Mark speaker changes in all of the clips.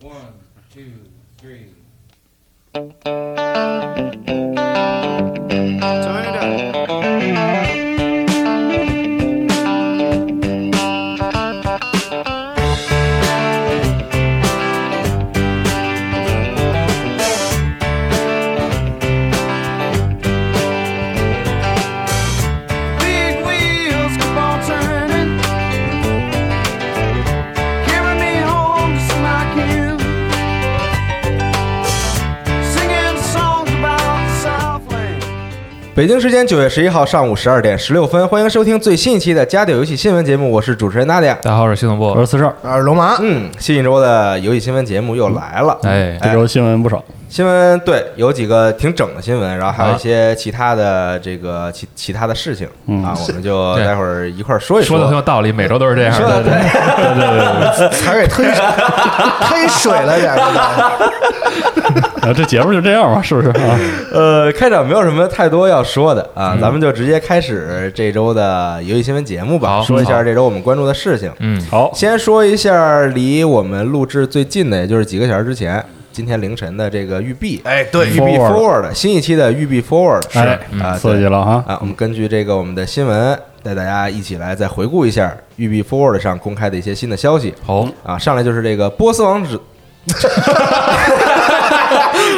Speaker 1: One, two, three.
Speaker 2: Turn it up. Big wheels keep on turning, carry me home just like you. Singing songs about the Southland.
Speaker 3: 北京时间九月十一号上午十二点十六分，欢迎收听最新一期的《家底游戏新闻节目》，我是主持人娜迪亚。
Speaker 4: 大家好，我是系统部，我是四少。
Speaker 5: 啊，龙马，
Speaker 3: 嗯，新一周的游戏新闻节目又来了。
Speaker 4: 哎，
Speaker 5: 这周新闻不少，
Speaker 3: 新闻对，有几个挺整的新闻，然后还有一些其他的这个其其他的事情
Speaker 5: 嗯
Speaker 3: 啊，我们就
Speaker 4: 对
Speaker 3: 待会儿一块儿哎说一
Speaker 4: 说的很有道理，每周都是这样
Speaker 3: 说的
Speaker 4: 的。对
Speaker 5: 还给推推水了点儿。
Speaker 6: 啊，这节目就这样吧，是不是啊？
Speaker 3: 呃，开场没有什么太多要说的啊，咱们就直接开始这周的游戏新闻节目吧，
Speaker 4: 好
Speaker 3: 说一下
Speaker 4: 好
Speaker 3: 这周我们关注的事情。
Speaker 4: 嗯，
Speaker 5: 哦
Speaker 6: 好，
Speaker 3: 先说一下离我们录制最近的，也就是几个小时之前，今天凌晨的这个育碧，
Speaker 5: 哎，对
Speaker 3: 育碧
Speaker 6: Forward
Speaker 3: Forward 新一期的育碧 Forward 是
Speaker 6: 哎
Speaker 4: 嗯
Speaker 3: 啊，
Speaker 6: 刺激
Speaker 3: 对
Speaker 6: 了哈！
Speaker 3: 啊！我们根据这个我们的新闻，带大家一起来再回顾一下育碧 Forward 上公开的一些新的消息
Speaker 4: 好，
Speaker 3: 啊。上来就是这个波斯 王子，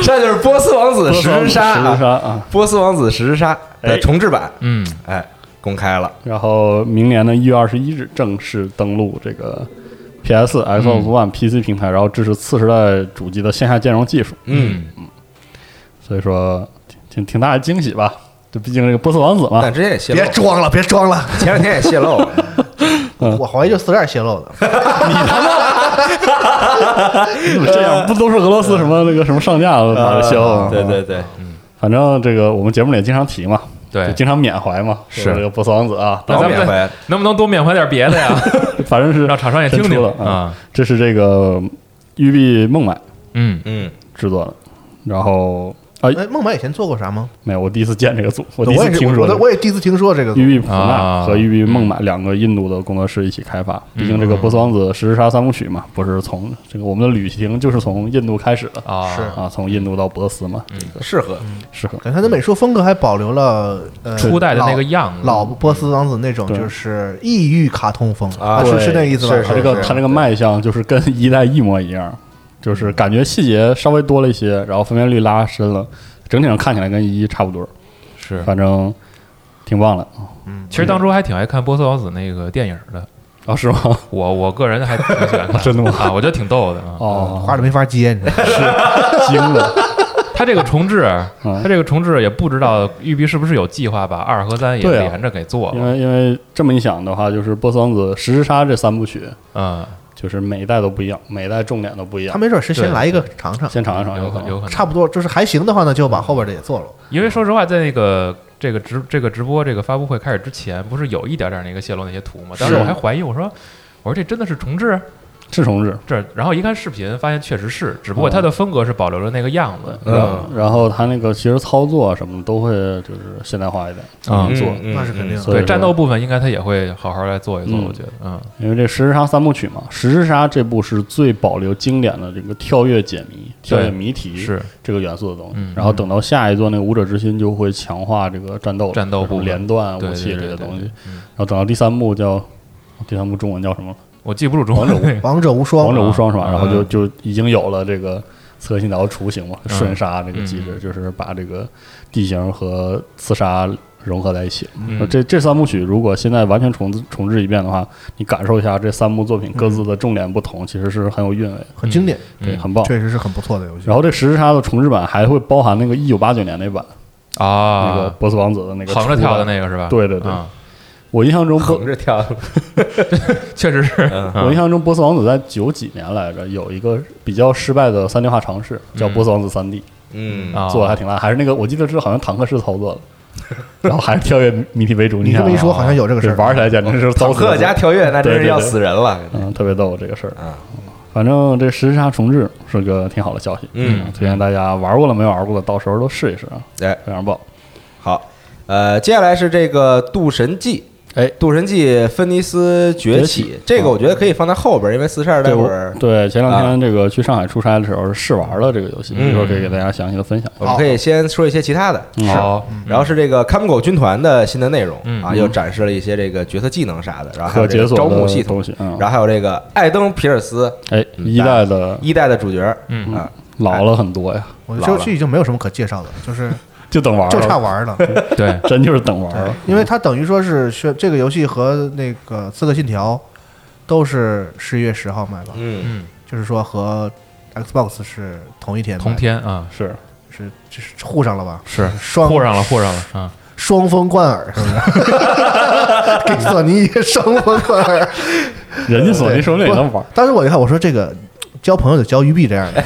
Speaker 3: 上来就是波斯王子
Speaker 6: 多
Speaker 3: 石
Speaker 6: 少
Speaker 3: 之沙
Speaker 6: 十之
Speaker 3: 啊，
Speaker 6: 杀啊！
Speaker 3: 波斯王子石之沙的
Speaker 6: 哎
Speaker 3: 重制版，
Speaker 4: 嗯，
Speaker 3: 哎，公开了。
Speaker 6: 然后明年的一月二十一日正式登陆这个 PS、Xbox
Speaker 4: 嗯
Speaker 6: One、PC 平台，然后支持次时代主机的线下兼容技术，
Speaker 3: 嗯，
Speaker 6: 所以说挺挺挺大的惊喜吧。这毕竟这个波斯王子嘛
Speaker 3: 但，之前也泄露
Speaker 5: 别
Speaker 3: 了，
Speaker 5: 装了，别装了，
Speaker 3: 前两天也泄露了，
Speaker 6: 嗯
Speaker 5: 我怀疑就四点泄露的。
Speaker 6: 这样不都是俄罗斯什么那个什么上架了把它泄露了吗？
Speaker 3: 呃对对对，
Speaker 6: 反正这个我们节目里也经常提嘛，
Speaker 4: 对
Speaker 6: 就经常缅怀嘛，
Speaker 4: 是
Speaker 6: 说这个波斯王子 啊，
Speaker 4: 那
Speaker 3: 老
Speaker 4: 咱
Speaker 3: 缅
Speaker 4: 们
Speaker 3: 怀，
Speaker 4: 能不能多缅怀点别的呀？
Speaker 3: 啊
Speaker 6: 反正是
Speaker 4: 让厂商也听
Speaker 6: 真
Speaker 4: 听
Speaker 6: 出了嗯
Speaker 4: 啊。
Speaker 6: 这是这个育碧孟买
Speaker 4: 嗯，
Speaker 3: 嗯，
Speaker 6: 制作的，然后啊，
Speaker 5: 哎，孟买以前做过啥吗？
Speaker 6: 没有，我第一次见这个组，我第一
Speaker 5: 我
Speaker 6: 次
Speaker 5: 也是，
Speaker 6: 听
Speaker 5: 我
Speaker 6: 说这
Speaker 5: 都
Speaker 6: 个。嗯
Speaker 5: 我也第一次听说这个。
Speaker 6: 育碧普
Speaker 4: 啊
Speaker 6: 纳和育碧孟买两个印度的工作室一起开发，
Speaker 4: 嗯
Speaker 6: 毕竟这个《波斯王子十之杀三部曲》嘛，不是从这个我们的旅行就是从印度开始的
Speaker 4: 啊，嗯
Speaker 5: 是
Speaker 6: 啊，从印度到波斯嘛，
Speaker 3: 适合，
Speaker 6: 适合
Speaker 5: 感觉他的美术风格还保留了呃
Speaker 4: 初代的那个样子
Speaker 5: 老老波斯王子那种就是异域卡通风
Speaker 3: 啊
Speaker 5: 是
Speaker 6: 对
Speaker 5: 是那个意思吧？
Speaker 3: 是
Speaker 6: 它这
Speaker 3: 是
Speaker 6: 个它这个卖相就是跟 一代一模一样，就是感觉细节稍微多了一些，然后分辨率拉伸了，整体上看起来跟一差不多，
Speaker 4: 是。
Speaker 6: 反正挺棒的
Speaker 4: 其实当初还挺爱看《波斯王子》那个电影的，
Speaker 6: 啊，是吗？
Speaker 4: 我我个人还挺喜欢看，
Speaker 6: 真的吗
Speaker 4: 啊，我觉得挺逗的啊。
Speaker 6: 哦，
Speaker 5: 画的没法接，你知道吗？
Speaker 6: 惊了，
Speaker 4: 他这个重置，
Speaker 6: 嗯
Speaker 4: 他这个重置也不知道育碧是不是有计划把二和三也
Speaker 6: 对啊
Speaker 4: 连着给做
Speaker 6: 因
Speaker 4: 了。
Speaker 6: 为因为这么一想的话，就是《波斯王子》《十之杀》这三部曲，
Speaker 4: 嗯，
Speaker 6: 就是每一代都不一样，每一代重点都不一
Speaker 5: 他
Speaker 6: 样。
Speaker 5: 没准是先
Speaker 4: 对
Speaker 5: 来一个尝尝，
Speaker 6: 先尝一尝，
Speaker 4: 有
Speaker 6: 可
Speaker 4: 可有
Speaker 6: 能。
Speaker 4: 可能
Speaker 5: 差不多就是还行的话呢，就把后边的也做了。
Speaker 4: 因为说实话，在那个这个直这个直播这个发布会开始之前，不是有一点点那个泄露那些图吗？当时
Speaker 6: 是
Speaker 4: 我还怀疑，我说我说这真的是重置
Speaker 6: 是重置。
Speaker 4: 这，然后一看视频发现确实是，只不
Speaker 6: 嗯
Speaker 4: 过它的风格是保留了那个样子。
Speaker 3: 嗯
Speaker 6: 然后他那个其实操作什么都会就是现代化一点
Speaker 4: 啊
Speaker 6: 做，
Speaker 3: 嗯嗯
Speaker 5: 那是肯定的
Speaker 6: 所以
Speaker 4: 对
Speaker 6: 说
Speaker 4: 战斗部分，应该它也会好好来做一做，
Speaker 6: 嗯
Speaker 4: 我觉得，嗯，
Speaker 6: 因为这《十之杀》三部曲嘛，《十之杀》这部是最保留经典的这个跳跃解谜、跳跃谜题
Speaker 4: 是
Speaker 6: 这个元素的东西。
Speaker 4: 嗯
Speaker 6: 然后等到下一座那个《舞者之心》就会强化这个战斗、
Speaker 4: 战斗部分
Speaker 6: 连段
Speaker 4: 对
Speaker 6: 嗯武器
Speaker 4: 对
Speaker 6: 这些
Speaker 4: 对对
Speaker 6: 东西。
Speaker 4: 对嗯
Speaker 6: 然后等到第三幕叫第三幕中文叫什么了？
Speaker 4: 我记不住中文了。
Speaker 5: 王者无
Speaker 6: 《
Speaker 5: 双
Speaker 6: 王，者无双》是吧？
Speaker 4: 嗯
Speaker 6: 然后就就已经有了这个刺客信条雏形嘛，
Speaker 4: 嗯
Speaker 6: 瞬杀这个机制，就是把这个地形和刺杀融合在一起。
Speaker 4: 嗯
Speaker 6: 那这这三部曲如果现在完全重重置一遍的话，你感受一下这三部作
Speaker 4: 嗯
Speaker 6: 品各自的重点不同，其实是很有韵味的，
Speaker 5: 很经典，
Speaker 6: 对，很棒。
Speaker 5: 确实是很不错的游戏。
Speaker 6: 嗯然后这《十之杀》的重置版还会包含那个一九八九年那版那个
Speaker 4: 啊，
Speaker 6: 波斯王子的那个
Speaker 4: 横着跳的
Speaker 6: 初代。
Speaker 4: 那个是吧？
Speaker 6: 对对对
Speaker 4: 啊
Speaker 6: 我印象中波
Speaker 3: 横着跳，
Speaker 4: 确实是。
Speaker 6: 我印象中，波斯王子在九几年来着，有一个比较失败的三 D 化尝试，叫《波斯王子三 D》，
Speaker 3: 嗯
Speaker 4: 啊
Speaker 6: 做的还挺烂，还是那个我记得是好像坦克式操作的，然后还是跳跃谜题为主。
Speaker 5: 你这
Speaker 6: 想啊
Speaker 5: 么一说，好像有这个事
Speaker 6: 对
Speaker 5: 儿。
Speaker 6: 玩起来简直是糟
Speaker 3: 坦
Speaker 6: 死
Speaker 3: 克
Speaker 6: 了
Speaker 3: 加跳跃，那真
Speaker 6: 对
Speaker 3: 是
Speaker 6: 对
Speaker 3: 要
Speaker 6: 对
Speaker 3: 死人了。
Speaker 6: 嗯，特别逗这个事儿
Speaker 3: 啊。
Speaker 6: 反正这《十之杀重置》是个挺好的消息，
Speaker 3: 嗯
Speaker 6: 推荐大家玩过了没玩过的，到时候都试一试啊，
Speaker 3: 哎，
Speaker 6: 非常棒。
Speaker 3: 好，呃，接下来是这个《渡神记》
Speaker 6: 哎
Speaker 3: 《赌神记》《芬尼斯崛起
Speaker 6: 崛
Speaker 3: 哦
Speaker 6: 起》
Speaker 3: 这个我觉得可以放在后边，因为四十二待
Speaker 6: 对
Speaker 3: 会
Speaker 6: 我
Speaker 3: 儿啊
Speaker 6: 对，前两天这个去上海出差的时候试玩了这个游戏，
Speaker 3: 嗯
Speaker 6: 一会儿可以给大家详细的分享。
Speaker 3: 我们可以先说一些其他的。
Speaker 6: 嗯
Speaker 4: 好，
Speaker 3: 然后是这个看门狗军团的新的内容
Speaker 4: 嗯
Speaker 3: 啊，又展示了一些这个角色技能啥的，然后还有
Speaker 6: 可
Speaker 3: 这
Speaker 6: 解
Speaker 3: 个
Speaker 6: 锁
Speaker 3: 招募
Speaker 6: 的
Speaker 3: 系统
Speaker 6: 东，西，嗯，
Speaker 3: 然后还有这个艾登皮尔斯
Speaker 6: 哎，
Speaker 3: 嗯
Speaker 6: 一代的
Speaker 3: 一代的主角，
Speaker 4: 嗯
Speaker 3: 啊，
Speaker 6: 老了很多呀，
Speaker 5: 我觉得这游戏已经没有什么可介绍的，就是
Speaker 6: 就等玩
Speaker 5: 就差
Speaker 6: 了，
Speaker 5: 玩了，
Speaker 4: 对，
Speaker 6: 真就是等玩
Speaker 5: 对
Speaker 6: 了。
Speaker 5: 因为它等于说是是这个游戏和那个《刺客信条》都是十一月十号卖吧，
Speaker 3: 嗯，
Speaker 4: 嗯，
Speaker 5: 就是说和 Xbox 是同一天卖，
Speaker 4: 同天啊，
Speaker 6: 是，
Speaker 5: 是就是互上了吧？
Speaker 4: 是
Speaker 5: 双
Speaker 4: 豁上了，豁上了啊，
Speaker 5: 双峰贯耳，是不是？ 给索尼一个双峰贯耳。
Speaker 6: 人家索尼说不定也能玩，
Speaker 5: 当时我一看，我说这个交朋友得交育碧这样 的，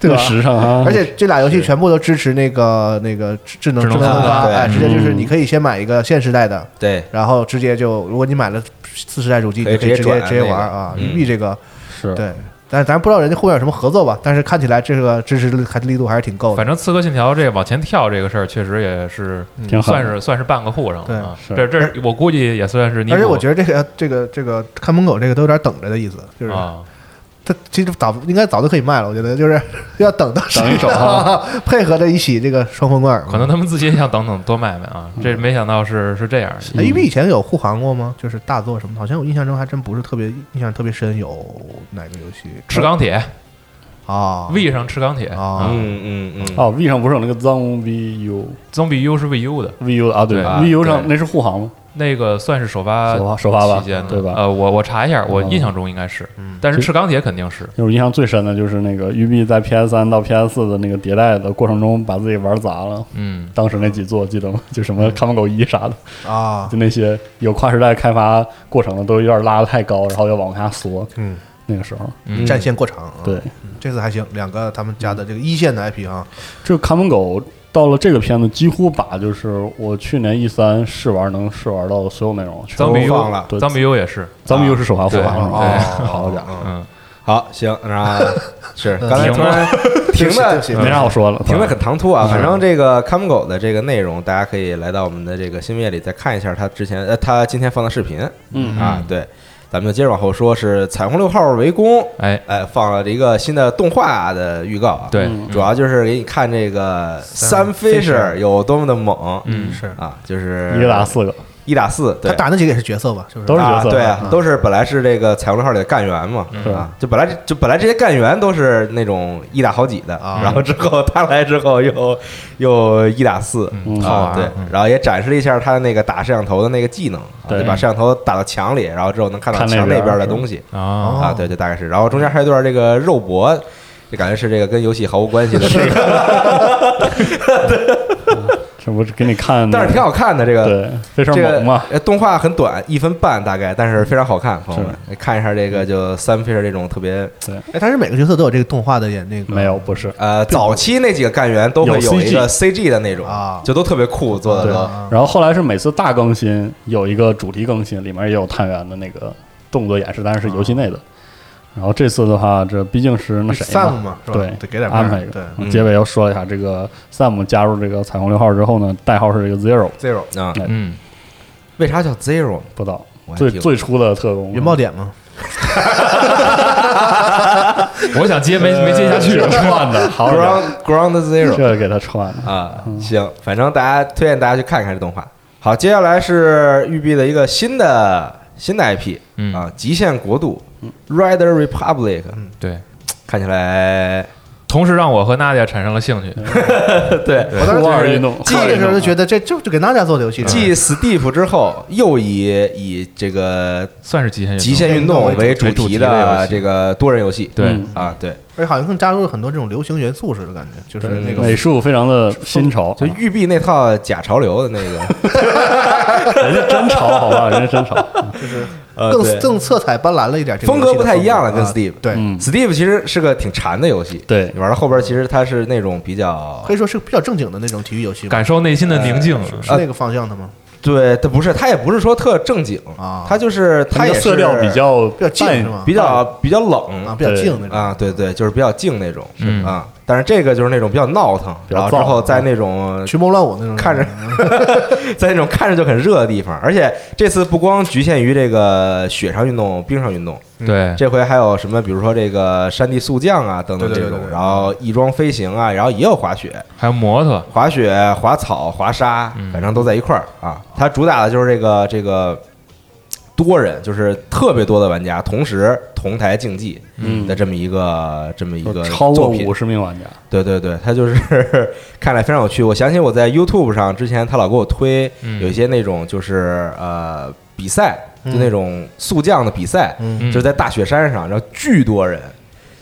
Speaker 5: 对
Speaker 6: 特
Speaker 5: 吧？
Speaker 6: 时尚啊！
Speaker 5: 而且这俩游戏全部都支持那个那个智智能
Speaker 4: 智能
Speaker 5: 能
Speaker 4: 开
Speaker 5: 开
Speaker 3: 发对嗯
Speaker 5: 哎，直接就是你可以先买一个现时代的，
Speaker 3: 对，
Speaker 5: 然后直接就如果你买了次时代主机，你
Speaker 3: 可以
Speaker 5: 就可以
Speaker 3: 直
Speaker 5: 直
Speaker 3: 接
Speaker 5: 接
Speaker 3: 转
Speaker 5: 直接玩
Speaker 3: 那个
Speaker 5: 啊。
Speaker 3: 嗯
Speaker 5: 育碧这个
Speaker 6: 是
Speaker 5: 对，但是咱不知道人家后面有什么合作吧，但是看起来这个支持力还力度还是挺
Speaker 6: 哦
Speaker 5: 够的
Speaker 4: 反。正《刺客信条》这个往前跳这个事儿，确实也是
Speaker 6: 挺
Speaker 4: 嗯
Speaker 6: 狠
Speaker 4: 算
Speaker 6: 的
Speaker 4: 是算是半个户上了啊。
Speaker 6: 对
Speaker 4: 这这是我估计也算是你，
Speaker 5: 而且我觉得这个这个这个看门狗这个都有点等着的意思，就是
Speaker 4: 啊，
Speaker 5: 它其实早应该早就可以卖了，我觉得就是 要等到
Speaker 6: 等一手哈
Speaker 5: 配合着一起这个双峰罐。
Speaker 4: 啊可能他们自己也想等等多买买啊。这没想到是是这样的，
Speaker 6: 嗯
Speaker 5: A B 哎以前有护航过吗？就是大作什么的？好像我印象中还真不是特别印象特别深，有哪个游戏
Speaker 4: 吃钢铁
Speaker 5: 啊
Speaker 4: V 上吃钢铁
Speaker 5: 啊
Speaker 4: 啊
Speaker 3: 嗯嗯嗯，
Speaker 6: 哦，V 上不是有那个 Zombie U
Speaker 4: ，Zombie U 是 VU 的，
Speaker 6: VU 啊？对
Speaker 4: 对
Speaker 3: 啊
Speaker 6: ，VU 上
Speaker 3: 对
Speaker 6: 那是护航吗？
Speaker 4: 那个算是首发
Speaker 6: 首发首发吧
Speaker 4: 期间的
Speaker 6: 对吧
Speaker 4: 呃，我我查一下，我
Speaker 6: 嗯
Speaker 4: 印象中应该是，但是吃钢铁肯定是。
Speaker 6: 因为我印象最深的就是那个育碧在 PS 三到 PS 四的那个迭代的过程中，把自己玩砸了。
Speaker 4: 嗯，
Speaker 6: 当时那几座记得吗？ 就什么《看门狗一》啥的，
Speaker 5: 啊
Speaker 6: 就那些有跨时代开发过程的，都有点拉得太高，然后要往下缩。
Speaker 5: 嗯，
Speaker 6: 那个时候，
Speaker 4: 嗯
Speaker 5: 战线过长啊。
Speaker 6: 对，
Speaker 5: 嗯，这次还行，两个他们家的这个一线的 IP 啊，
Speaker 6: 这个《看门狗》到了这个片子，几乎把就是我去年 E 三试玩能试玩到的所有内容，全
Speaker 4: 脏
Speaker 6: 部
Speaker 4: 比 U，
Speaker 3: 放了
Speaker 6: 对
Speaker 4: 脏比 U 也是，
Speaker 6: 咱们又是首发护
Speaker 4: 对
Speaker 6: 航是吧？
Speaker 4: 对
Speaker 6: 好家伙，
Speaker 5: 伙，
Speaker 4: 嗯，
Speaker 3: 好，行，然后是
Speaker 6: 嗯
Speaker 3: 刚才
Speaker 4: 停
Speaker 3: 突然停
Speaker 5: 对
Speaker 3: 的
Speaker 5: 不起对不起
Speaker 6: 没啥好说了，嗯
Speaker 3: 停的很唐突啊，反正这个看门狗的这个内容，大家可以来到我们的这个新页里再看一下他之前呃他今天放的视频
Speaker 6: 嗯
Speaker 3: 啊，对，咱们就接着往后说，是彩虹六号围攻，
Speaker 4: 哎，
Speaker 3: 哎，放了一个新的动画的预告啊，
Speaker 4: 对，
Speaker 6: 嗯
Speaker 3: 主要就是给你看这个
Speaker 5: Sam
Speaker 3: Sam Fisher 有多么的猛，
Speaker 4: 嗯
Speaker 5: 是
Speaker 3: 啊，就是
Speaker 6: 一个打四个，
Speaker 3: 一打四，
Speaker 5: 他
Speaker 3: 对，
Speaker 5: 打那几个也是角色吧？是不是？
Speaker 6: 都是角
Speaker 3: 啊
Speaker 6: 色
Speaker 3: 对啊
Speaker 6: 嗯，
Speaker 3: 都是本来是这个彩虹六号里的干员嘛，
Speaker 6: 是
Speaker 3: 啊，就本来就本来这些干员都是那种一打好几的，
Speaker 5: 啊
Speaker 3: 然后之后他来之后 又又一打四，
Speaker 6: 嗯
Speaker 3: 啊
Speaker 5: 好玩儿
Speaker 3: 对
Speaker 5: 嗯，
Speaker 3: 然后也展示了一下他那个打摄像头的那个技能，啊
Speaker 6: 对
Speaker 3: 就把摄像头打到墙里，然后之后能看到
Speaker 6: 看那
Speaker 3: 墙那
Speaker 6: 边儿
Speaker 3: 边的
Speaker 6: 是
Speaker 3: 东西
Speaker 4: 啊，
Speaker 5: 哦
Speaker 3: 啊，对，就大概是，然后中间还有一段这个肉搏，就感觉是这个跟游戏毫无关 系的这个，
Speaker 6: 这不是给你看，
Speaker 3: 但是挺好看的这个。
Speaker 6: 对，非常
Speaker 3: 这个
Speaker 6: 萌嘛，
Speaker 3: 呃动画很短，一分半大概，但是非常好看，朋友们看一下这个就三 Fisher 这种特别
Speaker 5: 哎，他是每个角色都有这个动画的演那个
Speaker 6: 没有不是。
Speaker 3: 呃早期那几个干员都会有一个 CG 的那种
Speaker 5: 啊
Speaker 3: 就都特别酷做的
Speaker 6: 对
Speaker 3: 都。
Speaker 5: 啊
Speaker 6: 然后后来是每次大更新有一个主题更新，里面也有探员的那个动作演示，但是是游戏内的。然后这次的话，这毕竟是那谁
Speaker 5: Sam 嘛是吧
Speaker 6: 对，
Speaker 5: 得给点面儿
Speaker 6: 安排一个。
Speaker 5: 对
Speaker 6: 嗯结尾要说一下，这个 Sam 加入这个彩虹六号之后呢，代号是这个 Zero，
Speaker 5: Zero
Speaker 3: 啊，
Speaker 4: 嗯，
Speaker 3: 为啥叫 Zero？
Speaker 6: 不知道
Speaker 3: 我还
Speaker 6: 最
Speaker 3: 挺
Speaker 6: 最初的特工
Speaker 5: 云 爆点嘛，
Speaker 4: 我想接没没接下去，
Speaker 6: 串的， 好家伙
Speaker 3: Ground Ground Zero
Speaker 6: 这给他串的，
Speaker 3: 啊，行，反正大家推荐大家去看一看这动画。好，接下来是育碧的一个新的新的 IP
Speaker 4: 嗯
Speaker 3: 啊，《极限国度》Rider Republic，
Speaker 4: 对，
Speaker 3: 看起来
Speaker 4: 同时让我和娜姐产生了兴趣，
Speaker 3: 对
Speaker 5: 我当
Speaker 6: 酷
Speaker 5: 时就
Speaker 6: 二
Speaker 5: 是
Speaker 6: 运动，
Speaker 5: 看的时候就嗯觉得这就就给娜家做的游戏，
Speaker 3: 继 Steve 之后，又以以这个
Speaker 4: 算是极限运动
Speaker 3: 极限运动为主题的这个多人游戏，
Speaker 4: 对
Speaker 6: 嗯
Speaker 3: 啊，对，
Speaker 5: 而且好像更加入了很多这种流行元素似的感觉，就是那个
Speaker 6: 美术非常的新潮，啊
Speaker 3: 就育碧那套假潮流的那个，
Speaker 6: 人家真潮，好吧，人家 真潮，
Speaker 3: 呃，
Speaker 5: 更
Speaker 3: 对
Speaker 5: 更色彩斑斓了一点，这个
Speaker 3: 风格
Speaker 5: 游戏的
Speaker 3: 不太一样了
Speaker 5: 风格啊
Speaker 3: 跟 Steve
Speaker 5: 对，
Speaker 6: 嗯，
Speaker 3: Steve 其实是个挺馋的游戏，
Speaker 6: 对
Speaker 3: 你玩到后边其实它是那种比较
Speaker 5: 可，以说是比较正经的那种体育游戏嘛，
Speaker 4: 感受内心的宁静，
Speaker 5: 是那个方向的吗？
Speaker 3: 对，它不是，它也不是说特正经
Speaker 5: 啊
Speaker 3: 它就是它
Speaker 6: 那
Speaker 3: 也
Speaker 6: 个
Speaker 3: 是
Speaker 6: 色调比较
Speaker 5: 比较近
Speaker 6: 淡
Speaker 5: 是吗
Speaker 3: 比较比较
Speaker 5: 啊，
Speaker 3: 冷啊
Speaker 5: 比较
Speaker 6: 对
Speaker 5: 静那种
Speaker 3: 啊，对对，就是比较静那种
Speaker 4: 嗯
Speaker 3: 啊，但是这个就是那种比较闹腾，
Speaker 6: 比较
Speaker 3: 然后之
Speaker 6: 燥嗯
Speaker 3: 后在那种
Speaker 5: 群谋乱舞那种，
Speaker 3: 看着在那种看着就很热的地方，而且这次不光局限于这个雪上运动、冰上运动，
Speaker 6: 嗯
Speaker 4: 对，
Speaker 3: 嗯这回还有什么，比如说这个山地速降啊等等
Speaker 5: 对
Speaker 3: 这
Speaker 5: 对对
Speaker 3: 种
Speaker 5: 对，对
Speaker 3: 然后翼装飞行啊，然后也有滑雪、
Speaker 4: 还有摩托，
Speaker 3: 滑雪、滑草、滑沙，
Speaker 4: 嗯
Speaker 3: 反正都在一块儿啊。它主打的就是这个这个多人，就是特别多的玩家同时同台竞技
Speaker 6: 嗯
Speaker 3: 的这么一个这么一个
Speaker 6: 超过
Speaker 3: 作品
Speaker 6: 五十名玩家，
Speaker 3: 对对对，它就是 看来非常有趣。我想起我在 YouTube 上之前，他老给我推
Speaker 4: 嗯
Speaker 3: 有一些那种就是呃比赛，就
Speaker 5: 嗯
Speaker 3: 那种速降的比赛，
Speaker 5: 嗯
Speaker 3: 就是在大雪山上，然后巨多人。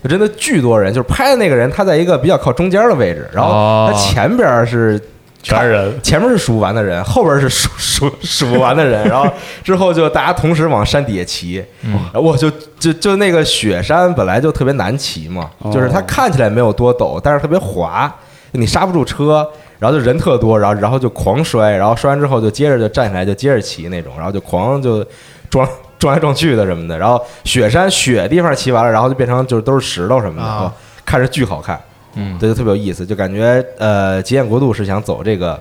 Speaker 3: 就真的巨多人，就是拍的那个人，他在一个比较靠中间的位置，然后
Speaker 4: 哦
Speaker 3: 他前边是
Speaker 6: 全是人，
Speaker 3: 前面是数不完的人，后边是数数数不完的人，然后之后就大家同时往山底下骑，
Speaker 4: 嗯
Speaker 3: 然后我就就就那个雪山本来就特别难骑嘛，
Speaker 6: 哦
Speaker 3: 就是它看起来没有多陡，但是特别滑，你刹不住车，然后就人特多，然后然后就狂摔，然后摔完之后就接着就站起来就接着骑那种，然后就狂就撞。 撞来撞去的什么的，然后雪山雪地方骑完了，然后就变成就是都是石头什么的，
Speaker 5: 啊
Speaker 3: 哦看着巨好看，
Speaker 4: 嗯，
Speaker 3: 对，就特别有意思，就感觉呃，极限国度是想走这个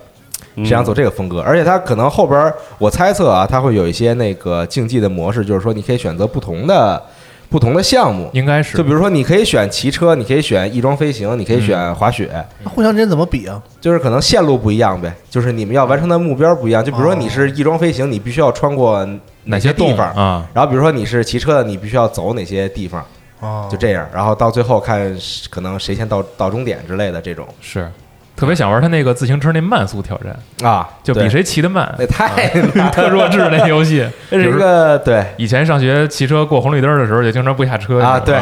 Speaker 3: 是
Speaker 6: 嗯
Speaker 4: 嗯
Speaker 3: 想走这个风格，而且它可能后边儿我猜测啊，它会有一些那个竞技的模式，就是说你可以选择不同的不同的项目，
Speaker 4: 应该是
Speaker 3: 就比如说你可以选骑车，你可以选翼装飞行，你可以选
Speaker 4: 嗯
Speaker 3: 滑雪，
Speaker 5: 那互相之间怎么比啊？
Speaker 3: 就是可能线路不一样呗，就是你们要完成的目标不一样。就比如说
Speaker 5: 哦
Speaker 3: 你是翼装飞行，你必须要穿过
Speaker 4: 哪
Speaker 3: 些地
Speaker 4: 洞
Speaker 3: 方。嗯
Speaker 4: 啊？
Speaker 3: 然后，比如说你是骑车的，你必须要走哪些地方，
Speaker 5: 哦，
Speaker 3: 就这样。然后到最后看是可能谁先到到终点之类的这种
Speaker 4: 是，特别想玩他那个自行车那慢速挑战，
Speaker 3: 啊，
Speaker 4: 就比
Speaker 3: 对
Speaker 4: 谁啊骑得慢
Speaker 3: 那，太难
Speaker 4: 特弱智那游戏。
Speaker 3: 这是一个对
Speaker 4: 以前上学骑车过红绿灯的时候，也经常不下车
Speaker 3: 啊，对，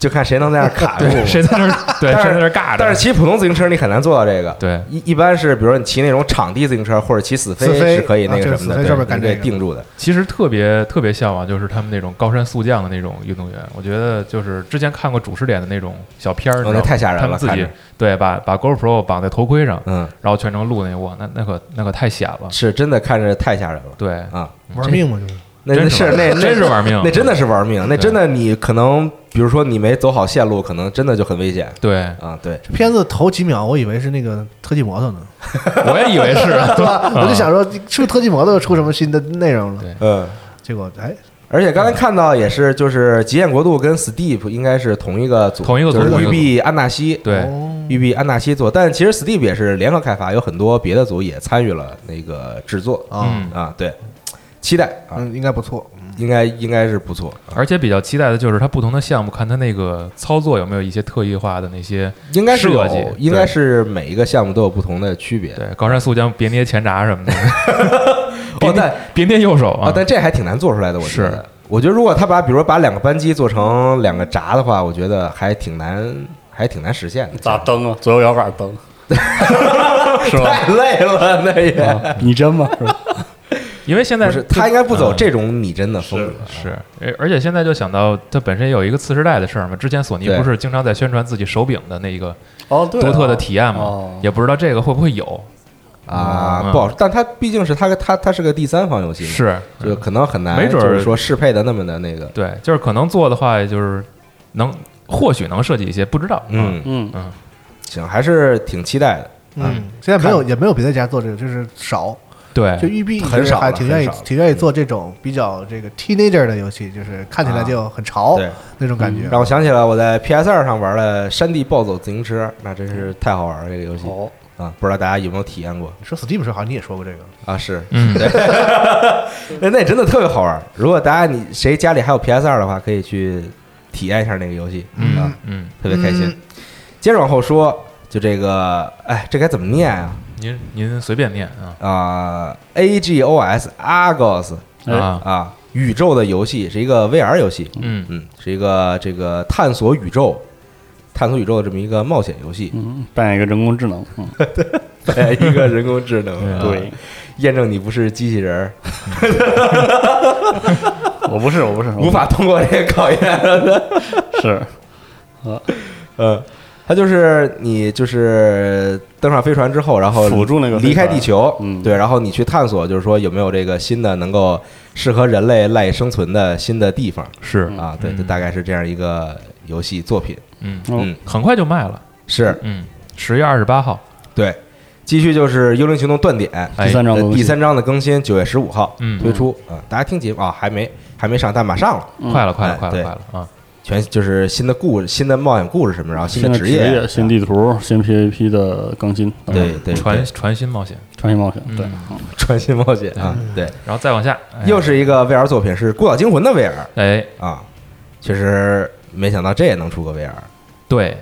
Speaker 3: 就看谁能在那儿卡住。
Speaker 4: 对，谁在那 儿对，
Speaker 3: 但
Speaker 4: 谁在
Speaker 3: 是
Speaker 4: 那儿尬着？
Speaker 3: 但是骑普通自行车你很难做到这个。
Speaker 4: 对，
Speaker 3: 一一般是，比如说你骑那种场地自行车，或者骑死飞
Speaker 5: 死飞
Speaker 3: 是可以
Speaker 5: 啊
Speaker 3: 那
Speaker 5: 这
Speaker 3: 个
Speaker 5: 个
Speaker 3: 什么
Speaker 5: 死
Speaker 3: 的，
Speaker 5: 飞
Speaker 3: 对
Speaker 5: 上面干
Speaker 3: 你可以
Speaker 5: 这个
Speaker 3: 定住的。
Speaker 4: 其实特别特别向往，就是他们那种高山速降的那种运动员。我觉得就是之前看过主视点的那种小片儿，你知道
Speaker 3: 哦那
Speaker 4: 吗
Speaker 3: 太吓人了
Speaker 4: 他们自
Speaker 3: 看
Speaker 4: 己
Speaker 3: 着
Speaker 4: 对把把 GoPro 绑在头盔上，
Speaker 3: 嗯，
Speaker 4: 然后全程录那哇，那那可那可太险了。
Speaker 3: 是真的看着太吓人了
Speaker 4: 对，
Speaker 3: 啊！
Speaker 5: 玩命嘛，就是
Speaker 3: 那那
Speaker 4: 真
Speaker 3: 是
Speaker 4: 是玩命
Speaker 3: 那那
Speaker 4: 真是玩命
Speaker 3: 那真的是玩命，那真的你可能，比如说你没走好线路，可能真的就很危险
Speaker 4: 对，
Speaker 3: 啊。对，
Speaker 5: 这片子头几秒我以为是那个特技摩托呢，
Speaker 4: 我也以为是，啊
Speaker 5: 对吧？ 我就想说，是不是特技摩托出什么新的内容了
Speaker 4: 对？
Speaker 3: 嗯。
Speaker 5: 结果哎，
Speaker 3: 而且刚才看到也是，就是极限国度跟 Steep 应该是同一个组，
Speaker 4: 同一个组
Speaker 3: 就是
Speaker 4: 同一
Speaker 3: 育
Speaker 4: 个
Speaker 3: 碧安纳西，
Speaker 4: 对，
Speaker 5: 哦
Speaker 3: 育碧安纳西做，但其实 Steam 也是联合开发，有很多别的组也参与了那个制作
Speaker 5: 啊，
Speaker 4: 嗯
Speaker 3: 啊。对，期待啊，
Speaker 5: 嗯，应该不错，
Speaker 3: 应该应该是不错，
Speaker 4: 而且比较期待的就是它不同的项目，看它那个操作有没有一些特异化的那些
Speaker 3: 应该是有
Speaker 4: 设计，
Speaker 3: 应该是每一个项目都有不同的区别
Speaker 4: 对对高山速降别捏前闸什么 的，别捏
Speaker 3: 哦但
Speaker 4: 别捏右手
Speaker 3: 啊，但这还挺难做出来的，我觉
Speaker 4: 是
Speaker 3: 得。我觉得如果他把比如说把两个扳机做成两个闸的话，我觉得还挺难，还挺难实现的。
Speaker 6: 咋蹬啊？左右摇杆 蹬，是吧？
Speaker 3: 太累了，那也
Speaker 6: 啊你真吗？是吧
Speaker 4: 因为现在
Speaker 3: 不是他应该不走
Speaker 4: 嗯
Speaker 3: 这种拟真的风格。
Speaker 4: 是，而而且现在就想到它本身也有一个次世代的事儿嘛。之前索尼
Speaker 3: 对
Speaker 4: 不是经常在宣传自己手柄的那个
Speaker 6: 哦，对啊，
Speaker 4: 独特的体验嘛
Speaker 6: 哦，
Speaker 4: 也不知道这个会不会有。
Speaker 3: 啊，
Speaker 4: 嗯
Speaker 3: 不好说，但它毕竟是它它它是个第三方游戏嘛，
Speaker 4: 是，
Speaker 3: 就可能很难，
Speaker 4: 没准
Speaker 3: 就
Speaker 4: 儿
Speaker 3: 是说适配的那么的那个，
Speaker 4: 对，就是可能做的话，就是能或许能设计一些，不知道。啊
Speaker 3: 嗯，
Speaker 6: 嗯，
Speaker 3: 行，还是挺期待的。
Speaker 5: 嗯，现在没有也没有别的家做这个，就是少，
Speaker 4: 对
Speaker 5: 就育碧
Speaker 3: 很少了
Speaker 5: 还挺愿意
Speaker 3: 很少了
Speaker 5: 挺愿意做这种比较这个 teenager 的游戏，就是看起来就很潮
Speaker 3: 对，嗯
Speaker 5: 那种感觉。
Speaker 3: 让我想起了我在 PS 二上玩了《山地暴走自行车》，那真
Speaker 4: 嗯
Speaker 3: 是太好玩了这个游戏
Speaker 6: 好，
Speaker 3: 啊！不知道大家有没有体验过
Speaker 5: 你说 Steam 的时候好像你也说过这个，
Speaker 3: 啊？是，
Speaker 4: 嗯，
Speaker 3: 那那真的特别好玩。如果大家你谁家里还有 PS 二的话，可以去体验一下那个游戏，啊
Speaker 4: 嗯，嗯，
Speaker 3: 特别开心
Speaker 5: 嗯。
Speaker 3: 接着往后说，就这个，哎，这该怎么念啊？
Speaker 4: 您您随便念啊
Speaker 3: 啊，A G O S Argos
Speaker 6: 哎，
Speaker 4: 啊，
Speaker 3: 啊，宇宙的游戏是一个 VR 游戏，
Speaker 4: 嗯
Speaker 3: 嗯，是一个这个探索宇宙、探索宇宙的这么一个冒险游戏
Speaker 6: 嗯，扮演一个人工智能，嗯，
Speaker 3: 啊对一个人工智能，啊
Speaker 6: 对，
Speaker 3: 验证你不是机器人儿，
Speaker 6: 我不是，我不是，
Speaker 3: 无法通过这个考验。
Speaker 6: 是，
Speaker 3: 嗯，它就是你就是登上飞船之后，然后
Speaker 6: 辅助那个飞船
Speaker 3: 离开地球，
Speaker 6: 嗯
Speaker 3: 对，然后你去探索，就是说有没有这个新的能够适合人类赖以生存的新的地方
Speaker 4: 是
Speaker 3: 啊？对，
Speaker 4: 嗯
Speaker 3: 就大概是这样一个游戏作品。
Speaker 4: 嗯，
Speaker 6: 嗯
Speaker 3: 嗯，
Speaker 4: 很快就卖了。
Speaker 3: 是
Speaker 4: 嗯，十月二十八号，
Speaker 3: 对。继续就是《幽灵行动：断点》
Speaker 4: 哎
Speaker 6: 第三章的
Speaker 3: 呃
Speaker 6: 东西
Speaker 3: 第三章的更新，九月十五号
Speaker 4: 嗯
Speaker 3: 推出啊、大家听节目啊，还没还没上，但马上了。
Speaker 4: 快了，快了，
Speaker 3: 哎
Speaker 4: 快了，
Speaker 3: 对
Speaker 4: 快了啊！
Speaker 3: 全就是新的故事、新的冒险故事什么，然后新
Speaker 6: 新
Speaker 3: 的
Speaker 6: 的
Speaker 3: 职
Speaker 6: 业、
Speaker 3: 业，啊
Speaker 6: 新地图、新 PVP 的更新，等等
Speaker 3: 对对
Speaker 4: 传
Speaker 3: 对
Speaker 4: 传新冒险，
Speaker 6: 创新冒险，对，
Speaker 4: 嗯
Speaker 6: 嗯
Speaker 3: 穿新冒险啊，对，
Speaker 4: 然后再往下，嗯哎
Speaker 3: 又是一个 VR 作品，是《孤岛惊魂》的 VR
Speaker 4: 哎，
Speaker 3: 啊，确实没想到这也能出个 VR，
Speaker 4: 对，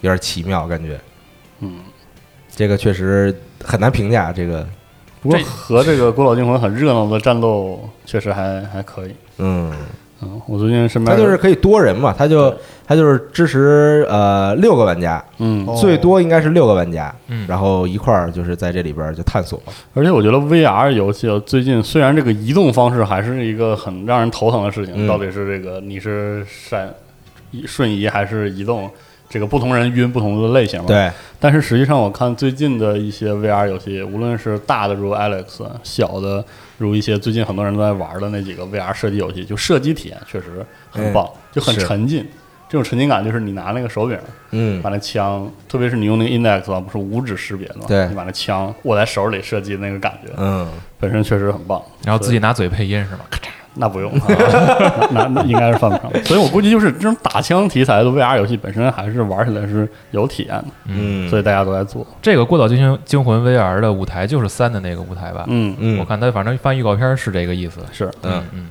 Speaker 3: 有点奇妙，感觉
Speaker 6: 嗯。
Speaker 3: 这个确实很难评价。这个，
Speaker 6: 不过
Speaker 4: 这
Speaker 6: 和这个《古老惊魂》很热闹的战斗确实还还可以。
Speaker 3: 嗯，
Speaker 6: 嗯，我最近身
Speaker 3: 它
Speaker 6: 边
Speaker 3: 就是可以多人嘛，它就
Speaker 6: 对
Speaker 3: 它就是支持呃六个玩家，
Speaker 6: 嗯，
Speaker 5: 哦
Speaker 3: 最多应该是六个玩家，
Speaker 4: 嗯，
Speaker 3: 然后一块儿就是在这里边儿就探索，
Speaker 6: 而且我觉得 VR 游戏啊最近虽然这个移动方式还是一个很让人头疼的事情，
Speaker 3: 嗯
Speaker 6: 到底是这个你是闪瞬移还是移动，这个不同人晕不同的类型嘛。。
Speaker 3: 对，
Speaker 6: 但是实际上，我看最近的一些 VR 游戏，无论是大的如 Alex，小啊的如一些最近很多人都在玩的那几个 VR 射击游戏，就射击体验确实很棒，就很
Speaker 3: 嗯是
Speaker 6: 沉浸。这种沉浸感就是你拿那个手柄
Speaker 3: 嗯
Speaker 6: 把那枪，特别是你用那个 index 啊，不是五指识别的嘛，
Speaker 3: 对
Speaker 6: 你把那枪握在手里射击那个感觉，
Speaker 3: 嗯，
Speaker 6: 本身确实很棒。
Speaker 4: 然后自己拿嘴配音是吗？嗯
Speaker 6: 那 不用，啊那那应该是犯不上。所以我估计就是这种打枪题材的 VR 游戏本身还是玩起来是有体验的，
Speaker 3: 嗯，
Speaker 6: 所以大家都在做。
Speaker 4: 这个《孤岛惊魂惊魂》VR 的舞台就是三的那个舞台吧？
Speaker 6: 嗯，
Speaker 3: 嗯
Speaker 4: 我看他反正翻预告片是这个意思。
Speaker 6: 是，
Speaker 3: 嗯，
Speaker 4: 嗯，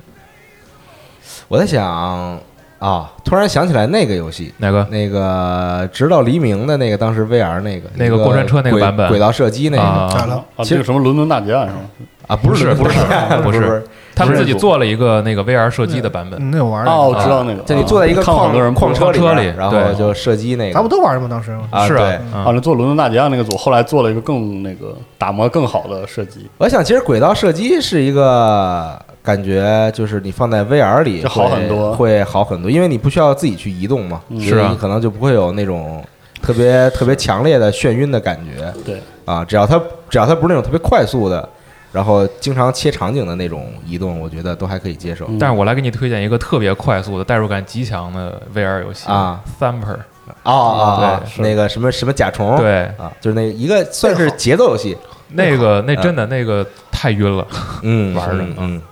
Speaker 3: 我在想啊，突然想起来那个游戏，
Speaker 4: 哪个？
Speaker 3: 那个直到黎明的那个，当时 VR 那个
Speaker 4: 那
Speaker 3: 一
Speaker 4: 个
Speaker 3: 个
Speaker 4: 过山车那个
Speaker 3: 轨
Speaker 4: 版本
Speaker 3: 轨道射击那个
Speaker 5: 咋
Speaker 4: 啊，
Speaker 5: 了？
Speaker 6: 啊，
Speaker 3: 其
Speaker 6: 这
Speaker 3: 实
Speaker 6: 个什么伦敦大劫案是吗？
Speaker 3: 啊， 不是
Speaker 4: 不是
Speaker 3: 伦敦
Speaker 4: 不
Speaker 3: 不
Speaker 4: 是
Speaker 3: 不是，
Speaker 4: 他们自己
Speaker 6: 不是
Speaker 4: 做了一个那个 VR 射击的版本。
Speaker 5: 嗯那我玩儿
Speaker 6: 哦，
Speaker 5: 的
Speaker 6: 我知道那个，
Speaker 3: 就你坐在一个
Speaker 6: 啊看过
Speaker 3: 矿
Speaker 6: 很多人
Speaker 3: 矿
Speaker 6: 铺
Speaker 3: 车里边
Speaker 4: 矿车里
Speaker 3: 然后
Speaker 4: 对
Speaker 3: 就射击那个，
Speaker 5: 咱不都玩儿吗？当时
Speaker 3: 啊，
Speaker 4: 是啊
Speaker 3: 对。
Speaker 6: 啊，那做伦敦大劫案那个组，后来做了一个更那个打磨更好的射击，
Speaker 3: 我想，其实轨道射击是一个感觉，就是你放在 VR 里
Speaker 6: 就好
Speaker 3: 会
Speaker 6: 很多
Speaker 3: 会好很多，因为你不需要自己去移动嘛，
Speaker 6: 嗯
Speaker 4: 是啊
Speaker 3: 你可能就不会有那种特别特别强烈的眩晕的感觉。
Speaker 6: 对
Speaker 3: 啊，只要它只要它不是那种特别快速的，然后经常切场景的那种移动，我觉得都还可以接受。
Speaker 6: 嗯
Speaker 4: 但是我来给你推荐一个特别快速的、代入感极强的 VR 游戏
Speaker 3: 啊
Speaker 4: t h u m p e r
Speaker 3: 啊啊啊！
Speaker 4: 对是
Speaker 3: 那个什么什么甲虫，
Speaker 4: 对，
Speaker 3: 啊，就是那一个算是节奏游戏，
Speaker 4: 那个那
Speaker 3: 嗯
Speaker 4: 真的那个太晕了，
Speaker 3: 嗯，
Speaker 4: 玩儿的
Speaker 3: 嗯嗯，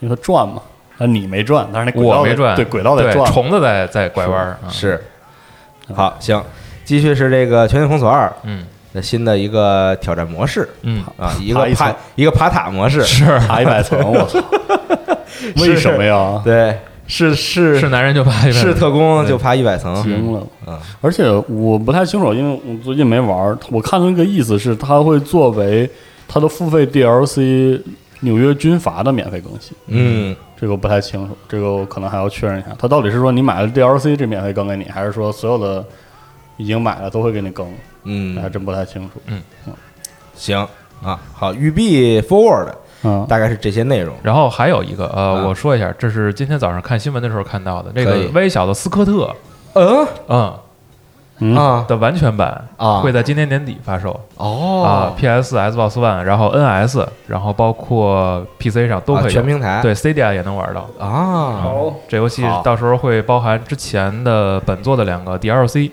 Speaker 6: 因为它转嘛，啊，你没转，但是那轨道
Speaker 4: 我没
Speaker 6: 在
Speaker 4: 转，
Speaker 6: 对，轨道在
Speaker 4: 对
Speaker 6: 转，
Speaker 4: 虫子在在拐弯儿，啊
Speaker 3: 是。好，行，继续是这个《全境封锁二》
Speaker 4: 嗯
Speaker 3: 的新的一个挑战模式
Speaker 4: 嗯，
Speaker 3: 啊，一个
Speaker 6: 一层
Speaker 3: 爬一个爬塔模式，
Speaker 4: 是
Speaker 6: 爬一百层，我操，为什么呀？
Speaker 3: 对，是是
Speaker 4: 是男人就怕一
Speaker 3: 是
Speaker 4: 般
Speaker 3: 特工就爬一百层，
Speaker 6: 惊了
Speaker 3: 嗯！
Speaker 6: 而且我不太清楚，因为我最近没玩儿。我看那个意思是，它会作为它的付费 DLC《纽约军阀》的免费更新。
Speaker 3: 嗯，
Speaker 6: 这个我不太清楚，这个我可能还要确认一下。它到底是说你买了 DLC 这免费更给你，还是说所有的已经买了都会给你更？
Speaker 3: 嗯
Speaker 6: 还真不太清楚。
Speaker 3: 行啊，好，育碧 Forward
Speaker 6: 嗯，
Speaker 3: 大概是这些内容，
Speaker 4: 然后还有一个，呃，
Speaker 3: 啊
Speaker 4: 我说一下，这是今天早上看新闻的时候看到的，这
Speaker 3: 可
Speaker 4: 个
Speaker 3: 以
Speaker 4: 微小的斯科特，
Speaker 3: 嗯
Speaker 4: 嗯
Speaker 6: 嗯
Speaker 3: 啊
Speaker 4: 的完全版
Speaker 3: 啊
Speaker 4: 会在今年年底发售啊
Speaker 3: 哦
Speaker 4: ，PS、Xbox One，然后 NS，然后包括 PC 上都
Speaker 3: 啊
Speaker 4: 可以有
Speaker 3: 全平台
Speaker 4: 对 CDI 也能玩到。
Speaker 3: 啊，
Speaker 6: 好，
Speaker 4: 这游戏
Speaker 3: 好
Speaker 4: 到时候会包含之前的本作的两个 DLC。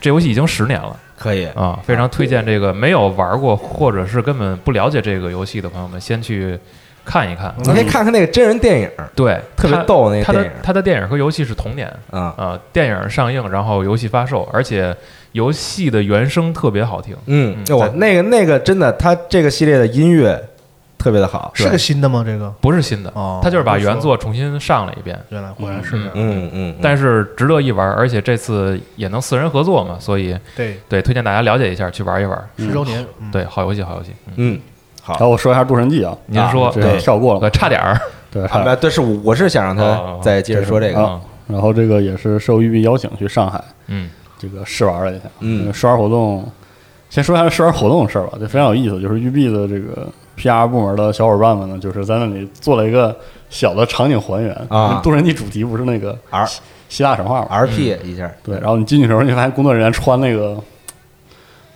Speaker 4: 这游戏已经十年了
Speaker 3: 可以
Speaker 4: 啊，非常推荐这个没有玩过或者是根本不了解这个游戏的朋友们先去看一看。
Speaker 3: 你可以看看那个真人电影，
Speaker 4: 对，
Speaker 3: 嗯特别
Speaker 4: 它
Speaker 3: 逗那
Speaker 4: 他
Speaker 3: 个
Speaker 4: 的
Speaker 3: 电
Speaker 4: 他的电影和游戏是同年
Speaker 3: 影啊，
Speaker 4: 啊、呃电影上映，然后游戏发售，而且游戏的原声特别好听。
Speaker 3: 嗯
Speaker 4: 嗯，
Speaker 3: 我
Speaker 4: 在
Speaker 3: 那个那个真的，他这个系列的音乐特别的好，
Speaker 5: 是个新的吗？这个
Speaker 4: 不是新的，
Speaker 5: 哦
Speaker 4: 他就是把原作重新上了一遍，
Speaker 5: 原来果然是这样。
Speaker 3: 嗯嗯，
Speaker 4: 但是值得一玩，而且这次也能四人合作嘛，所以
Speaker 5: 对，
Speaker 4: 对推荐大家了解一下，去玩一玩。
Speaker 5: 十周年，嗯，
Speaker 4: 嗯对，好游戏，好游戏。嗯，
Speaker 3: 嗯，
Speaker 6: 然后我说一下《渡神记》啊，
Speaker 4: 您说
Speaker 6: 这个
Speaker 3: 对
Speaker 6: 跳过了
Speaker 4: 呃，，差点儿
Speaker 6: 对，差
Speaker 3: 啊，
Speaker 6: 点
Speaker 3: 不，对，是我我是想让
Speaker 4: 哦
Speaker 3: 他再接着说这个，
Speaker 6: 啊。然后这个也是受育碧邀请去上海
Speaker 4: 嗯
Speaker 6: 这个试玩了一下，
Speaker 3: 嗯
Speaker 6: 这个试玩活动，先说一下试玩活动的事儿吧，就非常有意思，就是育碧的这个 PR 部门的小伙伴们呢，就是在那里做了一个小的场景还原
Speaker 3: 啊
Speaker 6: 渡神记主题不是那个
Speaker 3: R
Speaker 6: 希希腊神话嘛，
Speaker 3: R P 一下，
Speaker 6: 嗯对，然后你进去的时候，你发现工作人员穿那个。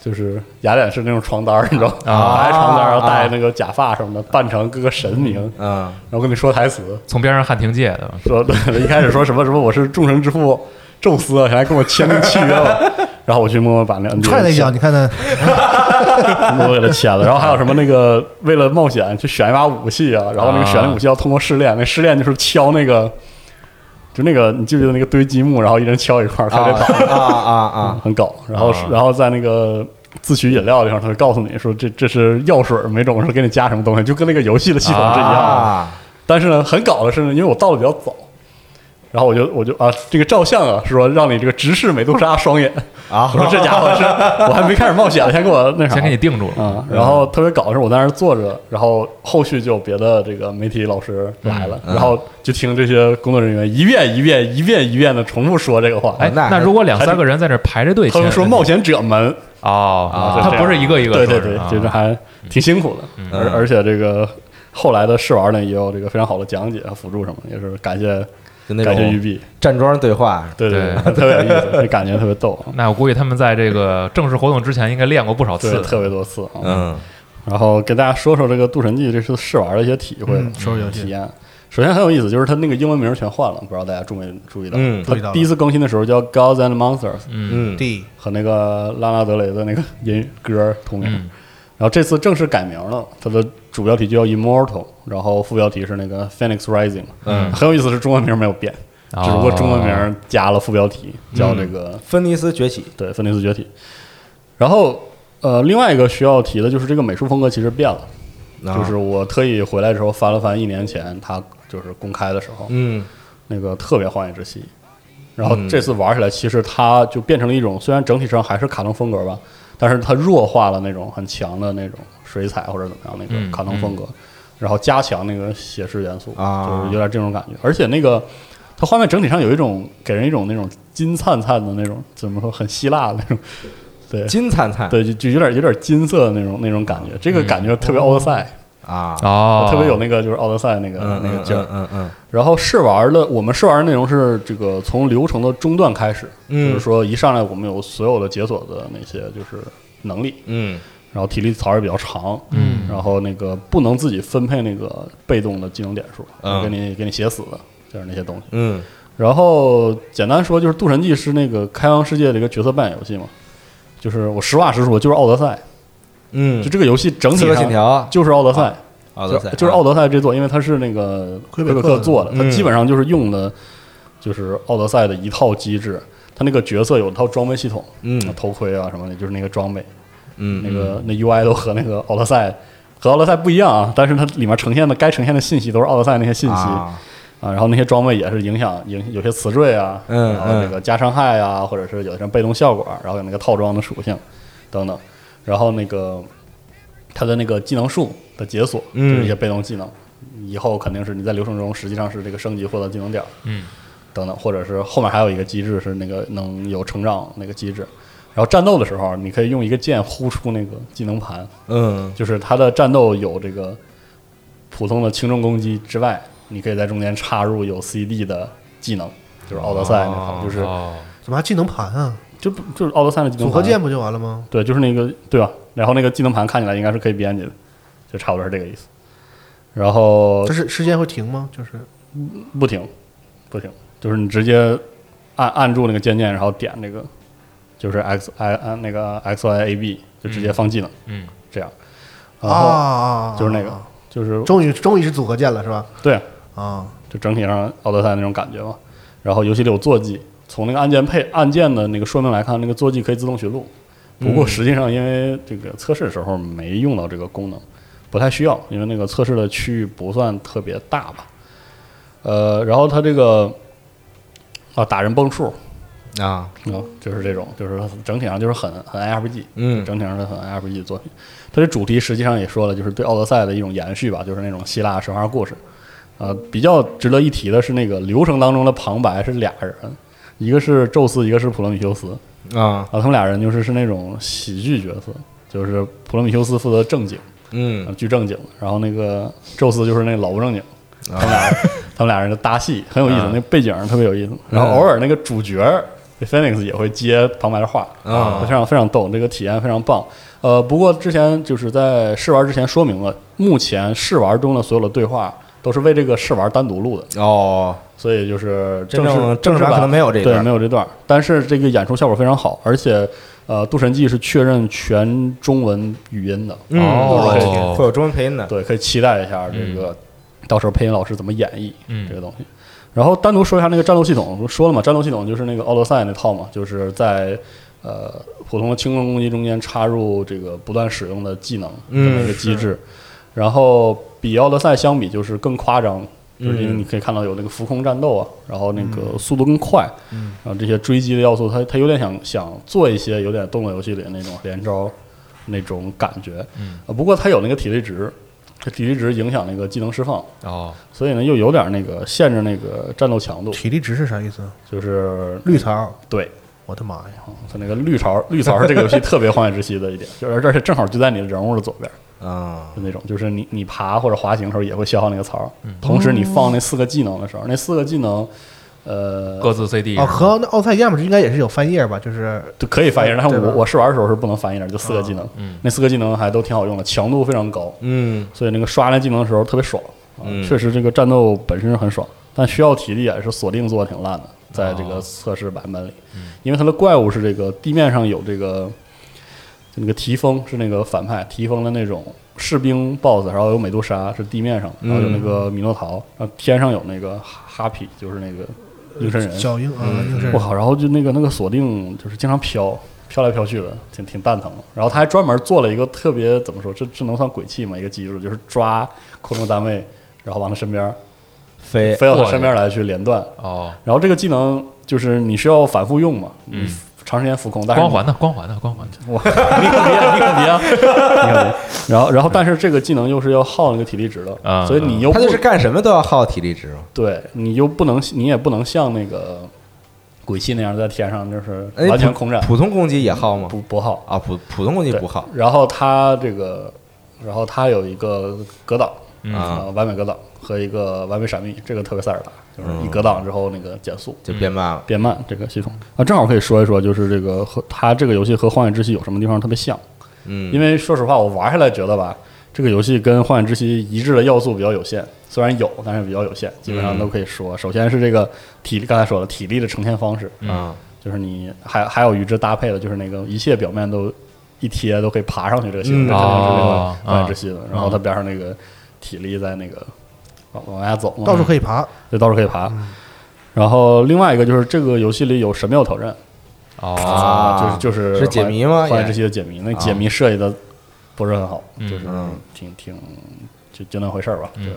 Speaker 6: 就是雅典式那种床单儿，你知道吗，
Speaker 4: 啊
Speaker 6: 白床单儿，然后
Speaker 3: 啊
Speaker 6: 戴那个假发什么的，扮成各个神明，
Speaker 3: 嗯
Speaker 6: 然后跟你说台词，
Speaker 4: 从边上汉庭借的，
Speaker 6: 说对，一开始说什么什么我是众神之父宙斯啊，还跟我签订契约了。然后我去默默把那 NBA
Speaker 5: 踹他一脚，
Speaker 6: 签
Speaker 5: 你看他
Speaker 6: 默默给他签了。然后还有什么那个为了冒险去选一把武器啊，然后那个选的武器要通过试炼，那试炼就是敲那个，就那个你记不记得那个堆积木，然后一人敲一块儿，他得打
Speaker 3: 啊啊啊！
Speaker 6: 很搞。然后是、
Speaker 4: 啊
Speaker 6: 然后在那个自取饮料的地方，他就告诉你说这这是药水，每种是给你加什么东西，就跟那个游戏的系统是一 样的。
Speaker 3: 啊，
Speaker 6: 但是呢，很搞的是呢，因为我到的比较早，然后我就我就啊，这个照相啊，是说让你这个直视美杜莎双眼
Speaker 3: 啊
Speaker 6: 我说这家伙是，我还没开始冒险呢，先给我那啥，
Speaker 4: 先给你定住了。
Speaker 6: 啊、然后特别搞的是，我在那儿坐着，然后后续就有别的这个媒体老师来
Speaker 4: 嗯
Speaker 6: 了，然后就听这些工作人员一遍一遍一遍一遍的重复说这个话。
Speaker 4: 哎，
Speaker 3: 那
Speaker 4: 那如果两三个人在那排着队
Speaker 6: 他
Speaker 4: 签，
Speaker 6: 们说冒险者们，
Speaker 4: 哦他
Speaker 6: 啊，就这样
Speaker 4: 不是一个一个
Speaker 6: 对
Speaker 4: 说
Speaker 6: 对
Speaker 4: 是，
Speaker 6: 对，
Speaker 4: 啊
Speaker 6: 觉得还挺辛苦的，而
Speaker 3: 嗯
Speaker 6: 而且这个后来的试玩呢，也有这个非常好的讲解和啊辅助什么的，也是感谢
Speaker 3: 就那
Speaker 6: 感谢育
Speaker 3: 种
Speaker 6: 碧，
Speaker 3: 站桩对话，
Speaker 6: 对
Speaker 4: 对
Speaker 6: 对，特别有意思，这感觉特 别逗，
Speaker 4: 那我估计他们在这个正式活动之前应该练过不少
Speaker 6: 对，
Speaker 4: 次。
Speaker 6: 特别多次啊。
Speaker 3: 嗯
Speaker 6: 然后给大家说说这个《渡神记》这次试玩的一些体会、
Speaker 5: 嗯收拾邮件
Speaker 6: 体验。首先很有意思，就是它那个英文名全换了，不知道大家注没注意到？
Speaker 3: 嗯
Speaker 5: 注意到
Speaker 6: 它
Speaker 5: 了
Speaker 6: 第一次更新的时候叫《Gods and Monsters》，
Speaker 4: 嗯
Speaker 3: 嗯，
Speaker 5: D
Speaker 6: 和那个拉拉德雷的那个音歌同名。
Speaker 4: 嗯
Speaker 6: 然后这次正式改名了，它的主标题就叫《Immortal》，然后副标题是那个《Phoenix Rising》。
Speaker 4: 嗯
Speaker 6: 很有意思，是中文名没有变，
Speaker 4: 哦嗯
Speaker 6: 只不过中文名加了副标题，叫这个
Speaker 3: 芬尼斯崛起，
Speaker 6: 对，芬尼斯崛起。然后呃，另外一个需要提的就是这个美术风格其实变了，
Speaker 3: 啊
Speaker 6: 就是我特意回来的时候翻了翻一年前它就是公开的时候，
Speaker 3: 嗯
Speaker 6: 那个特别荒野之息。然后这次玩起来，其实它就变成了一种，虽然整体上还是卡通风格吧，但是它弱化了那种很强的那种水彩或者怎么样那
Speaker 4: 嗯
Speaker 6: 个卡通风格，然后加强那个写实元素，
Speaker 3: 啊
Speaker 6: 就是有点这种感觉。而且那个它画面整体上有一种给人一种那种金灿灿的那种，怎么说很希腊的那种，对
Speaker 3: 嗯金灿灿
Speaker 6: 对，就就有点有点金色的那种那种感觉，这个感觉特别奥德赛，
Speaker 3: 啊，
Speaker 4: 哦，
Speaker 6: 特别有那个就是奥德赛那个
Speaker 3: 嗯
Speaker 6: 那个
Speaker 3: 嗯
Speaker 6: 劲儿。
Speaker 3: 嗯嗯
Speaker 6: 然后试玩的，我们试玩的内容是这个从流程的中段开始，
Speaker 3: 嗯
Speaker 6: 就是说一上来我们有所有的解锁的那些就是能力，
Speaker 3: 嗯
Speaker 6: 然后体力槽也比较长，嗯，然后那个不能自己分配那个被动的技能点数，
Speaker 3: 嗯
Speaker 6: 给你给你写死的，就是那些东西。
Speaker 3: 嗯
Speaker 6: 然后简单说就是《渡神记》是那个开放世界的一个角色扮演游戏嘛，就是我实话实说，就是奥德赛，
Speaker 3: 嗯，
Speaker 6: 就这个游戏整体
Speaker 3: 刺客
Speaker 6: 上
Speaker 3: 信条，啊
Speaker 6: 就是奥德赛，
Speaker 3: 奥
Speaker 6: 就
Speaker 3: 德赛啊
Speaker 6: 就是奥德赛这座，因为它是那个魁
Speaker 5: 魁
Speaker 6: 北
Speaker 5: 北克
Speaker 6: 克做的，
Speaker 3: 嗯
Speaker 6: 它基本上就是用的就是奥德赛的一套机制。它那个角色有一套装备系统，
Speaker 3: 嗯
Speaker 6: 头盔啊什么的，就是那个装备，
Speaker 3: 嗯
Speaker 6: 那个那 UI 都和那个奥德赛和奥德赛不一样啊，但是它里面呈现的该呈现的信息都是奥德赛那些信息啊
Speaker 3: 啊
Speaker 6: 然后那些装备也是影响影有些词缀啊，
Speaker 3: 嗯
Speaker 6: 然后这个加伤害啊，或者是有些被动效果，然后有那个套装的属性等等，然后那个它的那个技能树的解锁，
Speaker 3: 嗯
Speaker 6: 就是一些被动技能，以后肯定是你在流程中实际上是这个升级获得技能点儿
Speaker 4: 嗯
Speaker 6: 等等，或者是后面还有一个机制是那个能有成长那个机制。然后战斗的时候，你可以用一个键呼出那个技能盘，
Speaker 3: 嗯
Speaker 6: 就是它的战斗有这个普通的轻重攻击之外，你可以在中间插入有 CD 的技能，就是奥德赛那套，
Speaker 4: 哦
Speaker 6: 就是
Speaker 4: 哦
Speaker 5: 怎么还技能盘啊？
Speaker 6: 就不就是奥德赛的技能
Speaker 5: 组
Speaker 6: 盘
Speaker 5: 合键不就完了吗？
Speaker 6: 对，就是那个对吧？然后那个技能盘看起来应该是可以编辑的，就差不多是这个意思。然后
Speaker 5: 这是时间会停吗？就是
Speaker 6: 不停，不停，就是你直接按按住那个键键，然后点那个就是 X I 按那个 X Y A B，就直接放技能，
Speaker 4: 嗯
Speaker 6: 这样。
Speaker 5: 啊
Speaker 6: 然后、
Speaker 5: 啊，啊
Speaker 6: 就是那个
Speaker 5: 啊
Speaker 6: 就是
Speaker 5: 终于终于是组合键了是吧？
Speaker 6: 对，
Speaker 5: 啊，
Speaker 6: 就整体上奥德赛那种感觉嘛。然后游戏里有坐骑，从那个按键配按键的那个说明来看，那个坐骑可以自动寻路。不过实际上因为这个测试的时候没用到这个功能，不太需要，因为那个测试的区域不算特别大吧。呃，然后它这个啊打人蹦数
Speaker 3: 啊
Speaker 6: 啊，就是这种，就是整体上就是很很 RPG，
Speaker 3: 嗯
Speaker 6: 整体上是很 RPG 的作品。它这主题实际上也说了，就是对奥德赛的一种延续吧，就是那种希腊神话故事。呃，比较值得一提的是，那个流程当中的旁白是俩人，一个是宙斯，一个是普罗米修斯。
Speaker 3: 啊
Speaker 6: 啊，他们俩人就是是那种喜剧角色，就是普罗米修斯负责正经，
Speaker 3: 嗯
Speaker 6: 啊巨正经，然后那个宙斯就是那老不正经。他们俩，他们俩人就搭戏，很有意思
Speaker 3: 啊，
Speaker 6: 那背景特别有意思。然后偶尔那个主角那 Phoenix 也会接旁白的话，
Speaker 3: 啊
Speaker 6: 非常非常逗，这个体验非常棒。呃，不过之前就是在试玩之前说明了，目前试玩中的所有的对话都是为这个试玩单独录的，
Speaker 3: 哦，
Speaker 6: 所以就是
Speaker 3: 真
Speaker 6: 式
Speaker 3: 正
Speaker 6: 正
Speaker 3: 正
Speaker 6: 式
Speaker 3: 版可能没有这一
Speaker 6: 对
Speaker 3: 段
Speaker 6: 没有这段儿，但是这个演出效果非常好，而且呃，《渡神记》是确认全中文语音的，
Speaker 3: 嗯
Speaker 4: 哦
Speaker 3: 会有中文配音的，
Speaker 6: 对，可以期待一下这个、到时候配音老师怎么演绎
Speaker 4: 嗯
Speaker 6: 这个东西。然后单独说一下那个战斗系统，我说了嘛，战斗系统就是那个奥德赛那套嘛，就是在呃普通的轻功攻击中间插入这个不断使用的技能这么
Speaker 4: 嗯
Speaker 6: 一个机制。然后比奥德赛相比就是更夸张，
Speaker 4: 嗯
Speaker 6: 就是因为你可以看到有那个浮空战斗啊，然后那个速度更快，
Speaker 4: 嗯
Speaker 6: 然后这些追击的要素，它它有点想想做一些有点动作游戏里那种连招那种感觉。
Speaker 4: 嗯
Speaker 6: 呃，不过它有那个体力值，它体力值影响那个技能释放，
Speaker 4: 哦，
Speaker 6: 所以呢又有点那个限制那个战斗强度，
Speaker 5: 体力值是啥意思？
Speaker 6: 就是
Speaker 5: 绿槽，
Speaker 6: 对。
Speaker 5: 我的妈呀！
Speaker 6: 它那个绿槽， 绿槽是这个游戏特别荒野之息的一点，就是而且正好就在你的人物的左边，
Speaker 3: 啊，
Speaker 6: 就那种，就是你你爬或者滑行的时候也会消耗那个槽，同时你
Speaker 5: 哦
Speaker 6: 放那四个技能的时候，那四个技能，呃，
Speaker 4: 各自 CD
Speaker 5: 哦，和那奥赛一样吧，应该也是有翻页吧？就是
Speaker 6: 就可以翻译人，但是
Speaker 5: 对
Speaker 6: 我
Speaker 5: 吧
Speaker 6: 我试玩的时候是不能翻译人，就四个技能，
Speaker 4: 嗯
Speaker 6: 那四个技能还都挺好用的，强度非常高，
Speaker 3: 嗯
Speaker 6: 所以那个刷那技能的时候特别爽，啊
Speaker 3: 嗯
Speaker 6: 确实这个战斗本身是很爽，但需要体力也是锁定做的挺烂的，在这个
Speaker 4: 哦
Speaker 6: 测试版本里，因为它的怪物是这个地面上有这个就那个提风是那个反派提风的那种士兵 BOSS，然后有美杜莎是地面上，然后有那个米诺陶，然后天上有那个哈皮，就是那个
Speaker 5: 呃
Speaker 6: 绿神人，
Speaker 5: 小鹰啊，
Speaker 3: 嗯
Speaker 5: 鹰是
Speaker 6: 我靠，然后就那个那个锁定就是经常飘，飘来飘去的，挺挺蛋疼的。然后他还专门做了一个特别怎么说，这这能算鬼泣吗？一个技术就是抓空中单位，然后往他身边儿
Speaker 3: 飞
Speaker 6: 飞到他身边来去连段。
Speaker 4: 哦，
Speaker 6: 然后这个技能就是你需要反复用嘛，你长时间浮空，但
Speaker 4: 嗯
Speaker 6: 是
Speaker 4: 光
Speaker 6: 你
Speaker 4: 环呢？光环呢？光环呢？
Speaker 6: 我你可别，你可 别啊，你可别。然后然后但是这个技能又是要耗那个体力值
Speaker 4: 啊
Speaker 6: 的，所以你又
Speaker 3: 他
Speaker 6: 不
Speaker 3: 就是干什么都要耗体力值嘛，
Speaker 6: 对你又不能你也不能像那个鬼泣那样在天上就是
Speaker 3: 哎
Speaker 6: 完全
Speaker 3: 普
Speaker 6: 空战。
Speaker 3: 普通攻击也耗吗？
Speaker 6: 不不耗，
Speaker 3: 啊，普普通攻击
Speaker 6: 对
Speaker 3: 不耗，
Speaker 6: 然后它这个，然后它有一个格挡
Speaker 4: 嗯
Speaker 3: 啊
Speaker 6: 呃完美格挡和一个完美闪避，这个特别塞尔达，就是
Speaker 3: 嗯
Speaker 6: 一格挡之后那个减速。
Speaker 3: 就变慢了。
Speaker 6: 变慢这个系统啊，正好可以说一说，就是这个和它这个游戏和《荒野之息》有什么地方特别像？
Speaker 3: 嗯，
Speaker 6: 因为说实话，我玩下来觉得吧，这个游戏跟《荒野之息》一致的要素比较有限，虽然有，但是比较有限，基本
Speaker 3: 嗯
Speaker 6: 上都可以说。首先是这个体力，刚才说了体力的呈现方式，
Speaker 3: 啊，
Speaker 6: 就是你还还有与之搭配的，就是那个一切表面都一贴都可以爬上去这个系统，
Speaker 3: 嗯
Speaker 6: 这肯定是这个
Speaker 4: 哦
Speaker 6: 万
Speaker 4: 啊
Speaker 6: 之系的。然后它边上那个体力在那个往往下走嘛，
Speaker 5: 到处可以爬，
Speaker 6: 对到处可以爬。然后另外一个就是这个游戏里有神庙挑战
Speaker 4: 哦，
Speaker 3: 啊
Speaker 6: 就是就是
Speaker 3: 是解谜吗
Speaker 6: 幻幻
Speaker 3: 也啊
Speaker 6: 野之息的解谜，那解谜设计的不是很好，就是
Speaker 3: 嗯
Speaker 6: 挺挺就就那回事儿吧，就是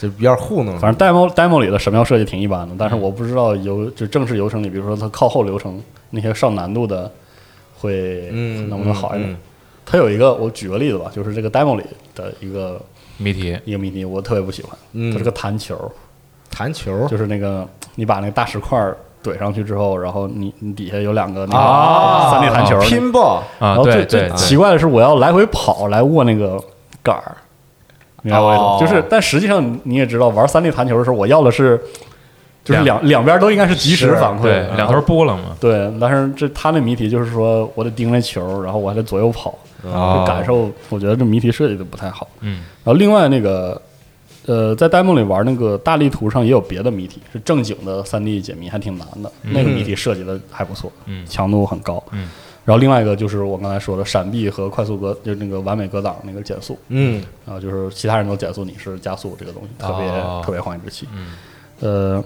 Speaker 3: 就比较糊弄。
Speaker 6: 反正 demo demo 里的神庙设计挺一般的，但是我不知道游就正式流程里，比如说它靠后流程那些上难度的会
Speaker 3: 嗯
Speaker 6: 能不能好一
Speaker 3: 嗯嗯
Speaker 6: 点？它有一个，我举个例子吧，就是这个 demo 里的一个
Speaker 4: 谜题
Speaker 6: 一个谜题，我特别不喜欢，
Speaker 3: 嗯
Speaker 6: 它是个弹球，
Speaker 3: 弹球
Speaker 6: 就是那个你把那个大石块儿怼上去之后，然后你你底下有两个那
Speaker 3: 啊
Speaker 6: 个三 D 弹球那个，
Speaker 3: 拼爆
Speaker 4: 啊
Speaker 6: 然，后最
Speaker 4: 对
Speaker 6: 最
Speaker 4: 对
Speaker 6: 奇
Speaker 4: 对，
Speaker 6: 怪的是，我要来回跑来握那个杆儿，明白我意思
Speaker 3: 哦
Speaker 6: 吗？就是，但实际上你也知道，玩三 D 弹球的时候，我要的是，就是两两边都应该是及时反馈，然
Speaker 4: 对
Speaker 6: 后
Speaker 4: 两头波浪嘛，
Speaker 6: 对。但是这他那谜题就是说，我得盯那球，然后我还得左右跑，
Speaker 4: 哦
Speaker 6: 啊这感
Speaker 3: 啊
Speaker 6: 受我觉得这谜题设计的不太好。
Speaker 4: 嗯
Speaker 6: 然后另外那个，呃，在 demo 里玩那个大力图上也有别的谜题，是正经的三 D 解谜，还挺难的。那个谜题设计的还不错，
Speaker 4: 嗯
Speaker 6: 强度很高。
Speaker 4: 嗯，
Speaker 6: 然后另外一个就是我刚才说的闪避和快速格，就是那个完美格挡那个减速，
Speaker 3: 嗯
Speaker 6: 然后就是其他人都减速，你是加速这个东西，特别、
Speaker 4: 哦
Speaker 6: 特别荒野之息。
Speaker 4: 嗯
Speaker 6: 呃，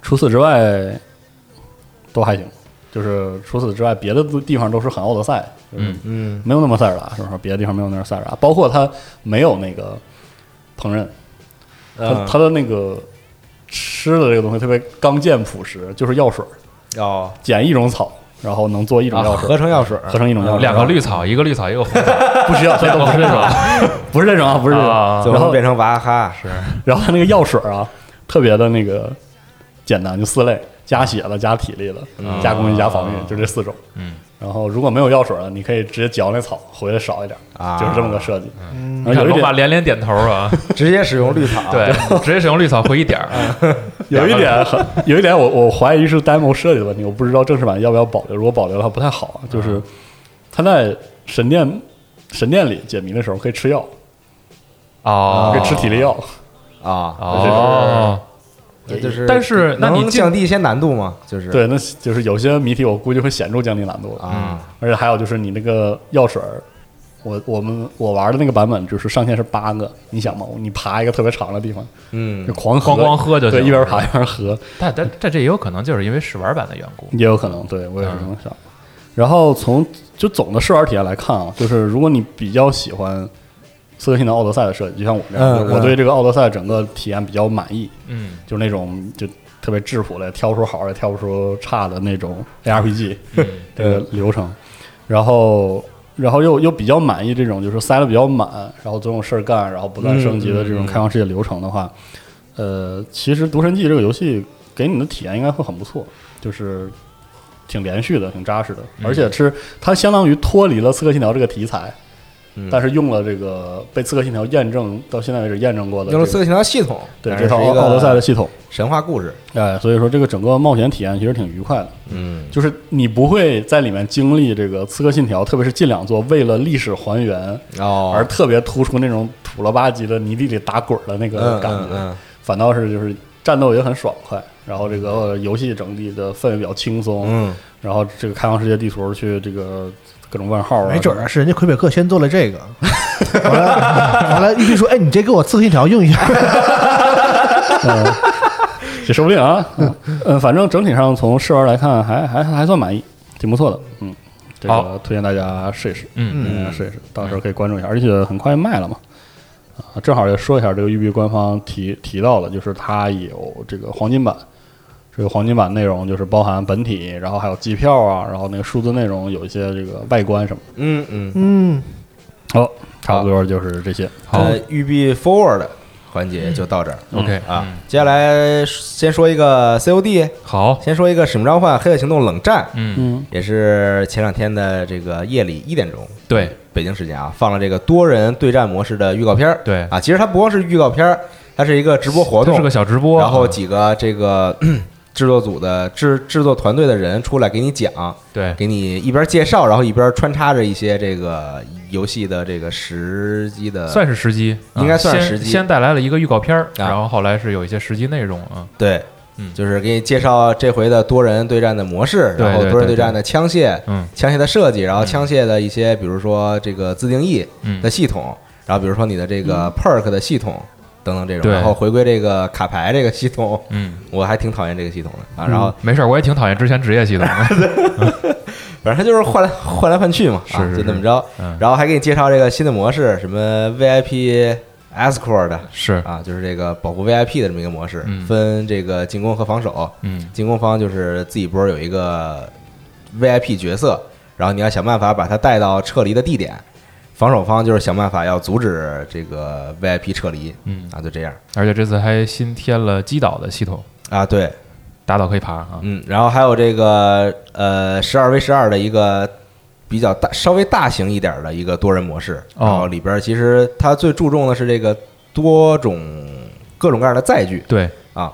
Speaker 6: 除此之外都还行，就是除此之外别的地方都是很奥德赛，就是
Speaker 4: 嗯
Speaker 3: 嗯
Speaker 6: 没有那么塞尔达，是不是？别的地方没有那么塞尔达，包括它没有那个烹饪，它
Speaker 3: 嗯
Speaker 6: 它的那个吃的这个东西特别刚健朴实，就是药水儿，
Speaker 3: 哦
Speaker 6: 捡一种草，然后能做一种
Speaker 3: 啊，
Speaker 6: 药水
Speaker 3: 合
Speaker 6: 儿，
Speaker 3: 成药水儿，
Speaker 6: 合成一种药水儿，
Speaker 4: 两个绿草，一个绿草，一个红 草，
Speaker 6: 不需要，这都不是这种，不是这种啊，不是这种。
Speaker 4: 啊
Speaker 3: 最
Speaker 6: 然
Speaker 3: 后
Speaker 6: 后
Speaker 3: 变成娃哈哈
Speaker 4: 是
Speaker 6: 然后它那个药水儿啊，特别的那个简单，就四类：加血的、加体力的、加攻击、加防御，就这四种。
Speaker 4: 嗯。
Speaker 6: 然后如果没有药水儿了，你可以直接嚼那草，回来少一点儿，
Speaker 3: 啊
Speaker 6: 就是这么个设计。
Speaker 5: 嗯，
Speaker 6: 然后
Speaker 4: 看
Speaker 6: 有一
Speaker 4: 罗马
Speaker 6: 点，
Speaker 4: 连连点头啊，
Speaker 3: 直接使用绿草。
Speaker 4: 对，直接使用绿草回一点
Speaker 3: 啊
Speaker 4: 儿，
Speaker 6: 有一点很，有一点我我怀疑是 demo 设计的问题，我不知道正式版要不要保留。如果保留的话不太好，啊就是他在神殿神殿里解谜的时候可以吃药，
Speaker 4: 哦
Speaker 6: 啊可以吃体力药，
Speaker 3: 啊，
Speaker 4: 哦，
Speaker 3: 这就是，
Speaker 4: 但是那你
Speaker 3: 能
Speaker 4: 进
Speaker 3: 降低一些难度吗？就是
Speaker 6: 对，那就是有些谜题我估计会显著降低难度
Speaker 3: 啊，
Speaker 6: 而且还有就是你那个药水儿，我我们我玩的那个版本就是上限是八个，你想嘛，你爬一个特别长的地方，
Speaker 3: 嗯
Speaker 6: 就，狂喝
Speaker 4: 咣咣喝就行
Speaker 6: 对，一边
Speaker 4: 是吧
Speaker 6: 爬一边喝，
Speaker 4: 但但但这也有可能就是因为试玩版的缘故。
Speaker 6: 也有可能，对我也是
Speaker 4: 嗯
Speaker 6: 这么想。然后从就总的试玩体验来看啊，就是如果你比较喜欢《刺客信条：奥德赛》的设计，就像我这样，
Speaker 3: 嗯
Speaker 6: 就我对这个奥德赛整个体验比较满意，
Speaker 4: 嗯
Speaker 6: 就是那种就特别质朴的，挑不出好的，挑不出差的那种 ARPG
Speaker 4: 嗯
Speaker 6: 这个流程。然后，然后又又比较满意这种就是塞的比较满，然后总有事儿干，然后不断升级的这种
Speaker 3: 嗯嗯嗯
Speaker 6: 开放世界流程的话，呃，其实《独神记》这个游戏给你的体验应该会很不错，就是挺连续的，挺扎实的，
Speaker 4: 嗯
Speaker 6: 而且是它相当于脱离了《刺客信条》这个题材，
Speaker 3: 嗯
Speaker 6: 但是用了这个被《刺客信条》验证到现在为止验证过的、这
Speaker 3: 用
Speaker 6: 个
Speaker 3: 了刺客信条系统，
Speaker 6: 对
Speaker 3: 但
Speaker 6: 这
Speaker 3: 是
Speaker 6: 套
Speaker 3: 是一个
Speaker 6: 奥德赛的系统，
Speaker 3: 神话故事，
Speaker 6: 哎，所以说这个整个冒险体验其实挺愉快的，
Speaker 3: 嗯
Speaker 6: 就是你不会在里面经历这个《刺客信条》，特别是近两座为了历史还原
Speaker 3: 哦，
Speaker 6: 而特别突出那种土了吧唧的泥地里打滚儿的那个
Speaker 3: 嗯
Speaker 6: 感
Speaker 3: 嗯
Speaker 6: 觉，
Speaker 3: 嗯
Speaker 6: 反倒是就是战斗也很爽快，然后这个呃游戏整体的氛围比较轻松，
Speaker 3: 嗯，
Speaker 6: 然后这个开放世界地图去这个各种问号啊，
Speaker 5: 没准儿是人家魁北克先做了这个，完了完了，玉碧说：“哎，你这给我刺客信条用一下。
Speaker 6: 也说不定啊。嗯嗯，反正整体上从试玩来看，还还还算满意，挺不错的。嗯，这
Speaker 4: 好
Speaker 6: 个推荐大家试一试，
Speaker 4: 嗯
Speaker 6: 嗯，试一试，到时候可以关注一下，而且很快卖了嘛。啊，正好也说一下，这个育碧官方提提到了，就是它有这个黄金版，这个黄金版内容就是包含本体，然后还有机票啊，然后那个数字内容有一些这个外观什么的。
Speaker 3: 嗯嗯”，
Speaker 5: 嗯，
Speaker 6: 好，差不多就是这些。
Speaker 4: 好
Speaker 3: 呃，育碧 forward 的环节就到这儿
Speaker 6: 嗯
Speaker 4: ，OK
Speaker 3: 啊
Speaker 4: 嗯，
Speaker 3: 接下来先说一个 COD，
Speaker 4: 好，
Speaker 3: 先说一个《使命召唤：黑色行动冷战》，
Speaker 4: 嗯，
Speaker 6: 嗯
Speaker 3: 也是前两天的这个夜里一点钟，
Speaker 4: 对
Speaker 3: 北京时间啊，放了这个多人对战模式的预告片儿。
Speaker 4: 对，
Speaker 3: 啊，其实它不光是预告片儿，它是一个直播活
Speaker 4: 这
Speaker 3: 动，
Speaker 4: 是个小直播，啊
Speaker 3: 然后几个这个 制作组的制制作团队的人出来给你讲，
Speaker 4: 对，
Speaker 3: 给你一边介绍，然后一边穿插着一些这个游戏的这个时机的，
Speaker 4: 算是时机，啊
Speaker 3: 应该算是
Speaker 4: 先
Speaker 3: 时机
Speaker 4: 先带来了一个预告片儿，
Speaker 3: 啊
Speaker 4: 然后后来是有一些时机内容啊，
Speaker 3: 对，
Speaker 4: 嗯
Speaker 3: 就是给你介绍这回的多人对战的模式，
Speaker 4: 对
Speaker 3: 然后
Speaker 4: 对
Speaker 3: 多人
Speaker 4: 对
Speaker 3: 对战的枪械、
Speaker 4: 嗯
Speaker 3: 枪械的设计，然后
Speaker 4: 嗯
Speaker 3: 枪械的一些，比如说这个自定义
Speaker 4: 嗯
Speaker 3: 的系统，然后比如说你的这个 perk 的系统等等这种，
Speaker 4: 对
Speaker 3: 然后回归这个卡牌这个系统，
Speaker 4: 嗯，
Speaker 3: 我还挺讨厌这个系统的啊，然后
Speaker 4: 没事儿，我也挺讨厌之前职业系统 的，
Speaker 3: 反正它就是换来换来换去嘛，啊
Speaker 4: 是是
Speaker 3: 就那么着。
Speaker 4: 嗯，
Speaker 3: 然后还给你介绍这个新的模式，什么 VIP escort 的
Speaker 4: 是，
Speaker 3: 啊，就是这个保护 VIP 的这么一个模式
Speaker 4: 嗯，
Speaker 3: 分这个进攻和防守。
Speaker 4: 嗯
Speaker 3: 进攻方就是自己波有一个 VIP 角色，然后你要想办法把他带到撤离的地点；防守方就是想办法要阻止这个 VIP 撤离
Speaker 4: 嗯，
Speaker 3: 啊，就这样
Speaker 4: 而且这次还新添了击倒的系统，
Speaker 3: 啊，对，
Speaker 4: 打倒可以爬啊，
Speaker 3: 嗯，然后还有这个呃十二 v 十二的一个比较大、稍微大型一点儿的一个多人模式，
Speaker 4: 哦
Speaker 3: 然后里边儿其实它最注重的是这个多种各种各样的载具
Speaker 4: 对，
Speaker 3: 啊，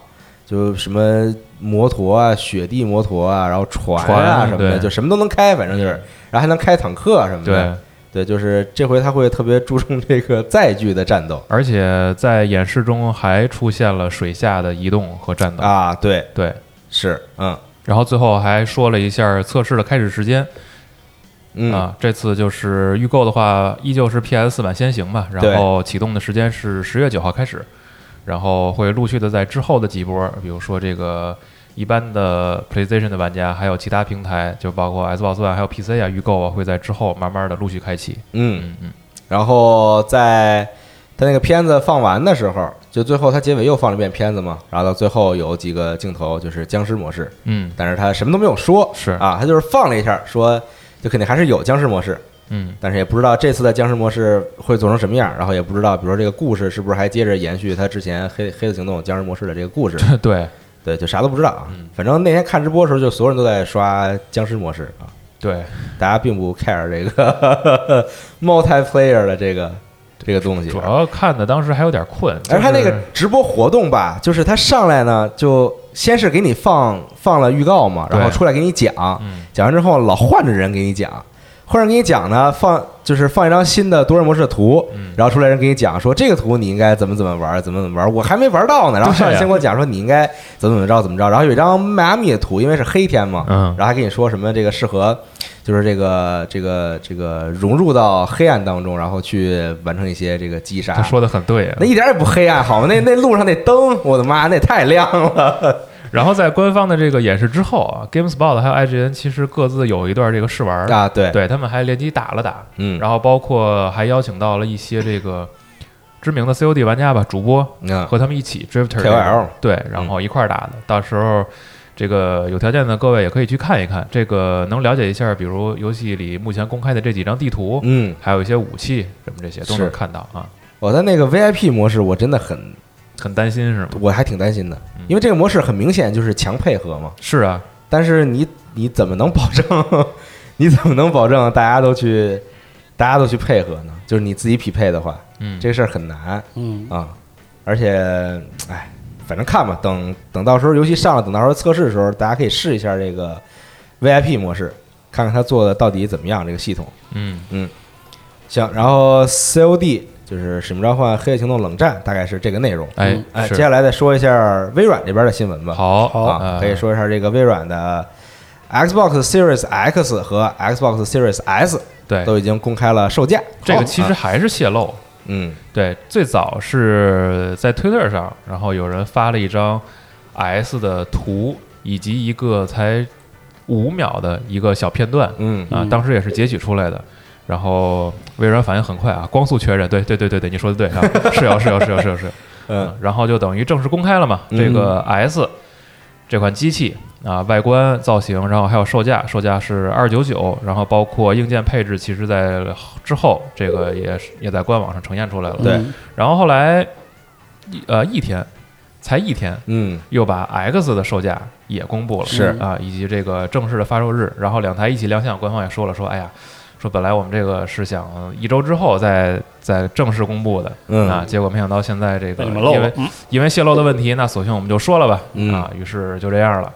Speaker 3: 就什么摩托啊、雪地摩托啊，然后船
Speaker 4: 船
Speaker 3: 啊
Speaker 4: 啊
Speaker 3: 什么的，
Speaker 4: 对
Speaker 3: 就什么都能开，反正就是，然后还能开坦克啊什么的，
Speaker 4: 对，
Speaker 3: 对，就是这回他会特别注重这个载具的战斗
Speaker 4: 而且在演示中还出现了水下的移动和战斗，
Speaker 3: 啊，对，
Speaker 4: 对，
Speaker 3: 是，嗯
Speaker 4: 然后最后还说了一下测试的开始时间
Speaker 3: 嗯
Speaker 4: 啊，这次就是预购的话，依旧是 PS 版先行吧，
Speaker 3: 对
Speaker 4: 然后启动的时间是十月九号开始，然后会陆续的在之后的几波，比如说这个一般的 PlayStation 的玩家，还有其他平台，就包括 Xbox 啊，还有 PC 啊，预购啊，会在之后慢慢的陆续开启。
Speaker 3: 嗯。
Speaker 4: 嗯嗯，
Speaker 3: 然后在他那个片子放完的时候，就最后他结尾又放了一遍片子嘛，然后到最后有几个镜头就是僵尸模式，
Speaker 4: 嗯
Speaker 3: 但是他什么都没有说，
Speaker 4: 是
Speaker 3: 啊，他就是放了一下，说就肯定还是有僵尸模式，
Speaker 4: 嗯
Speaker 3: 但是也不知道这次的僵尸模式会做成什么样，然后也不知道，比如说这个故事是不是还接着延续他之前黑黑色行动僵尸模式的这个故 事，
Speaker 4: 对
Speaker 3: 对，就啥都不知道啊
Speaker 4: 嗯。
Speaker 3: 反正那天看直播的时候，就所有人都在刷僵尸模式啊，
Speaker 4: 对，
Speaker 3: 大家并不 care 这个 multiplayer 的这个这个东西，啊
Speaker 4: 主要看的当时还有点困，
Speaker 3: 而他那个
Speaker 4: 就是
Speaker 3: 直播活动吧，就是他上来呢，就先是给你放放了预告嘛，然后
Speaker 4: 对
Speaker 3: 出来给你讲，
Speaker 4: 嗯
Speaker 3: 讲完之后老换着人给你讲，或者给你讲呢，放就是放一张新的多人模式的图，
Speaker 4: 嗯
Speaker 3: 然后出来人给你讲说这个图你应该怎么怎么玩，怎么怎么玩，我还没玩到呢。
Speaker 4: 啊
Speaker 3: 然后上来先给我讲说你应该怎么怎么着怎么着，然后有一张迈阿密的图，因为是黑天嘛，
Speaker 4: 嗯
Speaker 3: 然后还跟你说什么这个适合，就是这个这个这个融入到黑暗当中，然后去完成一些这个击杀。
Speaker 4: 他说的很对啊
Speaker 3: 那。一点也不黑暗，好吗？那那路上那灯，我的妈，那也太亮 了。
Speaker 4: 然后在官方的这个演示之后啊，GameSpot 还有 IGN 其实各自有一段这个试玩，
Speaker 3: 啊，对，
Speaker 4: 对他们还联机打了打，
Speaker 3: 嗯，
Speaker 4: 然后包括还邀请到了一些这个知名的 COD 玩家吧，主播
Speaker 3: 嗯
Speaker 4: 和他们一起 Drifter 这
Speaker 3: KOL
Speaker 4: 个对，然后一块儿打的。到时候这个有条件的各位也可以去看一
Speaker 3: 嗯
Speaker 4: 看，这个能了解一下，比如游戏里目前公开的这几张地图，
Speaker 3: 嗯，
Speaker 4: 还有一些武器什么这些都
Speaker 3: 是
Speaker 4: 能看到啊。
Speaker 3: 我的那个 VIP 模式，我真的很，
Speaker 4: 很担心是吗？
Speaker 3: 我还挺担心的
Speaker 4: 嗯，
Speaker 3: 因为这个模式很明显就是强配合嘛。
Speaker 4: 是啊，
Speaker 3: 但是你你怎么能保证？ 你怎么能保证大家都去，大家都去配合呢？就是你自己匹配的话，
Speaker 4: 嗯，
Speaker 3: 这个事儿很难
Speaker 6: 嗯，
Speaker 3: 啊。而且，哎，反正看吧，等等到时候游戏上了，等到时候测试的时候，大家可以试一下这个 VIP 模式，看看它做的到底怎么样，这个系统。
Speaker 4: 嗯
Speaker 3: 行，然后 COD 就是《使命召唤：黑夜行动冷战》，大概是这个内容。
Speaker 4: 哎
Speaker 6: 嗯
Speaker 3: 哎，
Speaker 4: 是
Speaker 3: 接下来再说一下微软这边的新闻吧。
Speaker 4: 好
Speaker 3: 啊，
Speaker 4: 啊，
Speaker 3: 可以说一下这个微软的 Xbox Series X 和 Xbox Series S
Speaker 4: 对
Speaker 3: 都已经公开了售价。
Speaker 4: 哎这个其实
Speaker 3: 啊
Speaker 4: 还是泄露。
Speaker 3: 嗯
Speaker 4: 对，最早是在推特上，然后有人发了一张 S 的图，以及一个才五秒的一个小片段
Speaker 3: 嗯
Speaker 4: 啊，
Speaker 6: 嗯
Speaker 4: 当时也是截取出来的。然后微软反应很快啊，光速确认，对对对对对，你说的对啊，是有是有是有是啊有是有，
Speaker 3: 嗯，
Speaker 4: 然后就等于正式公开了嘛，
Speaker 3: 嗯
Speaker 4: 这个 S 这款机器啊，外观造型，然后还有售价，售价是二九九，然后包括硬件配置，其实在之后这个也是也在官网上呈现出来了，
Speaker 3: 对
Speaker 6: 嗯
Speaker 4: 然后后来，一呃，一天，才一天，
Speaker 3: 嗯
Speaker 4: 又把 X 的售价也公布了，
Speaker 3: 是
Speaker 4: 啊，以及这个正式的发售日。然后两台一起亮相，官方也说了，说哎呀，说本来我们这个是想一周之后再再正式公布的，
Speaker 3: 嗯
Speaker 4: 啊，结果没想到现在这个
Speaker 6: 被你们漏
Speaker 4: 因
Speaker 6: 了嗯
Speaker 4: 为，因为泄露的问题，那索性我们就说了吧，
Speaker 3: 嗯
Speaker 4: 啊，于是就这样了。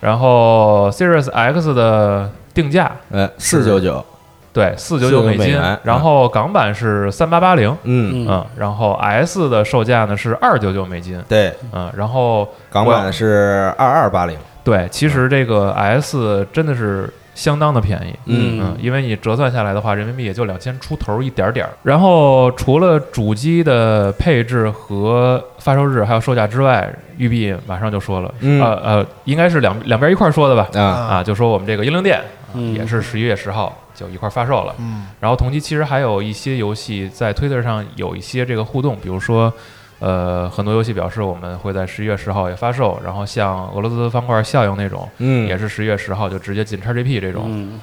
Speaker 4: 然后 Series X 的定价
Speaker 3: 呃四九九
Speaker 4: 对四九九
Speaker 3: 499美
Speaker 4: 金
Speaker 3: 元，
Speaker 4: 然后港版是三八八零。
Speaker 3: 嗯
Speaker 6: 嗯
Speaker 4: 嗯，然后 S 的售价呢是二九九美金，
Speaker 3: 对，
Speaker 4: 嗯，然后
Speaker 3: 港版是二二八零
Speaker 4: 对，其实这个 S 真的是相当的便宜，
Speaker 3: 嗯
Speaker 4: 嗯，因为你折算下来的话，人民币也就两千出头一点点儿。然后除了主机的配置和发售日还有售价之外，育碧马上就说了，
Speaker 3: 嗯
Speaker 4: 呃呃，应该是两两边一块儿说的吧，
Speaker 5: 嗯
Speaker 3: 啊
Speaker 4: 啊，就说我们这个英灵殿、啊
Speaker 6: 嗯
Speaker 4: 也是十一月十号就一块儿发售了。
Speaker 5: 嗯
Speaker 4: 然后同期其实还有一些游戏在推特上有一些这个互动，比如说，呃，很多游戏表示我们会在十一月十号也发售，然后像俄罗斯方块效应那种，
Speaker 3: 嗯
Speaker 4: 也是十一月十号就直接进 XGP 这种，
Speaker 6: 嗯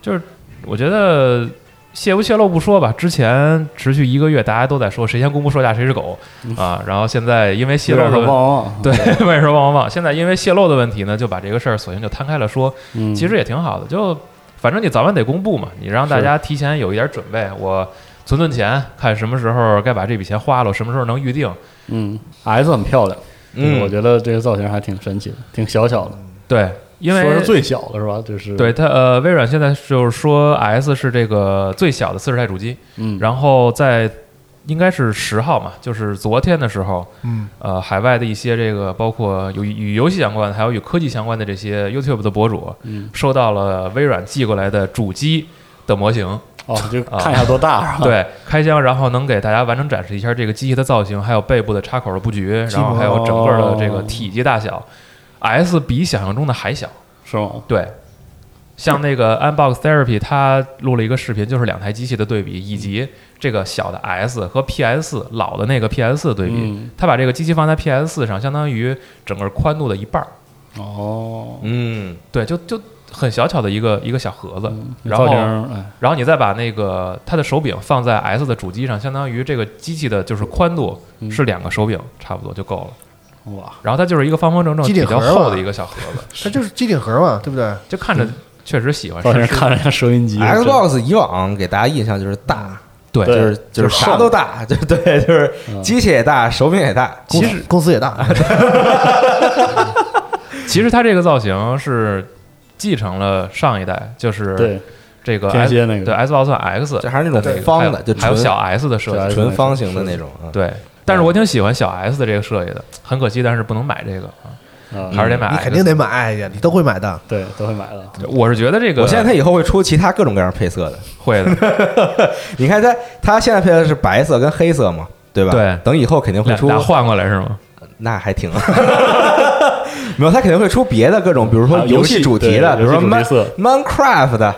Speaker 4: 就是我觉得。泄不泄露不说吧，之前持续一个月，大家都在说谁先公布售价谁是狗
Speaker 6: 嗯
Speaker 4: 啊，然后现在因为泄
Speaker 6: 有
Speaker 4: 露
Speaker 6: 点啊
Speaker 4: 的
Speaker 6: 是旺
Speaker 4: 问
Speaker 6: 旺，
Speaker 4: 对，为什么旺旺旺？现在因为泄露的问题呢，就把这个事儿索性就摊开了说，
Speaker 6: 嗯
Speaker 4: 其实也挺好的，就反正你早晚得公布嘛，你让大家提前有一点准备，我存存钱，看什么时候该把这笔钱花了，什么时候能预定。
Speaker 6: 嗯，S 很漂亮，
Speaker 3: 嗯
Speaker 6: 我觉得这个造型还挺神奇的，挺小巧的，
Speaker 4: 对，因为
Speaker 6: 说是最小的是吧？就是
Speaker 4: 对，它呃，微软现在就是说 S 是这个最小的四十代主机，
Speaker 6: 嗯，
Speaker 4: 然后在应该是十号嘛，就是昨天的时候，
Speaker 5: 嗯
Speaker 4: 呃，海外的一些这个包括有与游戏相关的，还有与科技相关的这些 YouTube 的博主，
Speaker 6: 嗯
Speaker 4: 收到了微软寄过来的主机的模型。
Speaker 6: 哦，就看一下多大是吧？
Speaker 4: 对，开箱，然后能给大家完整展示一下这个机器的造型，还有背部的插口的布局，然后还有整个的这
Speaker 6: 哦
Speaker 4: 个体积大小。S 比想象中的还小，
Speaker 6: 是吗？
Speaker 4: 对。像那个 Unbox Therapy，他录了一个视频，就是两台机器的对比，以及这个小的 S 和 PS 老的那个 PS 的对比。
Speaker 6: 嗯
Speaker 4: 他把这个机器放在 PS 上，相当于整个宽度的一半儿。
Speaker 6: 哦，
Speaker 3: 嗯
Speaker 4: 对，就就很小巧的一个一个小盒
Speaker 5: 嗯
Speaker 4: 子。然
Speaker 6: 嗯造
Speaker 4: 后
Speaker 6: 型哎，
Speaker 4: 然后你再把那个它的手柄放在 S 的主机上，相当于这个机器的就是宽度
Speaker 6: 嗯
Speaker 4: 是两个手柄差不多就够了。
Speaker 6: 哇，
Speaker 4: 然后它就是一个方方正正、
Speaker 5: 机
Speaker 4: 比
Speaker 5: 顶盒
Speaker 4: 较
Speaker 5: 吧嗯
Speaker 4: 厚的一个小盒子，
Speaker 5: 它就是机顶盒嘛，对不对？
Speaker 4: 就看着确实喜欢。
Speaker 6: 造型
Speaker 4: 是是
Speaker 6: 看着像收音机
Speaker 3: ，Xbox 以往给大家印象就是大，
Speaker 4: 嗯对，
Speaker 6: 对
Speaker 3: 就是就是
Speaker 6: 就是
Speaker 3: 啥
Speaker 6: 瘦
Speaker 3: 都大， 就对，就是机器也大，手柄也大，
Speaker 5: 公司公司也大，
Speaker 4: 其实它这个造型是继承了上一代，就是
Speaker 6: 对，
Speaker 4: 这个
Speaker 6: 天
Speaker 4: S
Speaker 6: 蝎那个
Speaker 4: 对 Xbox X
Speaker 3: 这还是那
Speaker 4: 的那
Speaker 3: 种
Speaker 4: 个
Speaker 3: 方
Speaker 4: 还有
Speaker 3: 的，就
Speaker 4: 还有
Speaker 3: 纯
Speaker 4: 小 S 的设计，
Speaker 6: 小
Speaker 3: 纯方形的那种啊。
Speaker 4: 对。但是我挺喜欢小 S 的这个设计的，很可惜，但是不能买这个啊，
Speaker 6: 啊，
Speaker 4: 还是得买 X。
Speaker 5: 你肯定得买哎呀，你都会买的。
Speaker 6: 对都会买的。
Speaker 4: 我是觉得这个，
Speaker 3: 我现在它以后会出其他各种各样配色的。
Speaker 4: 会的，
Speaker 3: 你看它，它现在配的是白色跟黑色嘛，对吧？
Speaker 4: 对
Speaker 3: 等以后肯定会
Speaker 4: 俩
Speaker 3: 出，
Speaker 4: 俩换过来是吗？
Speaker 3: 那还挺。 没有，它肯定会出别的各种，比如说
Speaker 6: 啊游戏
Speaker 3: 戏主题的，比
Speaker 6: 对
Speaker 3: 如说
Speaker 6: 游戏主题
Speaker 3: Man
Speaker 6: 色
Speaker 3: Minecraft 的，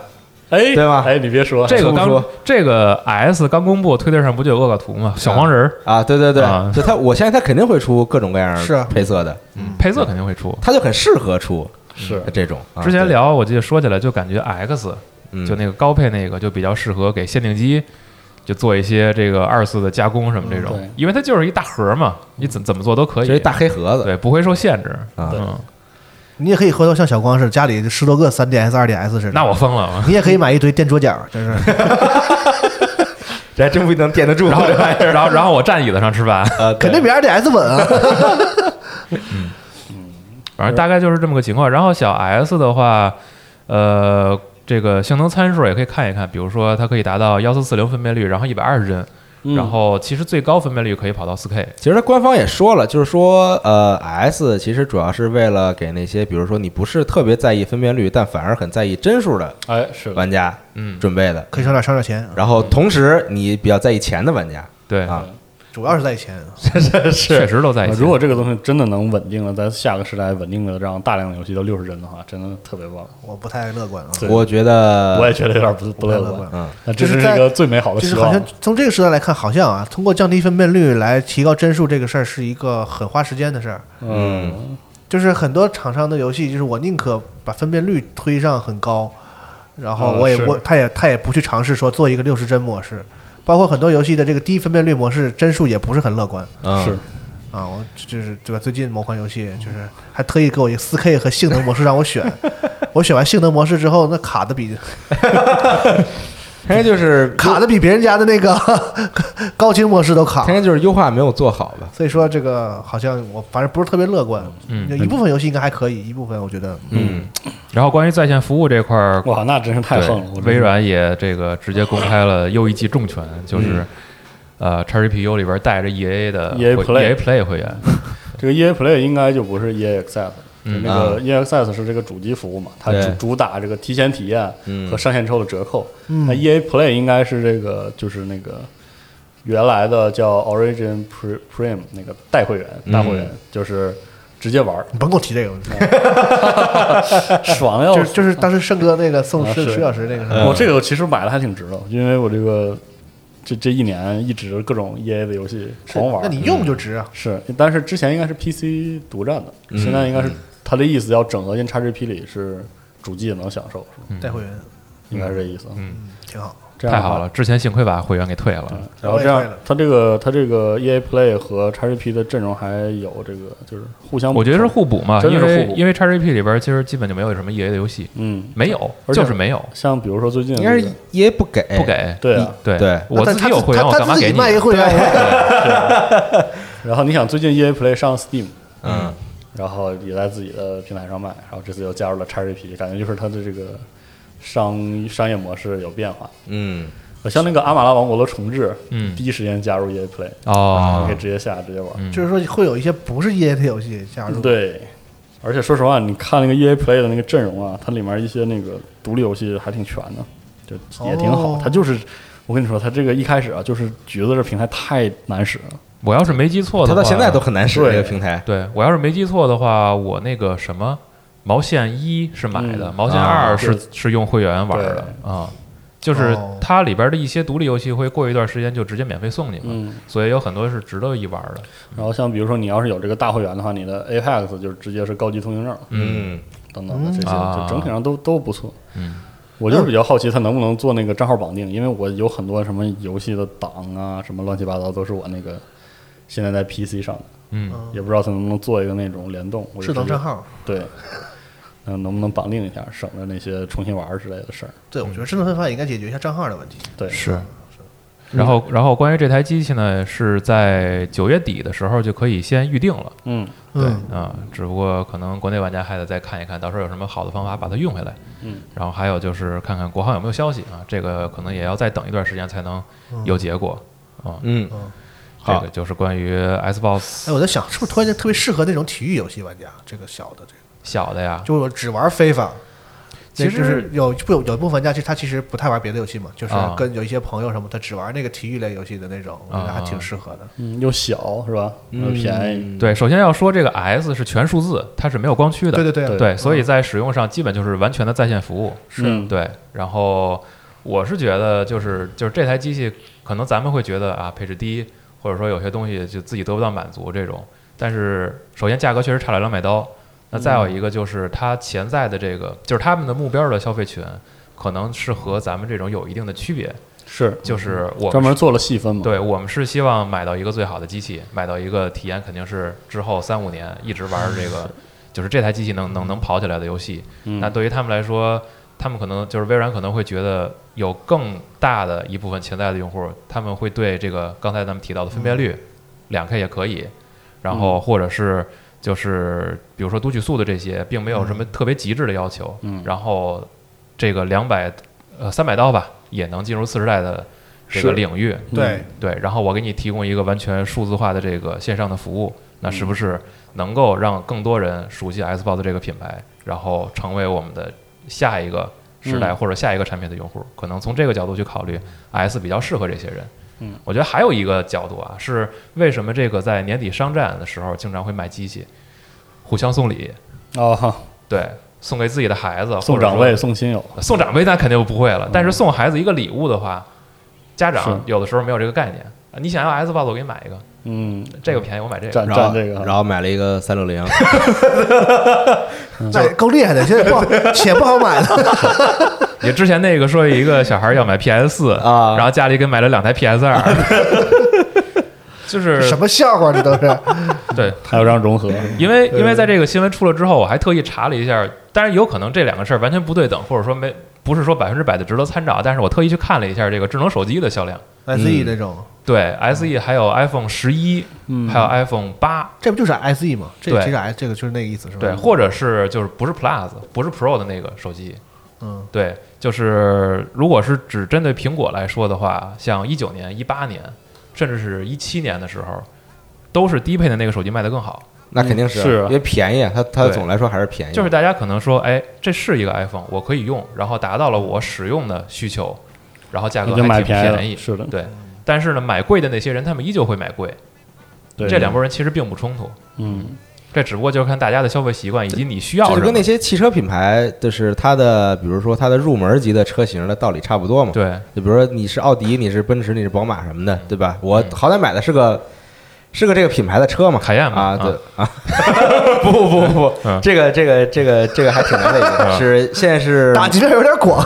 Speaker 6: 哎，
Speaker 3: 对吧
Speaker 6: 哎，你别说，
Speaker 4: 这个
Speaker 3: 这么
Speaker 4: 刚
Speaker 3: 说
Speaker 4: 这个 S 刚公布，推特上不就有恶搞图吗？小黄人儿
Speaker 3: 啊，对对对
Speaker 4: 啊，
Speaker 3: 就它，我相信它肯定会出各种各样
Speaker 5: 是
Speaker 3: 配色的，
Speaker 4: 配色肯定会出。
Speaker 3: 它就很适合出
Speaker 6: 是
Speaker 3: 这种。啊
Speaker 4: 之前
Speaker 3: 对
Speaker 4: 聊，我记得说起来就感觉 X
Speaker 3: 嗯
Speaker 4: 就那个高配那个就比较适合给限定机就做一些这个二次的加工什么这
Speaker 6: 嗯
Speaker 4: 种
Speaker 6: 对，
Speaker 4: 因为它就是一大盒嘛，你怎怎么做都可
Speaker 3: 就是
Speaker 4: 以
Speaker 3: 一，大黑盒子，
Speaker 4: 对，不会受限制。
Speaker 3: 啊
Speaker 4: 嗯，
Speaker 5: 你也可以回头像小光似的，家里十多个三 DS、二 DS 似的。
Speaker 4: 那我 疯了。啊
Speaker 5: 你也可以买一堆垫桌角，真是
Speaker 3: 这还真不一定能垫得住。
Speaker 4: 然后，然后，然后我站椅子上吃饭，
Speaker 3: 呃，对
Speaker 5: 肯定比二 DS 稳啊。
Speaker 4: 反正大概就是这么个情况。然后小 S 的话，呃，这个性能参数也可以看一看，比如说它可以达到幺四四零分辨率，然后一百二十帧，
Speaker 6: 嗯
Speaker 3: 嗯
Speaker 4: 然后其实最高分辨率可以跑到四 K。
Speaker 3: 其实它官方也说了，就是说，呃，S 其实主要是为了给那些，比如说你不是特别在意分辨率，但反而很在意帧数的
Speaker 6: 哎是的，
Speaker 3: 玩家
Speaker 4: 嗯，
Speaker 3: 准备的。
Speaker 5: 可以省点省点钱，
Speaker 3: 然后同时你比较在意钱的玩家
Speaker 4: 对，
Speaker 3: 啊，
Speaker 5: 主要是在钱。
Speaker 4: 确实都在一起。
Speaker 6: 啊如果这个东西真的能稳定的在下个时代稳定的让大量的游戏都六十帧的话，真的特别棒。
Speaker 5: 我不太乐观啊，
Speaker 6: 对
Speaker 3: 我觉
Speaker 4: 呃
Speaker 3: 得
Speaker 6: 我也觉得有点不不
Speaker 5: 不太
Speaker 6: 乐
Speaker 5: 乐
Speaker 6: 观，
Speaker 5: 观。
Speaker 6: 那这
Speaker 5: 就是是
Speaker 6: 一
Speaker 5: 在
Speaker 6: 个最美好的
Speaker 5: 就是
Speaker 6: 希
Speaker 5: 好像
Speaker 6: 望。
Speaker 5: 从这个时代来看，好像啊，通过降低分辨率来提高帧数这个事儿是一个很花时间的事儿。
Speaker 6: 嗯，
Speaker 5: 就是很多厂商的游戏，就是我宁可把分辨率推上很高，然后
Speaker 6: 嗯
Speaker 5: 我也
Speaker 6: 是
Speaker 5: 我他也他也不去尝试说做一个六十帧模式，包括很多游戏的这个低分辨率模式帧数也不是很乐观。
Speaker 3: 嗯
Speaker 6: 是
Speaker 5: 啊，我就是对吧？最近某款游戏就是还特意给我一个四 K 和性能模式让我选，我选完性能模式之后，那卡的比
Speaker 3: 天天就是
Speaker 5: 卡的比别人家的那个 高清模式都卡
Speaker 3: 天，天就是优化没有做好吧？
Speaker 5: 所以说这个好像我反正不是特别乐观。
Speaker 4: 嗯
Speaker 5: 有一部分游戏应该还可以，一部分我觉得
Speaker 3: 嗯，
Speaker 4: 然后关于在线服务这块 儿，
Speaker 6: 哇，那真是太
Speaker 4: 对
Speaker 6: 横了。我真是
Speaker 4: 微软也这个直接公开了又一记重拳，
Speaker 6: 嗯
Speaker 4: 就是呃，XGPU 里边带着 EA 的
Speaker 6: EA
Speaker 4: 会
Speaker 6: E Play
Speaker 4: EA Play 会员。
Speaker 6: 这个 EA Play 应该就不是 EA Access，了就
Speaker 4: 嗯
Speaker 6: 那个 EA Access 是这个主机服务嘛，它主
Speaker 3: 对
Speaker 6: 主打这个提前体验
Speaker 3: 嗯
Speaker 6: 和上线之后的折扣。
Speaker 5: 嗯
Speaker 6: 那 EA Play 应该是这个就是那个原来的叫 Origin Pre- Prime 那个代会员，
Speaker 4: 嗯
Speaker 6: 大会员就是直接 玩儿，
Speaker 5: 你甭给我提这个，
Speaker 6: 爽的
Speaker 5: 就
Speaker 6: 要
Speaker 5: 是
Speaker 6: 死。
Speaker 5: 就是当时盛哥那个送
Speaker 6: 啊
Speaker 5: 施
Speaker 6: 是
Speaker 5: 施小石那个
Speaker 4: 嗯
Speaker 5: 时候，
Speaker 6: 我这个其实买的还挺值的，因为我这个这这一年一直各种 EA 的游戏狂玩儿。
Speaker 5: 那你用就值啊。
Speaker 6: 是，但是之前应该是 PC 独占的，
Speaker 4: 嗯
Speaker 6: 现在应该是他的意思要整合进 XGP 里，是主机也能享受，是吧？
Speaker 5: 带会员
Speaker 6: 应该是这意思。
Speaker 4: 嗯
Speaker 5: 挺好，
Speaker 6: 这样嗯
Speaker 4: 太
Speaker 6: 的话
Speaker 4: 好了，。之前幸亏把会员给退了。
Speaker 6: 然后这
Speaker 5: 我也
Speaker 6: 样
Speaker 5: 退了，
Speaker 6: 他这个他这个 EA Play 和 XGP 的阵容还有这个就是互相，
Speaker 4: 我觉得是，互补嘛，
Speaker 6: 真的
Speaker 4: 因
Speaker 6: 是
Speaker 4: 为
Speaker 6: 互补
Speaker 4: 因为 XGP 里边其实基本就没有什么 EA 的游戏，
Speaker 6: 嗯，
Speaker 4: 没有，
Speaker 6: 而且
Speaker 4: 就是没有，
Speaker 6: 像比如说最近
Speaker 3: 应该
Speaker 6: 这
Speaker 3: 是
Speaker 6: 个
Speaker 3: 也不给，
Speaker 4: 不，给。
Speaker 6: 对啊，
Speaker 4: 对
Speaker 3: 哎对
Speaker 4: 我
Speaker 5: 那
Speaker 4: 自
Speaker 5: 他
Speaker 4: 己有会员，
Speaker 5: 他
Speaker 4: 我
Speaker 5: 他
Speaker 4: 干嘛
Speaker 5: 自己
Speaker 4: 给你？啊
Speaker 5: 卖一会员？
Speaker 6: 然后你想最近 EA Play 上 Steam，
Speaker 3: 嗯，
Speaker 6: 然后也在自己的平台上卖，然后这次又加入了 XGP，感觉就是它的这个商商业模式有变化。
Speaker 3: 嗯，
Speaker 6: 像那个《阿玛拉王国》的重置，
Speaker 4: 嗯
Speaker 6: 第一时间加入 EA Play，
Speaker 4: 哦
Speaker 6: 可以，直接下直接玩。
Speaker 4: 嗯
Speaker 5: 就是说会有一些不是 EA 的游戏加入，
Speaker 6: 对，而且说实话，你看那个 EA Play 的那个阵容啊，它里面一些那个独立游戏还挺全的，就也挺好。
Speaker 5: 哦
Speaker 6: 它就是我跟你说，它这个一开始啊，就是橘子这平台太难使了。
Speaker 4: 我要是没记错的
Speaker 3: 它
Speaker 4: 话，
Speaker 3: 到现在都很难使
Speaker 6: 对
Speaker 3: 这个平台，
Speaker 4: 对我要是没记错的话，我那个什么毛线一是买的，
Speaker 6: 嗯
Speaker 4: 毛线
Speaker 3: 啊
Speaker 4: 二是、是用会员玩的啊、就是
Speaker 5: 哦
Speaker 4: 它里边的一些独立游戏会过一段时间就直接免费送你嘛，
Speaker 6: 嗯，
Speaker 4: 所以有很多是值得一玩的。
Speaker 6: 然后像比如说你要是有这个大会员的话，你的 Apex 就是直接是高级通行证
Speaker 3: 嗯，
Speaker 6: 等等的这些，
Speaker 4: 啊
Speaker 6: 就整体上都都不错。
Speaker 4: 嗯，
Speaker 6: 我就是比较好奇它能不能做那个账号绑定，因为我有很多什么游戏的档啊，什么乱七八糟都是我那个现在在 PC 上的。
Speaker 4: 嗯，
Speaker 5: 嗯
Speaker 6: 也不知道它能不能做一个那种联动，我就
Speaker 5: 智能
Speaker 6: 直接
Speaker 5: 账号。
Speaker 6: 对， 嗯，能不能绑定一下，省着那些重新玩儿之类的事儿。
Speaker 4: 嗯
Speaker 5: 对，我觉得智能分发也应该解决一下账号的问题。
Speaker 6: 对，
Speaker 4: 是。然后，然后关于这台机器呢，是在九月底的时候就可以先预定了。
Speaker 6: 嗯
Speaker 4: 对
Speaker 5: 嗯，
Speaker 4: 啊，只不过可能国内玩家还得再看一看，到时候有什么好的方法把它运回来。
Speaker 6: 嗯，
Speaker 4: 然后还有就是看看国行有没有消息啊，这个可能也要再等一段时间才能有结果。
Speaker 3: 嗯，
Speaker 4: 这
Speaker 3: 好
Speaker 4: 个就是关于 Xbox
Speaker 5: 哎，我在想，是不是突然间特别适合那种体育游戏玩家？这个小的这个，
Speaker 4: 小的呀，
Speaker 5: 就是我只玩非法。
Speaker 4: 其实
Speaker 5: 就是有不有有部分玩家，其实他其实不太玩别的游戏嘛，就是
Speaker 4: 啊
Speaker 5: 跟有一些朋友什么，他只玩那个体育类游戏的那种，我觉得还挺适合的。
Speaker 6: 嗯，又小是吧？
Speaker 4: 嗯
Speaker 6: 又嗯便宜，
Speaker 4: 对，首先要说这个 S 是全数字，它是没有光驱的。
Speaker 5: 对对啊对
Speaker 4: 对，所以在使用上基本就是完全的在线服务。
Speaker 6: 是嗯
Speaker 4: 对。然后我是觉得，就是就是这台机器，可能咱们会觉得啊，配置低，或者说有些东西就自己得不到满足这种。但是首先价格确实差了两百刀，那再有一个就是它潜在的这个，就是他们的目标的消费群，可能是和咱们这种有一定的区别，
Speaker 6: 是
Speaker 4: 就是我们
Speaker 6: 专门做了细分嘛？，
Speaker 4: 对我们是希望买到一个最好的机器，买到一个体验肯定是之后三五年一直玩儿这个，就是这台机器能能能跑起来的游戏。
Speaker 6: 嗯
Speaker 4: 那对于他们来说，他们可能就是微软可能会觉得有更大的一部分潜在的用户，他们会对这个刚才咱们提到的分
Speaker 6: 嗯
Speaker 4: 辨率，两 K 也可以，然后或者是就是比如说读取速的这些，并没有什么特别极致的要求。
Speaker 6: 嗯
Speaker 4: 然后这个两百呃三百刀吧，也能进入次时代的这个
Speaker 6: 是
Speaker 4: 领域。
Speaker 5: 对，
Speaker 4: 对，然后我给你提供一个完全数字化的这个线上的服务，那是
Speaker 6: 嗯
Speaker 4: 不是能够让更多人熟悉 Xbox 这个品牌，然后成为我们的下一个时代
Speaker 6: 嗯
Speaker 4: 或者下一个产品的用户？可能从这个角度去考虑，S 比较适合这些人。
Speaker 6: 嗯，
Speaker 4: 我觉得还有一个角度啊，是为什么这个在年底商战的时候经常会买机器，互相送礼，
Speaker 6: 啊哈，
Speaker 4: 对，送给自己的孩子，
Speaker 6: 送
Speaker 4: 或者
Speaker 6: 长
Speaker 4: 说
Speaker 6: 辈，送亲友，
Speaker 4: 送长辈那肯定不会了，但是送孩子一个礼物的话，家长
Speaker 6: 是
Speaker 4: 有的时候没有这个概念。啊你想要 S 八，我给你买一个，
Speaker 6: 嗯，
Speaker 4: 这个便宜我买这个。
Speaker 6: 占
Speaker 3: 然
Speaker 6: 占
Speaker 3: 后
Speaker 6: 这个哈，
Speaker 3: 然后买了一个三六零，
Speaker 4: 嗯
Speaker 5: 那更厉害的，现在 不好，且不好买了。
Speaker 4: 你之前那个说一个小孩要买 PS 四
Speaker 3: 啊
Speaker 4: 然后家里给买了两台 PS 二，就是嗯
Speaker 5: 什么笑话这都是？
Speaker 4: 对，
Speaker 6: 还有张融合，
Speaker 4: 因为因为在这个新闻出了之后，我还特意查了一下，当然有可能这两个事儿完全不对等，或者说没不是说百分之百的值得参照，但是我特意去看了一下这个智能手机的销量，
Speaker 5: 嗯 SE E 那种，
Speaker 4: 对 SE 还有 iPhone 十一、
Speaker 6: 嗯
Speaker 4: 还有 iPhone 八，
Speaker 5: 这不就是 SE 吗？这
Speaker 4: 对
Speaker 5: 这个 S 这个就是那个意
Speaker 3: 嗯
Speaker 5: 思是吧？
Speaker 4: 对，或者是就是不是 Plus，不是 Pro 的那个手机，
Speaker 5: 嗯，
Speaker 4: 对，就是如果是只针对苹果来说的话，像一九年、一八年，甚至是一七年的时候，都是低配的那个手机卖得更好。
Speaker 3: 那肯定是，
Speaker 6: 嗯是啊
Speaker 3: 因为便宜，它它
Speaker 4: 对
Speaker 3: 总来说还是便宜，
Speaker 4: 就是大家可能说，哎，这是一个 iPhone，我可以用，然后达到了我使用的需求，然后价格
Speaker 6: 你
Speaker 4: 还
Speaker 6: 就
Speaker 4: 挺
Speaker 6: 买
Speaker 4: 便
Speaker 6: 宜了，是的，
Speaker 4: 对。但是呢，买贵的那些人，他们依旧会买贵，
Speaker 6: 对
Speaker 4: 这两拨人其实并不冲突，
Speaker 6: 嗯
Speaker 4: 这只不过就是看大家的消费习惯以及你需要
Speaker 3: 就是
Speaker 4: 什
Speaker 3: 跟
Speaker 4: 么
Speaker 3: 那。些汽车品牌，就是它的，比如说它的入门级的车型的道理差不多嘛。
Speaker 4: 对，
Speaker 3: 就比如说你是奥迪，你是奔驰，你是宝马什么的，对吧？我
Speaker 4: 嗯
Speaker 3: 好歹买的是个是个这个品牌的车嘛，
Speaker 4: 凯宴嘛
Speaker 3: 啊，
Speaker 4: 啊
Speaker 3: 对啊， 不不不不
Speaker 4: 嗯，
Speaker 3: 这个这个这个这个还挺难为的，
Speaker 4: 嗯
Speaker 3: 是现在是
Speaker 5: 打击面有点 广。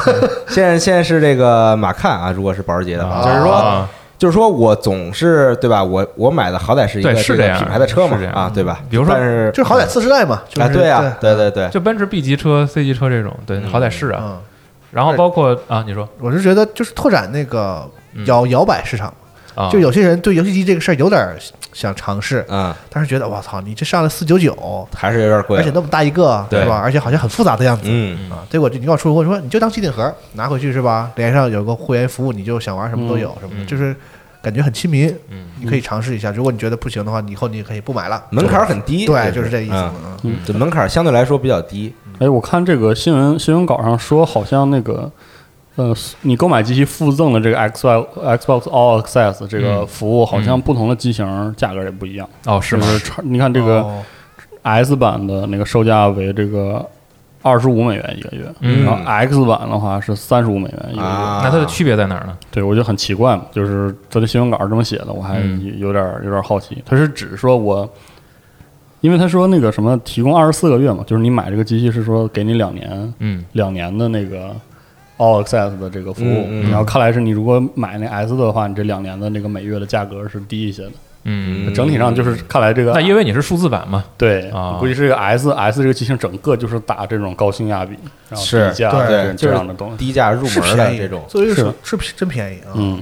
Speaker 3: 现在现在是这个马看啊，如果是保时捷的话，就是说
Speaker 4: 啊
Speaker 3: 就是说我总是对吧？我我买的好歹是一个
Speaker 4: 对是这
Speaker 3: 这个
Speaker 4: 样
Speaker 3: 品牌的车嘛
Speaker 4: 是这样
Speaker 3: 啊，对吧？
Speaker 4: 比如说
Speaker 3: 但是
Speaker 5: 就是好歹次世代嘛，就
Speaker 3: 啊，
Speaker 5: 是
Speaker 3: 对啊，对对 对，
Speaker 4: 就奔驰 B 级车、C 级车这种，对，好歹是啊。
Speaker 5: 嗯，
Speaker 4: 然后包括啊，你说
Speaker 5: 我是觉得就是拓展那个
Speaker 4: 嗯
Speaker 5: 摇摇摆市场，
Speaker 4: 啊，
Speaker 5: 就有些人对游戏机这个事儿有点儿想尝试，
Speaker 3: 嗯，
Speaker 5: 但是觉得我操，你这上来四九九，
Speaker 3: 还是有点贵
Speaker 5: 而且，那么大一个，
Speaker 3: 对
Speaker 5: 对吧？而且好像很复杂的样子。
Speaker 3: 嗯。
Speaker 5: 啊，结果就你给我出货说你就当机顶盒拿回去是吧？连上有个会员服务，你就想玩什么都有什么的，
Speaker 4: 嗯
Speaker 5: 就是感觉很亲民。
Speaker 4: 嗯，
Speaker 5: 你可以尝试一下。如果你觉得不行的话，你以后你可以不买了。
Speaker 3: 门槛儿很低，
Speaker 5: 对，就是这意思
Speaker 3: 嗯
Speaker 5: 嘛。嗯
Speaker 6: 嗯，
Speaker 3: 对，门槛儿相对来说比较低。
Speaker 6: 哎，我看这个新闻新闻稿上说，好像那个，呃，你购买机器附赠的这个 Xbox Xbox All Access 这个
Speaker 4: 嗯
Speaker 6: 服务，好像不同的机型价格也不一样，
Speaker 4: 哦，是
Speaker 6: 就
Speaker 4: 吗？
Speaker 6: 是差你看这个
Speaker 5: 哦
Speaker 6: S 版的那个售价为这个二十五美元一个月，
Speaker 4: 嗯
Speaker 6: 然后 X 版的话是三十五美元一个月。
Speaker 3: 啊
Speaker 4: 那它的区别在哪儿呢？
Speaker 6: 对，我就很奇怪嘛，就是他的新闻稿是这么写的，我还
Speaker 4: 嗯
Speaker 6: 有点儿有点儿好奇，他是指说我，因为他说那个什么提供二十四个月嘛，就是你买这个机器是说给你两年，
Speaker 4: 嗯，
Speaker 6: 两年的那个 All Access 的这个服务，
Speaker 3: 嗯嗯
Speaker 6: 然后看来是你如果买那 S 的话，你这两年的那个每月的价格是低一些的。
Speaker 4: 嗯，
Speaker 6: 整体上就是看来这个
Speaker 4: 那因为你是数字版嘛，
Speaker 6: 对，
Speaker 4: 啊
Speaker 6: 估计是个 S S 这个机型整个就是打这种高性价比，然后
Speaker 3: 是
Speaker 6: 低价
Speaker 5: 对
Speaker 6: 这
Speaker 3: 就
Speaker 6: 这
Speaker 3: 是
Speaker 6: 样的东西。
Speaker 3: 低价入
Speaker 5: 是
Speaker 3: 门
Speaker 5: 便
Speaker 3: 的
Speaker 5: 宜
Speaker 3: 这种，
Speaker 5: 作为一个
Speaker 6: 是
Speaker 5: 手是真便宜啊。
Speaker 6: 嗯，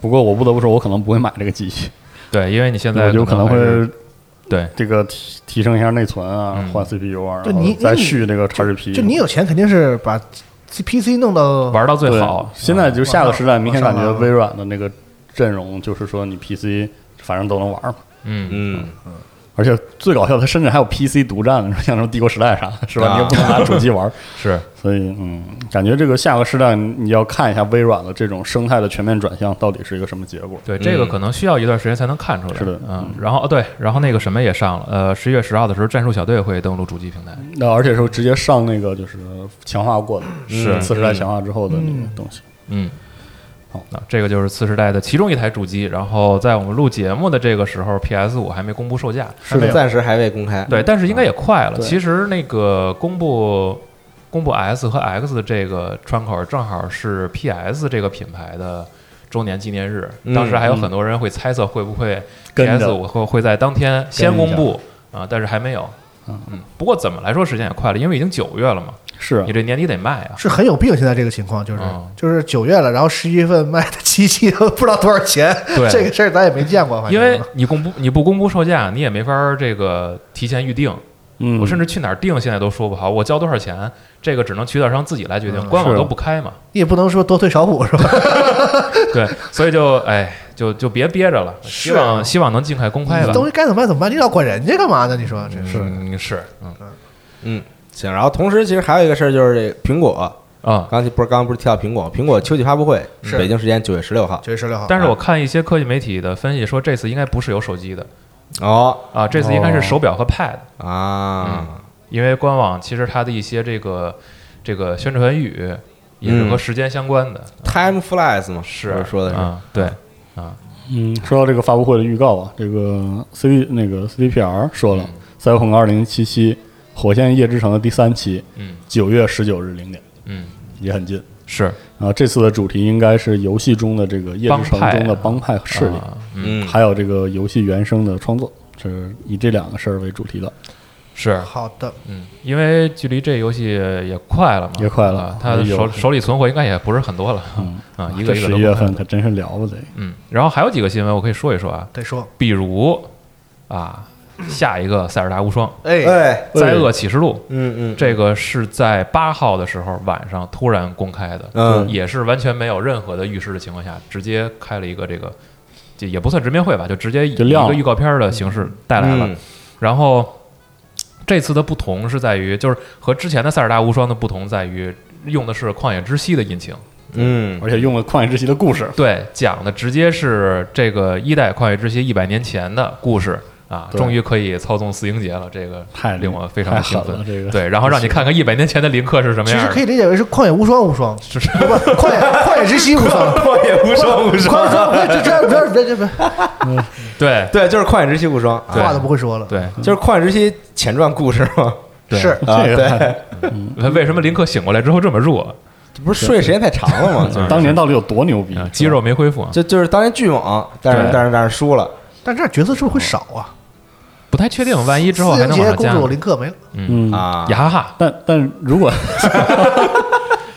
Speaker 6: 不过我不得不说，我可能不会买这个机器，
Speaker 4: 对，因为你现在
Speaker 6: 我就可能
Speaker 4: 还是
Speaker 6: 会
Speaker 4: 对
Speaker 6: 这个提提升一下内存啊
Speaker 4: 嗯，
Speaker 6: 换 CPU 啊，
Speaker 5: 就
Speaker 6: 然后
Speaker 5: 你
Speaker 6: 再
Speaker 5: 你
Speaker 6: 续这个 XGP。
Speaker 5: 就你有钱肯定是把 C P C 弄到
Speaker 4: 玩到最
Speaker 6: 对
Speaker 4: 好。嗯
Speaker 6: 现在就下个时代，明显感
Speaker 5: 往
Speaker 6: 觉
Speaker 5: 上拉
Speaker 6: 微软的那个阵容就是说你 PC 反正都能玩嘛。
Speaker 4: 嗯，
Speaker 3: 嗯，
Speaker 6: 而且最搞笑，它甚至还有 PC 独占，像什么《帝国时代》啥的，是吧？
Speaker 3: 啊
Speaker 6: 你又不能拿主机玩，
Speaker 4: 是
Speaker 6: 所以嗯，感觉这个下个时代你要看一下微软的这种生态的全面转向到底是一个什么结果。
Speaker 4: 对，这个可能需要一段时间才能看出来。
Speaker 6: 是的
Speaker 4: 嗯，然后哦对，然后那个什么也上了，呃，十一月十号的时候，战术小队会登陆主机平台。
Speaker 6: 那而且是直接上那个就是强化过的，
Speaker 4: 是
Speaker 6: 次时代强化之后的那个东西。
Speaker 4: 嗯，
Speaker 6: 好，
Speaker 4: 那这个就是次世代的其中一台主机。然后在我们录节目的这个时候，PS 五还没公布售价，
Speaker 6: 是的，
Speaker 3: 暂时还未公开。
Speaker 4: 对，但是应该也快了。
Speaker 6: 对
Speaker 4: 其实那个公布公布 S 和 X 的这个窗口，正好是 PS 这个品牌的周年纪念日。
Speaker 3: 嗯
Speaker 4: 当时还有很多人会猜测会不会
Speaker 6: 跟着
Speaker 4: PS 五会会在当天先公布啊，但是还没有。
Speaker 6: 嗯
Speaker 4: 嗯，不过怎么来说时间也快了，因为已经九月了嘛，
Speaker 6: 是啊
Speaker 4: 你这年底得卖 啊。
Speaker 5: 是很有病。现在这个情况就是
Speaker 4: 嗯
Speaker 5: 就是九月了，然后十一月份卖的机器都不知道多少钱，
Speaker 4: 对
Speaker 5: 这个事儿咱也没见过。反正
Speaker 4: 因 为你公布你不公布售价，你也没法儿这个提前预定。
Speaker 6: 嗯，
Speaker 4: 我甚至去哪儿订，现在都说不好。我交多少钱，这个只能渠道商自己来决定，
Speaker 5: 嗯
Speaker 4: 官网
Speaker 6: 是
Speaker 4: 都不开嘛。
Speaker 5: 你也不能说多退少补是吧？
Speaker 4: 对，所以就哎，就就别憋着了，希
Speaker 5: 是啊
Speaker 4: 望希望能尽快公开吧。
Speaker 5: 东西该怎么办怎么办？你老管人家干嘛呢？你说这是
Speaker 4: 嗯是嗯
Speaker 3: 行，然后同时其实还有一个事儿就是这苹果，
Speaker 4: 啊，
Speaker 3: 刚才不是刚刚不是提到苹果，苹果秋季发布会，
Speaker 5: 是
Speaker 3: 北京时间九月十六号。
Speaker 5: 九月十六号，
Speaker 4: 但是我看一些科技媒体的分析说，这次应该不是有手机的
Speaker 3: 哦
Speaker 4: 啊，这次应该是
Speaker 6: 哦
Speaker 4: 手表和 Pad，嗯
Speaker 3: 啊，
Speaker 4: 因为官网其实它的一些这个这个宣传语也是和
Speaker 3: 嗯
Speaker 4: 时间相关的，
Speaker 3: ，Time flies 嘛，不
Speaker 4: 是
Speaker 3: 是说的是，
Speaker 4: 啊，对，
Speaker 6: 嗯，说到这个发布会的预告啊，这个 C D 那个 C D P R 说了，
Speaker 4: 嗯
Speaker 6: 赛博朋克二零七七《火线夜之城》的第三期，
Speaker 4: 嗯
Speaker 6: 九月十九日零点，
Speaker 4: 嗯
Speaker 6: 也很近。
Speaker 4: 是
Speaker 6: 然后这次的主题应该是游戏中的这个夜之城中的帮派势力，
Speaker 4: 啊嗯
Speaker 3: 嗯，
Speaker 6: 还有这个游戏原声的创作，是以这两个事儿为主题的。
Speaker 4: 啊是
Speaker 5: 好的，
Speaker 4: 嗯，因为距离这游戏也快了嘛，
Speaker 6: 也快了
Speaker 4: 啊它
Speaker 6: 哎呦
Speaker 4: 手手里存货应该也不是很多了
Speaker 6: 嗯，
Speaker 4: 啊，一个一个
Speaker 6: 十
Speaker 4: 都
Speaker 6: 一月
Speaker 4: 公开
Speaker 6: 份可真是聊不得。
Speaker 4: 嗯，然后还有几个新闻我可以说一说啊，
Speaker 5: 得说，
Speaker 4: 比如啊，下一个《塞尔达无双
Speaker 5: 哎，
Speaker 3: 哎，》
Speaker 4: 《灾厄启示录》，
Speaker 3: 嗯嗯，
Speaker 4: 这个是在八号的时候晚上突然公开的，
Speaker 3: 嗯
Speaker 4: 也是完全没有任何的预示的情况下，直接开了一个这个，这也不算直面会吧，就直接以
Speaker 6: 就
Speaker 4: 一
Speaker 6: 亮
Speaker 4: 个
Speaker 6: 了
Speaker 4: 预告片的形式带来了。
Speaker 3: 嗯
Speaker 4: 然后这次的不同是在于，就是和之前的《塞尔达无双》的不同在于，用的是《旷野之息》的引擎。
Speaker 3: 嗯，
Speaker 6: 而且用了《旷野之息》的故事，
Speaker 4: 对，讲的直接是这个一代旷野之息一百年前的故事啊，
Speaker 6: 对
Speaker 4: 终于可以操纵四英杰了，这个
Speaker 6: 太
Speaker 4: 令我非常的
Speaker 6: 太
Speaker 4: 兴
Speaker 6: 狠
Speaker 4: 奋
Speaker 6: 了。。这个
Speaker 4: 对，然后让你看看一百年前的林克是什么
Speaker 5: 其
Speaker 4: 样
Speaker 5: 实
Speaker 4: 的。
Speaker 5: 可以理解为是旷野无双无双，
Speaker 4: 是是
Speaker 5: 不 旷野旷野之息无 双，
Speaker 3: 旷野无双无
Speaker 5: 旷野无
Speaker 3: 双，
Speaker 5: 双，这这不要别别别，
Speaker 4: 对
Speaker 3: 对，就是旷野之息无双，
Speaker 4: 对
Speaker 3: 啊，
Speaker 5: 话都不会说了，
Speaker 4: 对，
Speaker 3: 就是旷野之息前传故事嘛，
Speaker 4: 对
Speaker 5: 是
Speaker 3: 啊，
Speaker 6: 这个太
Speaker 3: 对，
Speaker 5: 嗯
Speaker 4: 为什么林克醒过来之后这么弱？
Speaker 3: 这不是睡时间太长了吗？
Speaker 4: 嗯
Speaker 3: 就是
Speaker 6: 当年到底有多牛逼
Speaker 5: 嗯
Speaker 4: 啊，？肌肉没恢复啊，
Speaker 3: 就就是当年巨猛，但是
Speaker 4: 对
Speaker 3: 但是但是输了，
Speaker 5: 但这样角色是不是会少啊？
Speaker 4: 不太确定，万一之后还
Speaker 5: 四
Speaker 4: 能往
Speaker 5: 英杰
Speaker 4: 上
Speaker 5: 公
Speaker 4: 加
Speaker 5: 主
Speaker 4: 呢。
Speaker 5: 林克没了，
Speaker 6: 嗯
Speaker 3: 啊，
Speaker 4: 雅哈哈，
Speaker 6: 但但如果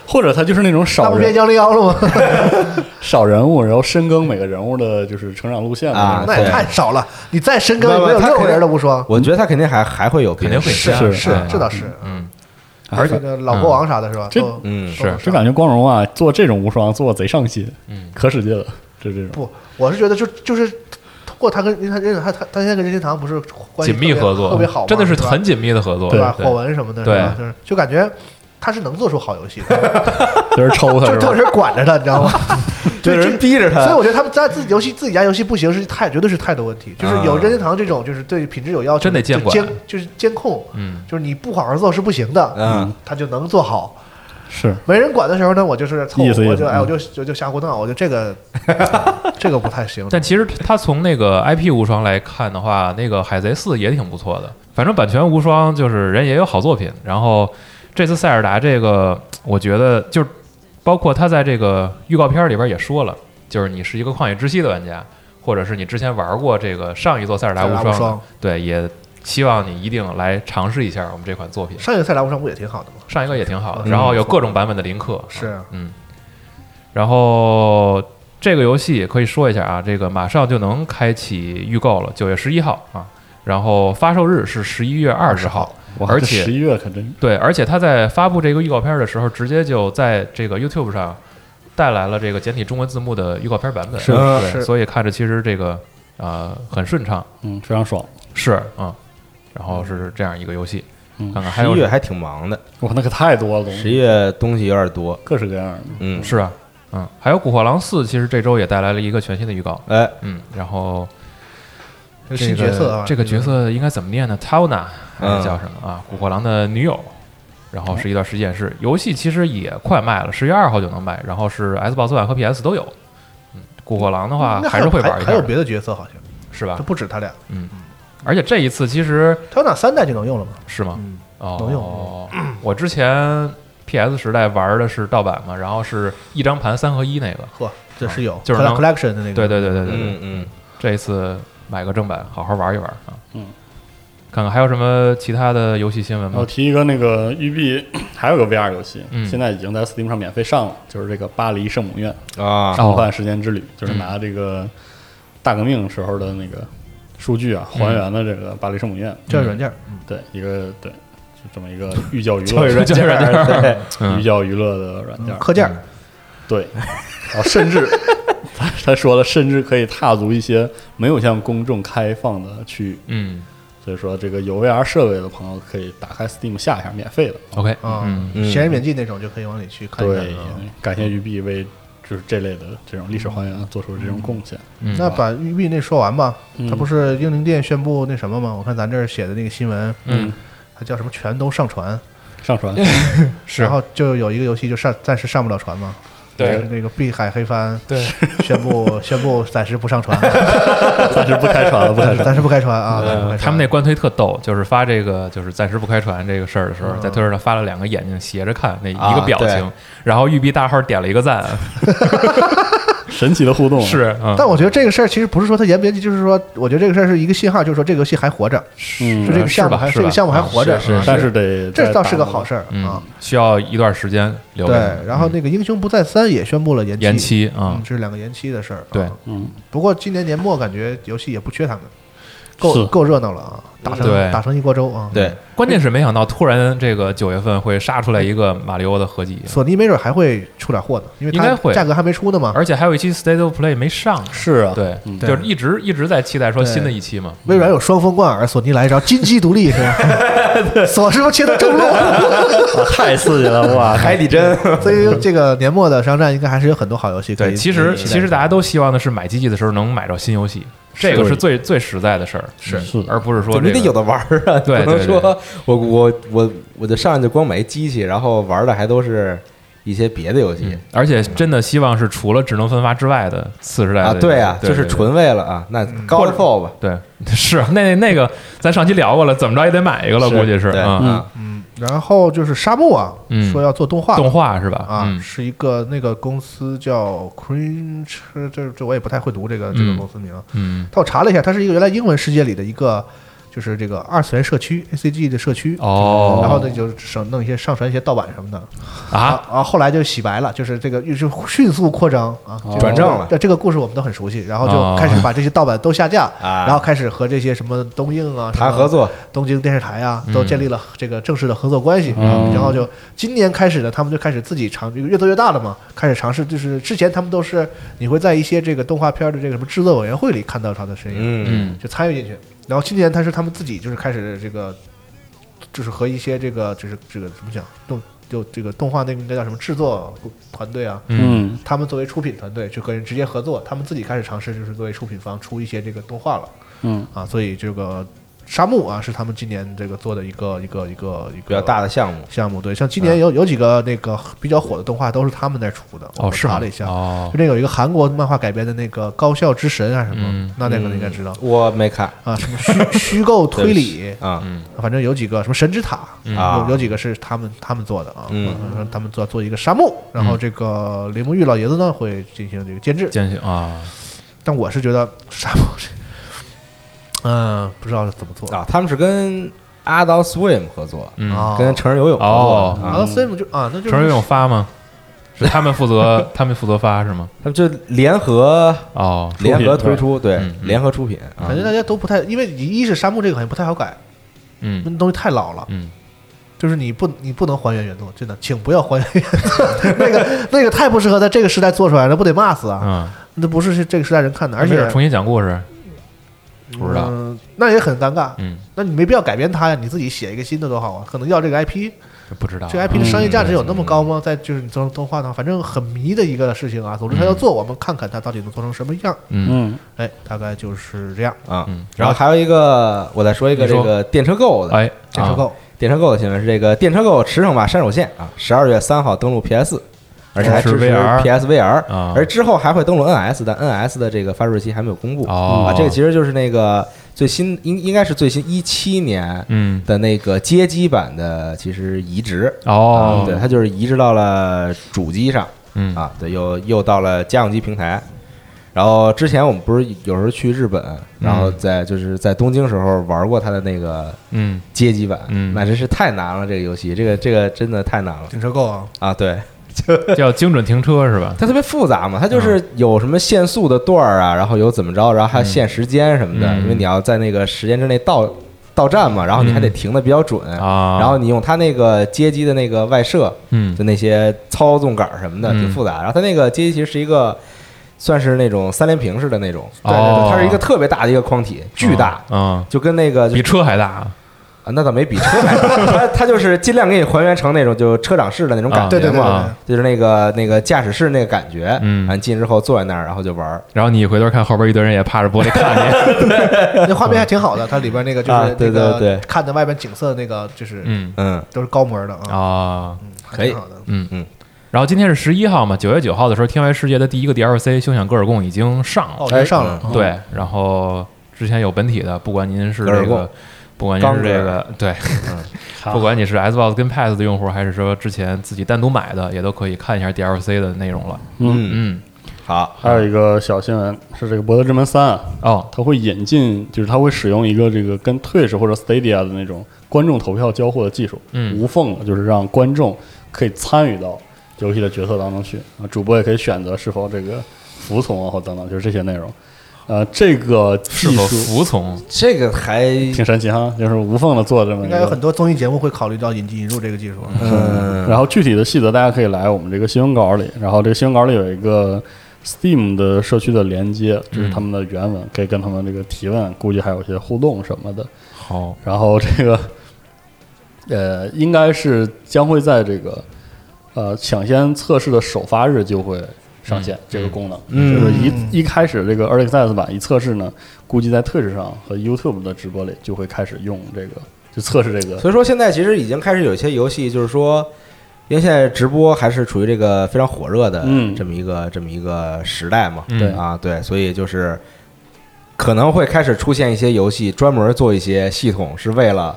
Speaker 6: 或者他就是那种
Speaker 5: 那
Speaker 6: 少
Speaker 5: 不变
Speaker 6: 人
Speaker 5: 幺零幺了吗？
Speaker 6: 少人物，然后深耕每个人物的就是成长路线的
Speaker 3: 啊
Speaker 5: 那也
Speaker 3: 对
Speaker 5: 太少了，你再深耕
Speaker 3: 不不
Speaker 5: 也没有
Speaker 3: 他
Speaker 5: 六
Speaker 3: 肯
Speaker 5: 个
Speaker 3: 定
Speaker 5: 人了无双，
Speaker 3: 我觉得他肯定还还会有别
Speaker 4: 肯
Speaker 3: 人
Speaker 4: 定会
Speaker 3: 试
Speaker 4: 加
Speaker 6: 是
Speaker 5: 是
Speaker 4: 对
Speaker 5: 这倒是，
Speaker 4: 嗯，
Speaker 6: 而且
Speaker 5: 这个老国王啥的是吧？
Speaker 6: 这
Speaker 5: 都
Speaker 3: 嗯
Speaker 5: 都
Speaker 4: 是
Speaker 5: 能
Speaker 6: 这
Speaker 5: 上
Speaker 6: 感觉光荣啊，做这种无双做贼上心，
Speaker 4: 嗯，
Speaker 6: 可使劲了，就这种。
Speaker 5: 不，我是觉得就就是通过他跟任天堂他他他现在跟任天堂不是关系
Speaker 4: 紧密
Speaker 5: 特别
Speaker 4: 合作，
Speaker 5: 特别好嘛，
Speaker 4: 真的是
Speaker 5: 吧
Speaker 4: 很紧密的合作，
Speaker 5: 对吧？
Speaker 4: 对
Speaker 5: 火纹什么的，
Speaker 4: 对
Speaker 5: 是吧就是就感觉他是能做出好游戏 的，
Speaker 6: 就是抽他
Speaker 5: 就是都
Speaker 6: 吧
Speaker 5: 有？人管着他，你知道吗？
Speaker 4: 嗯
Speaker 3: 有人逼着
Speaker 5: 所以
Speaker 3: 他，
Speaker 5: 我觉得他们家自己游戏自己家游戏不行是太绝对是态度问题，就是有
Speaker 3: 啊
Speaker 5: 任天堂这种就是对品质有要求，
Speaker 4: 真得监
Speaker 5: 就
Speaker 4: 管
Speaker 5: 监就是监控，
Speaker 4: 嗯，
Speaker 5: 就是你不好好做是不行的，
Speaker 3: 嗯
Speaker 5: 他就能做好。
Speaker 6: 是
Speaker 5: 没人管的时候呢，我就是凑合，
Speaker 6: 意思意思
Speaker 5: 我就哎，
Speaker 6: 嗯
Speaker 5: 我就就就瞎胡闹，我就 这个这个不太行。
Speaker 4: 但其实它从那个 IP 无双来看的话，那个海贼四也挺不错的。反正版权无双就是人也有好作品。然后这次塞尔达这个，我觉得就是包括他在这个预告片里边也说了，就是你是一个旷野之息的玩家，或者是你之前玩过这个上一座塞尔达无
Speaker 5: 塞尔达
Speaker 4: 双，
Speaker 5: 无双
Speaker 4: 对，也希望你一定来尝试一下我们这款作品。
Speaker 5: 上一个赛达无双不也挺好的吗？
Speaker 4: 上一个也挺好的，
Speaker 5: 嗯
Speaker 4: 然后有各种版本的林克，
Speaker 5: 是
Speaker 4: 然后这个游戏可以说一下啊，这个马上就能开启预购了，九月十一号啊，然后发售日是十一月二十号。
Speaker 6: 哇
Speaker 4: 而
Speaker 6: 这
Speaker 4: 且
Speaker 6: 十一月可真
Speaker 4: 对，而且他在发布这个预告片的时候，直接就在这个 YouTube 上带来了这个简体中文字幕的预告片版本，
Speaker 6: 是
Speaker 3: 嗯
Speaker 4: 对
Speaker 5: 是
Speaker 4: 所以看着其实这个呃很顺畅，
Speaker 6: 嗯非常爽，
Speaker 4: 是嗯，然后是这样一个游戏，
Speaker 6: 嗯
Speaker 4: 看看还
Speaker 3: 十一
Speaker 4: 有
Speaker 3: 月还挺忙的，
Speaker 6: 哇那可太多了，
Speaker 3: 十一月东西有点多，
Speaker 6: 各式各样的，
Speaker 3: 嗯，
Speaker 4: 是啊，嗯，还有《古惑狼四》，其实这周也带来了一个全新的预告，
Speaker 3: 哎，
Speaker 4: 嗯，然后
Speaker 5: 这个
Speaker 4: 这
Speaker 5: 新
Speaker 4: 个
Speaker 5: 角色啊，
Speaker 4: 这个角色应该怎么念呢？Tauna 还
Speaker 3: 嗯
Speaker 4: 是叫什么啊？古惑狼的女友。然后是一段实验室游戏，其实也快卖了，十月二号就能卖。然后是 Xbox One 和 PS 都有。嗯，古惑狼的话
Speaker 5: 那
Speaker 4: 还是
Speaker 5: 有
Speaker 4: 会玩一
Speaker 5: 还
Speaker 4: 下
Speaker 5: 还有
Speaker 4: 的，
Speaker 5: 别的角色好像，
Speaker 4: 是
Speaker 5: 这
Speaker 4: 吧？
Speaker 5: 不止他俩，
Speaker 4: 而且这一次其实
Speaker 5: 他有哪三代就能用了吗？
Speaker 4: 是吗？
Speaker 5: 能用
Speaker 4: 哦，我之前 PS 时代玩的是盗版嘛，然后是一张盘三合一那个。
Speaker 5: 呵，这是有，
Speaker 4: 啊就是
Speaker 5: Collect-
Speaker 4: 能
Speaker 5: collection 的那个，
Speaker 4: 对对对对对对
Speaker 3: 嗯，嗯，
Speaker 4: 这一次买个正版，好好玩一玩啊。
Speaker 6: 嗯，
Speaker 4: 看看还有什么其他的游戏新闻
Speaker 6: 然
Speaker 5: 哦
Speaker 6: 后
Speaker 4: 吗？
Speaker 6: 提一个那个育碧还有个 VR 游戏，
Speaker 4: 嗯
Speaker 6: 现在已经在 Steam 上免费上了，就是这个《巴黎圣母院：
Speaker 3: 啊，
Speaker 6: 召唤时间之旅》，就是
Speaker 4: 哦嗯
Speaker 6: 拿这个大革命时候的那个数据啊，还原了这个巴黎圣母院。
Speaker 5: 教育软件，
Speaker 6: 对，一个对，就这么一个寓教于
Speaker 3: 教
Speaker 6: 乐
Speaker 3: 育软件儿，对
Speaker 4: 嗯
Speaker 6: 寓教于乐的软件儿。
Speaker 5: 嗯课件儿，
Speaker 6: 对，然后甚至他他说了，甚至可以踏足一些没有向公众开放的区域。
Speaker 4: 嗯
Speaker 6: 所以说，这个有 VR 设备的朋友可以打开 Steam 下一下，免费的。
Speaker 4: ，OK，
Speaker 5: 啊
Speaker 4: 嗯，
Speaker 3: 嗯
Speaker 5: 闲人免进那种就可以往里去看一看
Speaker 6: 对
Speaker 5: 啊。，
Speaker 6: 感谢育碧为就是这类的这种历史还原啊做出这种贡献。
Speaker 4: 嗯
Speaker 5: 那把育碧那说完吧，
Speaker 6: 嗯
Speaker 5: 他不是英灵殿宣布那什么吗？我看咱这儿写的那个新闻，
Speaker 4: 嗯，
Speaker 5: 它叫什么全都上传，
Speaker 6: 上传，
Speaker 4: 是
Speaker 5: 然后就有一个游戏就上暂时上不了传嘛。
Speaker 4: 对
Speaker 5: 那个碧海黑帆
Speaker 4: 对，
Speaker 5: 宣布宣布暂时不上传，
Speaker 6: 暂时不开传了，不开
Speaker 5: 暂时
Speaker 6: 传。
Speaker 5: 暂时不开传啊。暂时
Speaker 4: 呃，
Speaker 5: 不开传
Speaker 4: 他们那官推特逗，就是发这个就是暂时不开传这个事儿的时
Speaker 5: 嗯
Speaker 4: 候，在推特上发了两个眼睛斜着看那一个
Speaker 3: 啊
Speaker 4: 表情
Speaker 3: 对，
Speaker 4: 然后育碧大号点了一个赞，
Speaker 6: 神奇的互动啊
Speaker 4: 是，嗯
Speaker 5: 但我觉得这个事儿其实不是说它严不严禁，就是说，我觉得这个事儿是一个信号，就是说这个游戏还活着，
Speaker 6: 嗯
Speaker 5: 就这个项
Speaker 4: 是
Speaker 5: 目
Speaker 4: 吧
Speaker 5: 还
Speaker 4: 是
Speaker 5: 这个
Speaker 4: 吧
Speaker 5: 项目还活着，
Speaker 4: 是是
Speaker 5: 啊
Speaker 6: 但是得
Speaker 5: 这
Speaker 6: 再
Speaker 5: 倒是个
Speaker 6: 打
Speaker 5: 好事儿
Speaker 4: 嗯
Speaker 5: 啊。，
Speaker 4: 需要一段时间留
Speaker 5: 对
Speaker 4: 给你，
Speaker 5: 然后那个《英雄不再三》也宣布了延期，
Speaker 4: 延期啊
Speaker 5: 嗯，，这是两个延期的事儿。啊
Speaker 4: 对
Speaker 6: 嗯，
Speaker 5: 不过今年年末感觉游戏也不缺他们，够
Speaker 6: 是
Speaker 5: 够热闹了啊，打成
Speaker 4: 对
Speaker 5: 打成一锅粥啊。，
Speaker 3: 对，
Speaker 4: 关键是没想到突然这个九月份会杀出来一个马里奥的合集，
Speaker 5: 索尼没准还会出点货呢，因为
Speaker 4: 应
Speaker 5: 它
Speaker 4: 该会
Speaker 5: 价格还没出呢嘛。
Speaker 4: 而且还有一期 State of Play 没上，
Speaker 6: 是啊，
Speaker 4: 对，
Speaker 6: 嗯
Speaker 4: 就是一直一直在期待说
Speaker 5: 对
Speaker 4: 新的一期嘛，
Speaker 5: 微软有双峰贯耳，索尼来一招金鸡独立是吧？ 索师傅切的正路，
Speaker 6: 啊太刺激了 哇！
Speaker 3: 海底针，
Speaker 5: 所以这个年末的商战应该还是有很多好游戏可以。
Speaker 4: 对，其实
Speaker 5: 可以期待
Speaker 4: 其实大家都希望的是买机器的时候能买着新游戏，这个
Speaker 6: 对
Speaker 4: 是最最实在的事儿，是
Speaker 6: 是
Speaker 4: 而不是说
Speaker 3: 你得
Speaker 4: 这个
Speaker 3: 有的玩儿啊，
Speaker 4: 对
Speaker 3: 不能
Speaker 4: 对
Speaker 3: 说
Speaker 4: 对
Speaker 3: 我我我我就上来就光买一机器，然后玩的还都是一些别的游戏
Speaker 4: 嗯，而且真的希望是除了智能分发之外的次世代的
Speaker 3: 啊，对啊，
Speaker 4: 哎对
Speaker 3: 就是
Speaker 4: 对嗯
Speaker 3: 纯为了啊，那高了 f 吧，
Speaker 4: 对， 是啊那那个咱上期聊过了，怎么着也得买一个了，
Speaker 3: 是
Speaker 4: 估计是
Speaker 3: 对
Speaker 4: 嗯
Speaker 3: 啊，
Speaker 5: 嗯，然后就是沙漠啊，
Speaker 4: 嗯
Speaker 5: 说要做动画了
Speaker 4: 动画是吧？
Speaker 5: 啊，
Speaker 4: 嗯
Speaker 5: 是一个那个公司叫 Queen，这这我也不太会读这个这个
Speaker 4: 嗯
Speaker 5: 公司名。
Speaker 4: 嗯，
Speaker 5: 但我查了一下，它是一个原来英文世界里的一个，就是这个二次元社区 ACG 的社区。
Speaker 4: 哦，
Speaker 5: 然后呢，就省弄一些上传一些盗版什么的
Speaker 4: 啊，
Speaker 5: 啊，后来就洗白了，就是这个就是迅速扩张啊，
Speaker 6: 哦
Speaker 5: 就
Speaker 3: 转正了
Speaker 5: 这这个故事我们都很熟悉，然后
Speaker 4: 哦
Speaker 5: 就开始把这些盗版都下架，
Speaker 3: 啊
Speaker 5: 然后开始和这些什么东映啊、
Speaker 3: 谈
Speaker 5: 什么
Speaker 3: 合作，
Speaker 5: 东京电视台啊，
Speaker 4: 嗯
Speaker 5: 都建立了这个正式的合作关系。啊
Speaker 6: 嗯
Speaker 5: 然后就今年开始呢，他们就开始自己尝，这个越做越大了嘛，开始尝试。就是之前他们都是你会在一些这个动画片的这个什么制作委员会里看到他的身影，
Speaker 3: 嗯，
Speaker 4: 嗯
Speaker 5: 就参与进去。然后今年他是他们自己就是开始这个，就是和一些这个就是这个怎么讲动就这个动画那个应该叫什么制作团队啊，
Speaker 4: 嗯
Speaker 6: 嗯，
Speaker 5: 他们作为出品团队去和人直接合作，他们自己开始尝试就是作为出品方出一些这个动画了。
Speaker 6: 嗯，
Speaker 5: 啊，所以这个沙漠啊是他们今年这个做的一个一个一个一个
Speaker 3: 比较大的项目，
Speaker 5: 项目。对，像今年有有几个那个比较火的动画都是他们在出的。
Speaker 4: 嗯哦
Speaker 5: 我
Speaker 4: 是
Speaker 5: 查
Speaker 4: 吗
Speaker 5: 了一？下，
Speaker 4: 哦
Speaker 5: 就，那有一个韩国漫画改编的那个《高校之神》啊什么
Speaker 4: 嗯，
Speaker 5: 那那个你应该知道
Speaker 3: 我没看
Speaker 5: 啊，什么虚虚构推理。
Speaker 3: 啊，
Speaker 4: 嗯
Speaker 5: 反正有几个什么神之塔，
Speaker 3: 啊
Speaker 5: 有有几个是他们他们做的啊，
Speaker 3: 嗯
Speaker 5: 嗯，他们做做一个沙漠，然后这个铃木玉老爷子呢会进行这个监制，
Speaker 4: 坚信啊，
Speaker 5: 但我是觉得沙漠是，嗯，不知道怎么做
Speaker 3: 啊，他们是跟 Adult Swim 合作，
Speaker 4: 嗯，
Speaker 5: 啊，
Speaker 3: 跟成人游泳合作
Speaker 4: 哦
Speaker 3: 的啊
Speaker 5: 啊，所以我就啊，那就是
Speaker 4: 成人游泳发吗？是他们负责，他们负责发是吗？
Speaker 3: 他们就联合
Speaker 4: 哦，
Speaker 3: 联合推出，对
Speaker 4: 嗯，嗯
Speaker 3: 联合出品啊
Speaker 5: 感觉大家都不太，因为你一是沙漠这个好像不太好改，
Speaker 4: 嗯
Speaker 5: 那东西太老了，
Speaker 4: 嗯，
Speaker 5: 就是你不你不能还原原作，真的，请不要还原原作， 那个那个太不适合在这个时代做出来了，不得骂死啊！
Speaker 4: 嗯，
Speaker 5: 那不是这个时代人看的，而且
Speaker 4: 没准重新讲故事，不知道
Speaker 5: 嗯那也很尴尬。
Speaker 4: 嗯，
Speaker 5: 那你没必要改编它呀，你自己写一个新的多好啊！可能要这个 IP，
Speaker 4: 嗯不知道
Speaker 5: 这个 IP 的商业价值有那么高
Speaker 3: 嗯
Speaker 5: 吗？在就是你做动画呢，反正很迷的一个事情啊。总之
Speaker 3: 嗯
Speaker 5: 他要做，我们看看他到底能做成什么样。
Speaker 4: 嗯，
Speaker 6: 嗯，
Speaker 5: 哎，大概就是这样。
Speaker 3: 啊
Speaker 4: 嗯。
Speaker 3: 然后还有一个，我再说一个
Speaker 4: 你
Speaker 3: 这
Speaker 4: 说
Speaker 3: 个电车购的
Speaker 4: 哎，
Speaker 5: 这车
Speaker 4: 啊
Speaker 5: 购
Speaker 3: 电车购的新闻是这个电车购驰骋吧山手线啊，十二月三号登陆 PS，而且还支持
Speaker 4: 支持 VR
Speaker 3: PS VR，
Speaker 4: 啊
Speaker 3: 而之后还会登陆 NS，但 NS 的这个发售日期还没有公布
Speaker 4: 哦
Speaker 3: 啊。这个其实就是那个最新应应该是最新一七年
Speaker 4: 嗯，
Speaker 3: 的那个街机版的其实移植。
Speaker 4: 哦
Speaker 3: 啊，对，它就是移植到了主机上
Speaker 4: 嗯
Speaker 3: 啊，对，又又到了家用机平台。然后之前我们不是有时候去日本，然后在就是在东京时候玩过它的那个
Speaker 4: 嗯
Speaker 3: 街机版，
Speaker 4: 嗯
Speaker 3: 那真是太难了，这个游戏，这个这个真的太难了
Speaker 5: 电车 购啊，
Speaker 3: 啊！对，
Speaker 4: 叫精准停车是吧？
Speaker 3: 它特别复杂嘛，它就是
Speaker 4: 嗯
Speaker 3: 有什么限速的段儿啊，然后有怎么着，然后还有限时间什么的，
Speaker 4: 嗯
Speaker 3: 因为你要在那个时间之内到到站嘛，然后你还得停的比较准，
Speaker 4: 啊，
Speaker 3: 然后你用它那个街机的那个外设，
Speaker 4: 嗯
Speaker 3: 就那些操纵杆儿什么的，
Speaker 4: 嗯
Speaker 3: 挺复杂。然后它那个街机其实是一个算是那种三连屏似的那种，
Speaker 4: 哦
Speaker 3: 对对对，它是一个特别大的一个框体，巨大，
Speaker 4: 啊，
Speaker 3: 就跟那个就
Speaker 4: 比车还大，
Speaker 3: 啊那倒没比车还大，它它就是尽量给你还原成那种就车长式的那种
Speaker 4: 啊
Speaker 3: 感
Speaker 5: 对
Speaker 3: 觉
Speaker 5: 对对
Speaker 3: 嘛，
Speaker 5: 对
Speaker 4: 啊，
Speaker 3: 就是那个那个驾驶室那个感觉，
Speaker 4: 嗯
Speaker 3: 然后进去之后坐在那儿，然后就玩儿。
Speaker 4: 然后你回头看后边一堆人也趴着玻璃 看你，
Speaker 5: 那画面还挺好的，它里边那个就
Speaker 3: 啊
Speaker 5: 是
Speaker 3: 对
Speaker 5: 那个
Speaker 3: 对对
Speaker 5: 看着外边景色的那个就是
Speaker 4: 嗯
Speaker 3: 嗯，
Speaker 5: 都是高模的啊，
Speaker 4: 啊，
Speaker 5: 嗯
Speaker 3: 可以
Speaker 5: 还挺好的。
Speaker 4: 嗯
Speaker 3: 嗯。
Speaker 4: 然后今天是十一号嘛，九月九号的时候，《天外世界》的第一个 DLC《休想戈尔贡》已经上了
Speaker 5: 哦，，已经上
Speaker 3: 哎
Speaker 5: 了，
Speaker 4: 对，然后之前有本体的，不管您是
Speaker 3: 格尔
Speaker 4: 这
Speaker 3: 贡
Speaker 4: 个，不管您是这
Speaker 3: 钢
Speaker 4: 个，对，
Speaker 5: 嗯
Speaker 6: 好
Speaker 4: 不管你是 Xbox 跟 PS 的用户，还是说之前自己单独买的，也都可以看一下 DLC 的内容了。
Speaker 6: 嗯，
Speaker 3: 嗯，
Speaker 4: 嗯，
Speaker 3: 好，
Speaker 6: 还有一个小新闻是这个《博德之门三》啊，
Speaker 4: 哦，
Speaker 6: 它会引进，就是它会使用一个这个跟 Twitch 或者 Stadia 的那种观众投票交互的技术，
Speaker 4: 嗯
Speaker 6: 无缝的，就是让观众可以参与到游戏的角色当中去啊，主播也可以选择是否这个服从啊或等等，就是这些内容。呃，这个
Speaker 4: 是
Speaker 6: 技
Speaker 4: 否
Speaker 6: 术
Speaker 4: 服从？
Speaker 3: 这个还
Speaker 6: 挺神奇哈，就是无缝的做这么一
Speaker 5: 应该有很
Speaker 6: 个。
Speaker 5: 多综艺节目会考虑到引进引入这个技术。啊
Speaker 3: 嗯
Speaker 6: 然后具体的细则大家可以来我们这个新闻稿里，然后这个新闻稿里有一个 Steam 的社区的连接，就是他们的原文，可以跟他们这个提问，估计还有一些互动什么的。
Speaker 4: 好，
Speaker 6: 然后这个呃，应该是将会在这个呃抢先测试的首发日就会上线、这个功能。
Speaker 3: 嗯
Speaker 6: 就是一一开始这个 Early Access 版一测试呢，估计在 Twitch 上和 YouTube 的直播里就会开始用这个，就测试这个。
Speaker 3: 所以说现在其实已经开始有一些游戏，就是说，因为现在直播还是处于这个非常火热的
Speaker 6: 嗯
Speaker 3: 这么一个、这么一个时代嘛，
Speaker 4: 嗯
Speaker 6: 对
Speaker 3: 啊，对，所以就是可能会开始出现一些游戏专门做一些系统，是为了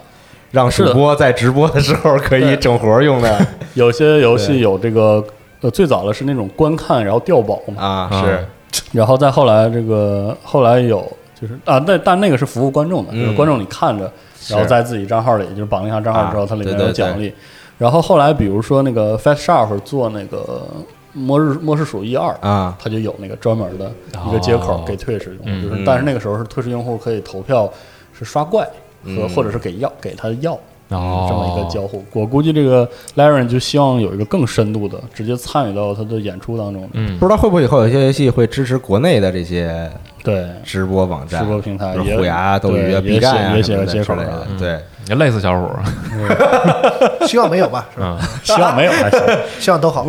Speaker 3: 让
Speaker 6: 是
Speaker 3: 主
Speaker 6: 的
Speaker 3: 播在直播的时候可以
Speaker 6: 对
Speaker 3: 整活用的
Speaker 6: 有些游
Speaker 3: 对
Speaker 6: 戏有这个。呃，最早的是那种观看然后掉宝嘛，
Speaker 3: 啊，
Speaker 4: 啊
Speaker 3: 是，
Speaker 6: 然后再后来这个后来有就是啊，那但那个是服务观众的，
Speaker 3: 嗯
Speaker 6: 就是观众你看着，然后在自己账号里就是绑定一下账号之后，
Speaker 3: 啊
Speaker 6: 它里面
Speaker 3: 对对
Speaker 6: 有奖励。然后后来比如说那个 Fast Sharp 做那个末日末世鼠一二。
Speaker 3: 啊，
Speaker 6: 它就有那个专门的一个接口
Speaker 4: 哦
Speaker 6: 给退市用户，
Speaker 4: 嗯
Speaker 6: 就是但是那个时候是退市用户可以投票是刷怪和、
Speaker 3: 嗯
Speaker 6: 或者是给药给他药
Speaker 4: 哦，
Speaker 6: 这么一个交互。我估计这个 Laren 就希望有一个更深度的，直接参与到他的演出当中的。
Speaker 4: 嗯
Speaker 3: 不知道会不会以后有些游戏会支持国内的这些
Speaker 6: 对，
Speaker 3: 直播网站，
Speaker 6: 直播平台
Speaker 3: 比如
Speaker 6: 也
Speaker 3: 虎牙、斗鱼、
Speaker 6: 对
Speaker 3: B 站啊
Speaker 6: 也
Speaker 3: 什
Speaker 6: 写
Speaker 3: 么
Speaker 6: 也
Speaker 3: 的
Speaker 6: 写个接
Speaker 3: 之
Speaker 6: 口
Speaker 3: 类
Speaker 6: 儿
Speaker 3: 的
Speaker 6: 啊，
Speaker 3: 对，
Speaker 4: 也累死小虎。
Speaker 5: 希望没有吧，是吧？
Speaker 4: 嗯，
Speaker 6: 希望没有还行。
Speaker 3: 嗯
Speaker 5: 希望都好，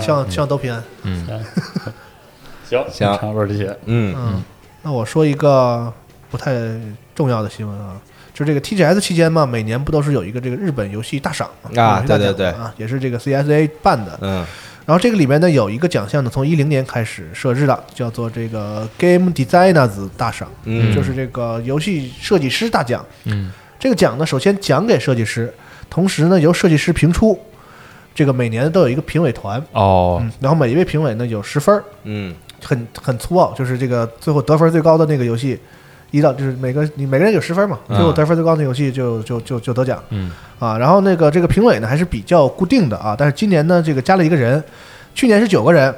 Speaker 5: 希望希望都平安。
Speaker 6: 行
Speaker 3: 行
Speaker 6: 差不多这些。
Speaker 3: 嗯
Speaker 5: 嗯，那我说一个不太重要的新闻啊，就是这个 TGS 期间嘛，每年不都是有一个这个日本游戏大赏嘛
Speaker 3: 啊
Speaker 5: 日本游戏
Speaker 3: 对
Speaker 5: 大
Speaker 3: 对对
Speaker 5: 奖嘛啊，也是这个 CSA 办的。
Speaker 3: 嗯
Speaker 5: 然后这个里面呢有一个奖项呢，从一零年开始设置的，叫做这个 Game Designers 大赏，
Speaker 3: 嗯
Speaker 5: 就是这个游戏设计师大奖。
Speaker 4: 嗯，
Speaker 5: 这个奖呢，首先奖给设计师，同时呢由设计师评出。这个每年都有一个评委团，
Speaker 4: 哦，
Speaker 5: 嗯，然后每一位评委呢有十分儿，
Speaker 3: 嗯
Speaker 5: 很很粗暴，就是这个最后得分最高的那个游戏，一到就是每个你每个人有十分嘛，
Speaker 3: 嗯
Speaker 5: 最后得分最高的游戏就就就就得奖
Speaker 4: 嗯
Speaker 5: 啊。然后那个这个评委呢还是比较固定的啊，但是今年呢这个加了一个人，去年是九个人，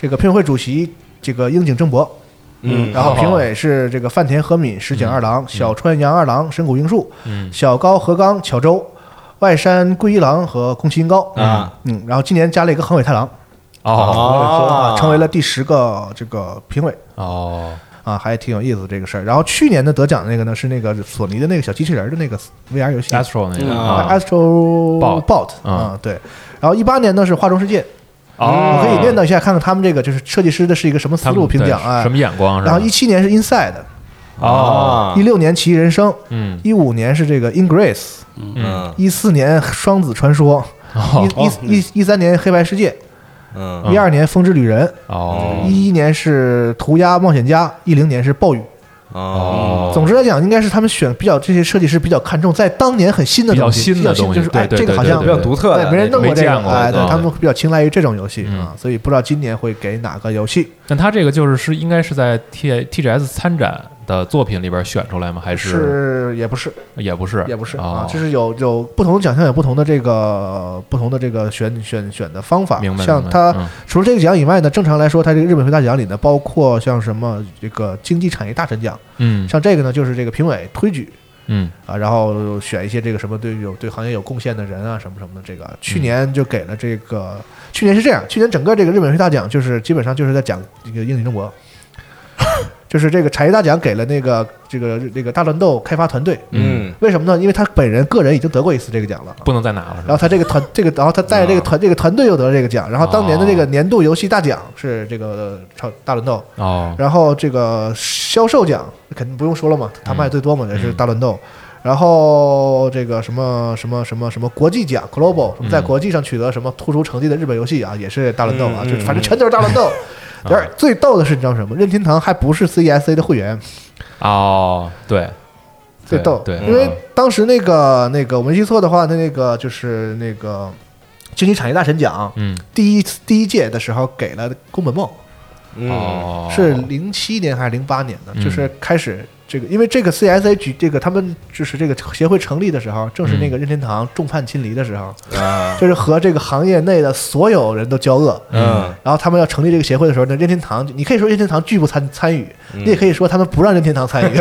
Speaker 5: 这个评委会主席这个樱井正博，
Speaker 3: 嗯
Speaker 5: 然后评委是这个饭田和敏、石井二郎、小川洋二郎、神谷英树、
Speaker 4: 嗯
Speaker 5: 小高和刚、巧周、外山贵一郎和宫崎英高。
Speaker 3: 啊
Speaker 5: 嗯，然后今年加了一个横尾太郎
Speaker 4: 哦
Speaker 5: 啊，成为了第十个这个评委
Speaker 4: 哦
Speaker 5: 啊，还挺有意思这个事儿。然后去年的得奖的那个呢是那个索尼的那个小机器人儿的那个 VR 游戏
Speaker 4: ，Astro 那个
Speaker 3: 嗯
Speaker 5: 啊
Speaker 4: 啊
Speaker 5: Astro
Speaker 4: Bot
Speaker 5: Bot
Speaker 4: 嗯
Speaker 5: 啊，对。然后一八年呢是《画中世界》，啊
Speaker 4: 哦
Speaker 5: 我可以念叨一下，看看他们这个就是设计师的是一个什么思
Speaker 4: 他们
Speaker 5: 路评奖
Speaker 4: 对
Speaker 5: 啊
Speaker 4: 什。么眼光是吧？
Speaker 5: 然后一七年是 Inside，
Speaker 3: 啊
Speaker 4: 哦，
Speaker 5: 一六年《奇异人生》，
Speaker 4: 嗯
Speaker 5: 一五年是这个《In Grace》，
Speaker 3: 嗯
Speaker 5: 一四年《双子传说》，
Speaker 4: 哦
Speaker 5: 一一一一三年《黑白世界》，
Speaker 3: 嗯
Speaker 4: 嗯
Speaker 5: 一二年《风之旅人》，
Speaker 4: 哦
Speaker 5: 一一年是《涂鸦冒险家》，一零年是《暴雨》。
Speaker 3: 哦，
Speaker 5: 总之来讲，应该是他们选比较这些设计师比较看重在当年很新的
Speaker 4: 比较
Speaker 5: 东西，
Speaker 4: 新的东西
Speaker 5: 就是哎，
Speaker 4: 对对
Speaker 5: 这个
Speaker 4: 对
Speaker 5: 好
Speaker 4: 对
Speaker 5: 像
Speaker 3: 比较独特
Speaker 5: 对
Speaker 3: 的，
Speaker 5: 没人弄
Speaker 4: 没
Speaker 5: 过这个
Speaker 4: 见，过
Speaker 5: 哎，对
Speaker 4: 嗯
Speaker 5: 他们比较青睐于这种游戏啊
Speaker 4: 嗯，
Speaker 5: 所以不知道今年会给哪个游戏。
Speaker 4: 但他这个就是是应该是在 T T G S 参展的作品里边选出来吗？还
Speaker 5: 是也不是，
Speaker 4: 也不是
Speaker 5: 也不是
Speaker 4: 哦
Speaker 5: 啊，就是有有不同的奖项，有不同的这个不同的这个选选选的方法
Speaker 4: 明。白
Speaker 5: 像
Speaker 4: 明白
Speaker 5: 它
Speaker 4: 嗯
Speaker 5: 除了这个奖以外呢，正常来说，它这个日本回答奖里呢，包括像什么这个经济产业大臣奖，
Speaker 4: 嗯
Speaker 5: 像这个呢就是这个评委推举
Speaker 4: 嗯
Speaker 5: 啊，然后选一些这个什么对有对行业有贡献的人啊，什么什么的。这个去年就给了这个，去年是这样，去年整个这个日本学大奖就是基本上就是在讲这个应景中国， 就是这个产业大奖给了那个这个这个大乱斗开发团队，
Speaker 3: 嗯
Speaker 5: 为什么呢？因为他本人个人已经得过一次这个奖了。
Speaker 4: 不能再拿了是
Speaker 5: 然后
Speaker 4: 吧？
Speaker 5: 他这个团，这个，然后他带着这个团，这个团队又得了这个奖。然后当年的这个
Speaker 4: 哦
Speaker 5: 年度游戏大奖是这个超大乱斗，
Speaker 4: 哦
Speaker 5: 然后这个销售奖肯定不用说了嘛，他卖最多嘛，也
Speaker 4: 嗯
Speaker 5: 是大乱斗。然后这个什么什么什么什么国际奖 Global，什么在
Speaker 4: 嗯
Speaker 5: 国际上取得什么突出成绩的日本游戏啊，也是大乱斗啊，
Speaker 3: 嗯
Speaker 5: 就
Speaker 3: 嗯
Speaker 5: 反正全都是大 乱斗。而
Speaker 4: 啊
Speaker 5: 最逗的是，你知道什么？任天堂还不是 CESA 的会员，
Speaker 4: 哦对，
Speaker 5: 最
Speaker 4: 对
Speaker 5: 逗。
Speaker 4: 对
Speaker 5: 因为
Speaker 4: 嗯
Speaker 5: 当时那个那个我没记错的话，那那个就是那个经济产业大神奖
Speaker 4: 嗯
Speaker 5: 第一第一届的时候给了宫本茂，
Speaker 3: 嗯
Speaker 4: 哦
Speaker 5: 是零七年还是零八年的，
Speaker 4: 嗯
Speaker 5: 就是开始这个，因为这个 CSA 举这个他们就是这个协会成立的时候，正是那
Speaker 4: 嗯
Speaker 5: 个任天堂众叛亲离的时候，
Speaker 3: 啊
Speaker 5: 就是和这个行业内的所有人都交恶。
Speaker 3: 嗯
Speaker 5: 然后他们要成立这个协会的时候呢，任天堂你可以说任天堂拒不参参与，
Speaker 3: 嗯
Speaker 5: 你也可以说他们不让任天堂参 与，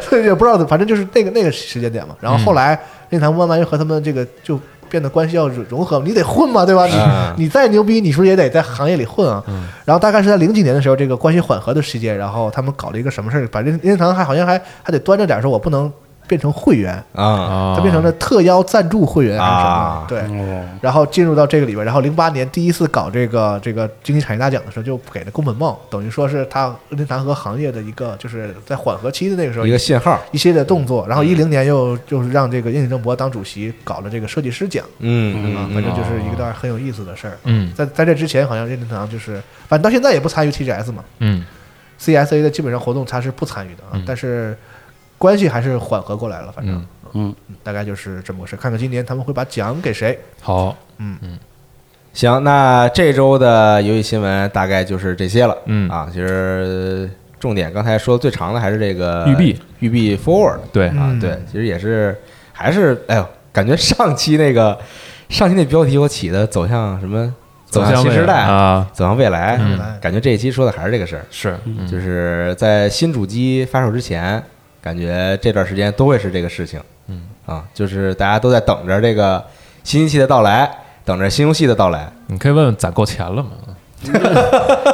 Speaker 5: 所以也不知道怎么，反正就是那个那个时间点嘛。然后后来任天堂慢慢又和他们这个就变得关系要融合，你得混嘛，对吧？你、
Speaker 3: 嗯
Speaker 5: 你再牛逼，你是不是也得在行业里混啊？然后大概是在零几年的时候，这个关系缓和的时间，然后他们搞了一个什么事儿，把任任天堂还好像还还得端着点儿说，我不能变成会员，
Speaker 3: 啊
Speaker 4: 哦
Speaker 5: 它变成了特邀赞助会员还是什么？
Speaker 3: 啊
Speaker 5: 对。
Speaker 6: 哦，
Speaker 5: 然后进入到这个里边，然后零八年第一次搞这个这个经济产业大奖的时候，就给了宫本茂，等于说是他任天堂和行业的一个就是在缓和期的那个时候
Speaker 3: 一个嗯信号，
Speaker 5: 一系列的动作。然后一零年又就是让这个应井正博当主席，搞了这个设计师奖
Speaker 3: 嗯
Speaker 5: 啊，反正就是一个段很有意思的事儿。
Speaker 4: 嗯
Speaker 5: 在在这之前，好像任天堂就是反正到现在也不参与 TGS 嘛
Speaker 4: 嗯
Speaker 5: ，CSA 的基本上活动他是不参与的啊
Speaker 4: 嗯，
Speaker 5: 但是关系还是缓和过来了，反正
Speaker 4: 嗯
Speaker 5: 大概就是这么个事儿。看看今年他们会把奖给谁。
Speaker 4: 好
Speaker 3: 行，那这周的游戏新闻大概就是这些了。
Speaker 4: 嗯
Speaker 3: 啊，其实重点刚才说最长的还是这个
Speaker 4: 育碧，
Speaker 3: 育碧 Forward
Speaker 4: 对
Speaker 3: 啊
Speaker 5: 嗯，
Speaker 3: 对，其实也是还是哎呦，感觉上期那个上期那标题我起的走向什么？走向新
Speaker 4: 未
Speaker 3: 时
Speaker 4: 来
Speaker 3: 代，
Speaker 4: 啊
Speaker 3: 走向未来
Speaker 4: 嗯，
Speaker 3: 感觉这一期说的还是这个事儿，
Speaker 4: 是嗯
Speaker 3: 就是在新主机发售之前，感觉这段时间都会是这个事情。
Speaker 4: 嗯
Speaker 3: 啊，就是大家都在等着这个新机器的到来，等着新游戏的到来。
Speaker 4: 你可以问问攒够钱了吗？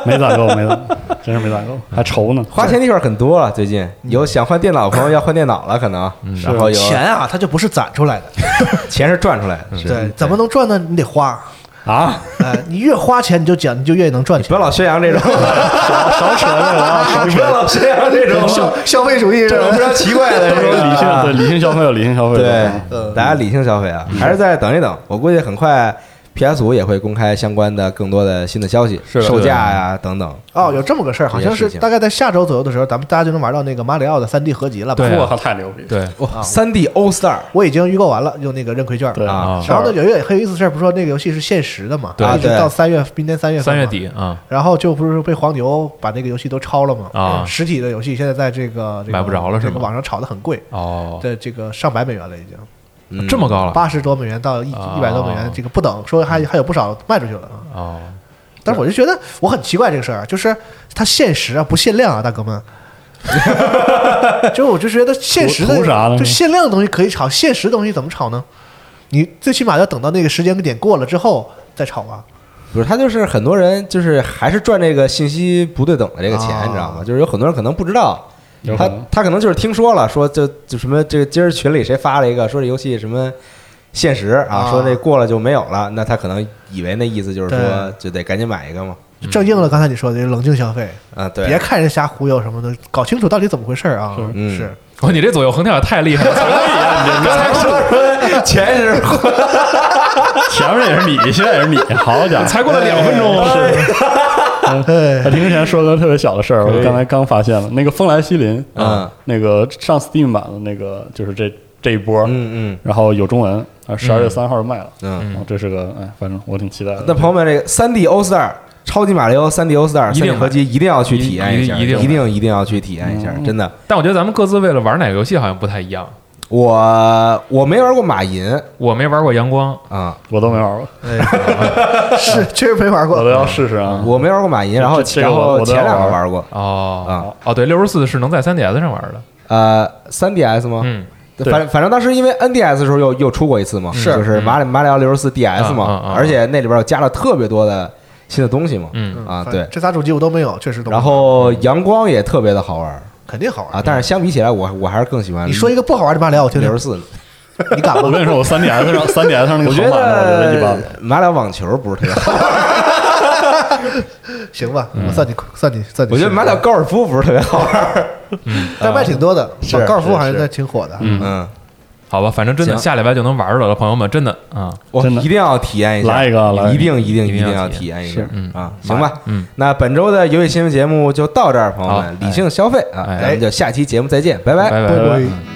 Speaker 6: 没咋够， 没咋，真是没咋够，还愁呢。
Speaker 3: 花钱地方很多啊了，最近有想换电脑的朋友要换电脑了，可能，然后有
Speaker 5: 钱啊，它就不是攒出来的，
Speaker 3: 钱是赚出来的，是
Speaker 5: 对，怎么能赚呢？你得 花，
Speaker 6: 啊，
Speaker 5: 哎，你越花钱你就讲，你就越能赚
Speaker 3: 不
Speaker 5: 钱
Speaker 3: 要。老宣扬这种，
Speaker 6: 少扯那个啊，少
Speaker 3: 不要
Speaker 6: 扯。
Speaker 3: 老宣扬这种
Speaker 5: 消消费主
Speaker 3: 这
Speaker 5: 义是
Speaker 3: 种非
Speaker 5: 吧？
Speaker 3: 常奇怪的
Speaker 6: 都
Speaker 3: 这
Speaker 6: 是
Speaker 3: 种
Speaker 6: 理性， 对理性消费，有理性消 费。
Speaker 3: 对，大家理性消费啊，还是再等一等，我估计很快 PS 五也会公开相关的更多的新的消息，
Speaker 4: 是的
Speaker 3: 售价呀等等。
Speaker 5: 哦，有这么个事儿，好像
Speaker 3: 这些
Speaker 5: 是
Speaker 3: 事情
Speaker 5: 大概在下周左右的时候，咱们大家就能玩到那个马里奥的三 D 合集了吧？
Speaker 4: 对啊
Speaker 6: 我靠，太牛逼！，
Speaker 4: 对
Speaker 3: 哇，三 D All Star
Speaker 5: 我已经预购完了，用那个认亏券。
Speaker 6: 对
Speaker 3: 啊
Speaker 4: 啊
Speaker 5: 然后呢，有一个很有意思的事儿，不是说那个游戏是限时的嘛？
Speaker 4: 对
Speaker 5: 一直到三月，明年三月份
Speaker 4: 三
Speaker 5: 嘛
Speaker 4: 月。底啊
Speaker 5: 然后就不是被黄牛把那个游戏都抄了嘛？
Speaker 4: 啊
Speaker 5: 实体的游戏现在在这个这个
Speaker 4: 买不着了是
Speaker 5: 这
Speaker 4: 吗
Speaker 5: 个网上炒的很贵，
Speaker 4: 哦
Speaker 5: 对，这个上百美元了已经。
Speaker 3: 嗯
Speaker 4: 这么高了
Speaker 5: 八十多美元到一
Speaker 4: 哦嗯
Speaker 5: 一百多美元，这个不等，说还还有不少卖出去了啊。
Speaker 4: 哦
Speaker 5: 但是我就觉得我很奇怪这个事儿啊，就是它限时啊，不限量啊，大哥们。 就是我就觉得限时的
Speaker 6: 图图啥呢
Speaker 5: 就限量的东西可以炒，限时的东西怎么炒呢？你最起码要等到那个时间点过了之后再炒啊。
Speaker 3: 不是，他就是很多人就是还是赚这个信息不对等的这个钱，
Speaker 5: 啊
Speaker 3: 你知道吗？就是有很多人可能不知道，
Speaker 6: 有可
Speaker 3: 他
Speaker 6: 能
Speaker 3: 他可能就是听说了，说就就什么这个今儿群里谁发了一个说这游戏什么限时啊，
Speaker 5: 啊
Speaker 3: 说这过了就没有了，那他可能以为那意思就是说
Speaker 5: 对
Speaker 3: 就得赶紧买一个嘛。
Speaker 6: 嗯
Speaker 5: 正应了刚才你说的，就是冷静消费，
Speaker 3: 啊，对，
Speaker 5: 别看人瞎忽悠什么的，搞清楚到底怎么回事儿啊！
Speaker 3: 嗯
Speaker 5: 是，
Speaker 4: 哦，你这左右横跳也太厉害了！
Speaker 3: 刚才说说钱是
Speaker 6: 前面也是米，现在也是米，好家伙，
Speaker 4: 才过了
Speaker 3: 哎
Speaker 4: 两分钟啊
Speaker 6: 是。
Speaker 5: 哎
Speaker 6: 我听之前说个特别小的事儿，我刚才刚发现了，那个《风来西林》啊
Speaker 3: 嗯，
Speaker 6: 那个上 Steam 版的那个，就是这这一波，
Speaker 3: 嗯
Speaker 6: 然后有中文，啊，十二月三号卖了，
Speaker 3: 嗯
Speaker 6: 哦，这是个，哎，反正我挺期待的。
Speaker 3: 那朋友们，这个三 D O Star 超级马里奥三 D O Star
Speaker 4: 一
Speaker 3: 三
Speaker 4: 定
Speaker 3: D 合集一定要去
Speaker 4: 一定
Speaker 3: 体验一下，
Speaker 4: 一定
Speaker 3: 一定一定要去体验一下，真的。
Speaker 4: 但我觉得咱们各自为了玩哪个游戏好像不太一样。
Speaker 3: 我我没玩过马银
Speaker 4: 我没玩过阳光，
Speaker 3: 啊，
Speaker 6: 我都没玩过，
Speaker 5: 是确实没玩
Speaker 6: 我都
Speaker 5: 过，
Speaker 6: 要试试啊。
Speaker 3: 我没玩过马银，然后
Speaker 6: 这这
Speaker 3: 然
Speaker 6: 个我
Speaker 3: 后
Speaker 6: 我都要
Speaker 3: 前两个
Speaker 6: 玩
Speaker 3: 玩过，
Speaker 4: 哦哦对，六十四是能在 3DS 上玩的。
Speaker 3: 呃，三 DS 吗？
Speaker 4: 嗯，
Speaker 6: 对
Speaker 3: 反反正当时因为 NDS 的时候又又出过一次嘛，
Speaker 5: 是
Speaker 3: 就是马里马里奥六十四 DS
Speaker 4: 嗯嗯嗯
Speaker 3: 嘛
Speaker 4: 嗯，
Speaker 3: 而且那里边有加了特别多的新的东西嘛，
Speaker 4: 嗯
Speaker 3: 啊
Speaker 5: 反正
Speaker 3: 对，
Speaker 5: 这仨主机我都没有，确实都没有
Speaker 3: 然后阳光也特别的好玩
Speaker 5: 肯定好玩
Speaker 3: 啊，。但是相比起来，我我还是更喜欢
Speaker 5: 你说一个不好玩的马里奥，我听
Speaker 3: 六
Speaker 5: 听
Speaker 3: 十，四，
Speaker 5: 你敢
Speaker 6: 我
Speaker 3: 嗯
Speaker 5: 吗？
Speaker 6: 跟你说，我三 DS 上三 DS 上那个
Speaker 3: 我觉
Speaker 6: 横版的，我觉得一般吧。
Speaker 3: 得马里奥网球不是特别好，
Speaker 5: 行吧，我算你算你算你。
Speaker 3: 我觉得马里奥，高尔夫不是特别好玩，
Speaker 5: 但卖挺多的，
Speaker 3: 是
Speaker 5: 高尔
Speaker 3: 是
Speaker 5: 夫还是
Speaker 3: 是
Speaker 5: 在挺火的。
Speaker 3: 嗯，
Speaker 4: 好吧，反正真的
Speaker 3: 行
Speaker 4: 下礼拜就能玩了，朋友们，真的啊，
Speaker 3: 我
Speaker 6: 真的
Speaker 3: 一定要体验一下，
Speaker 6: 来一个来一个
Speaker 3: 一定一定
Speaker 4: 一定要
Speaker 3: 定要
Speaker 4: 体
Speaker 3: 体验一下
Speaker 4: 嗯
Speaker 3: 啊，行吧，
Speaker 4: 嗯，
Speaker 3: 那本周的游戏新闻节目就到这儿，朋友们，
Speaker 4: 好
Speaker 3: 理性消费啊，
Speaker 4: 哎
Speaker 3: 咱们就下期节目再见，拜拜
Speaker 4: 拜。拜。
Speaker 5: 拜拜。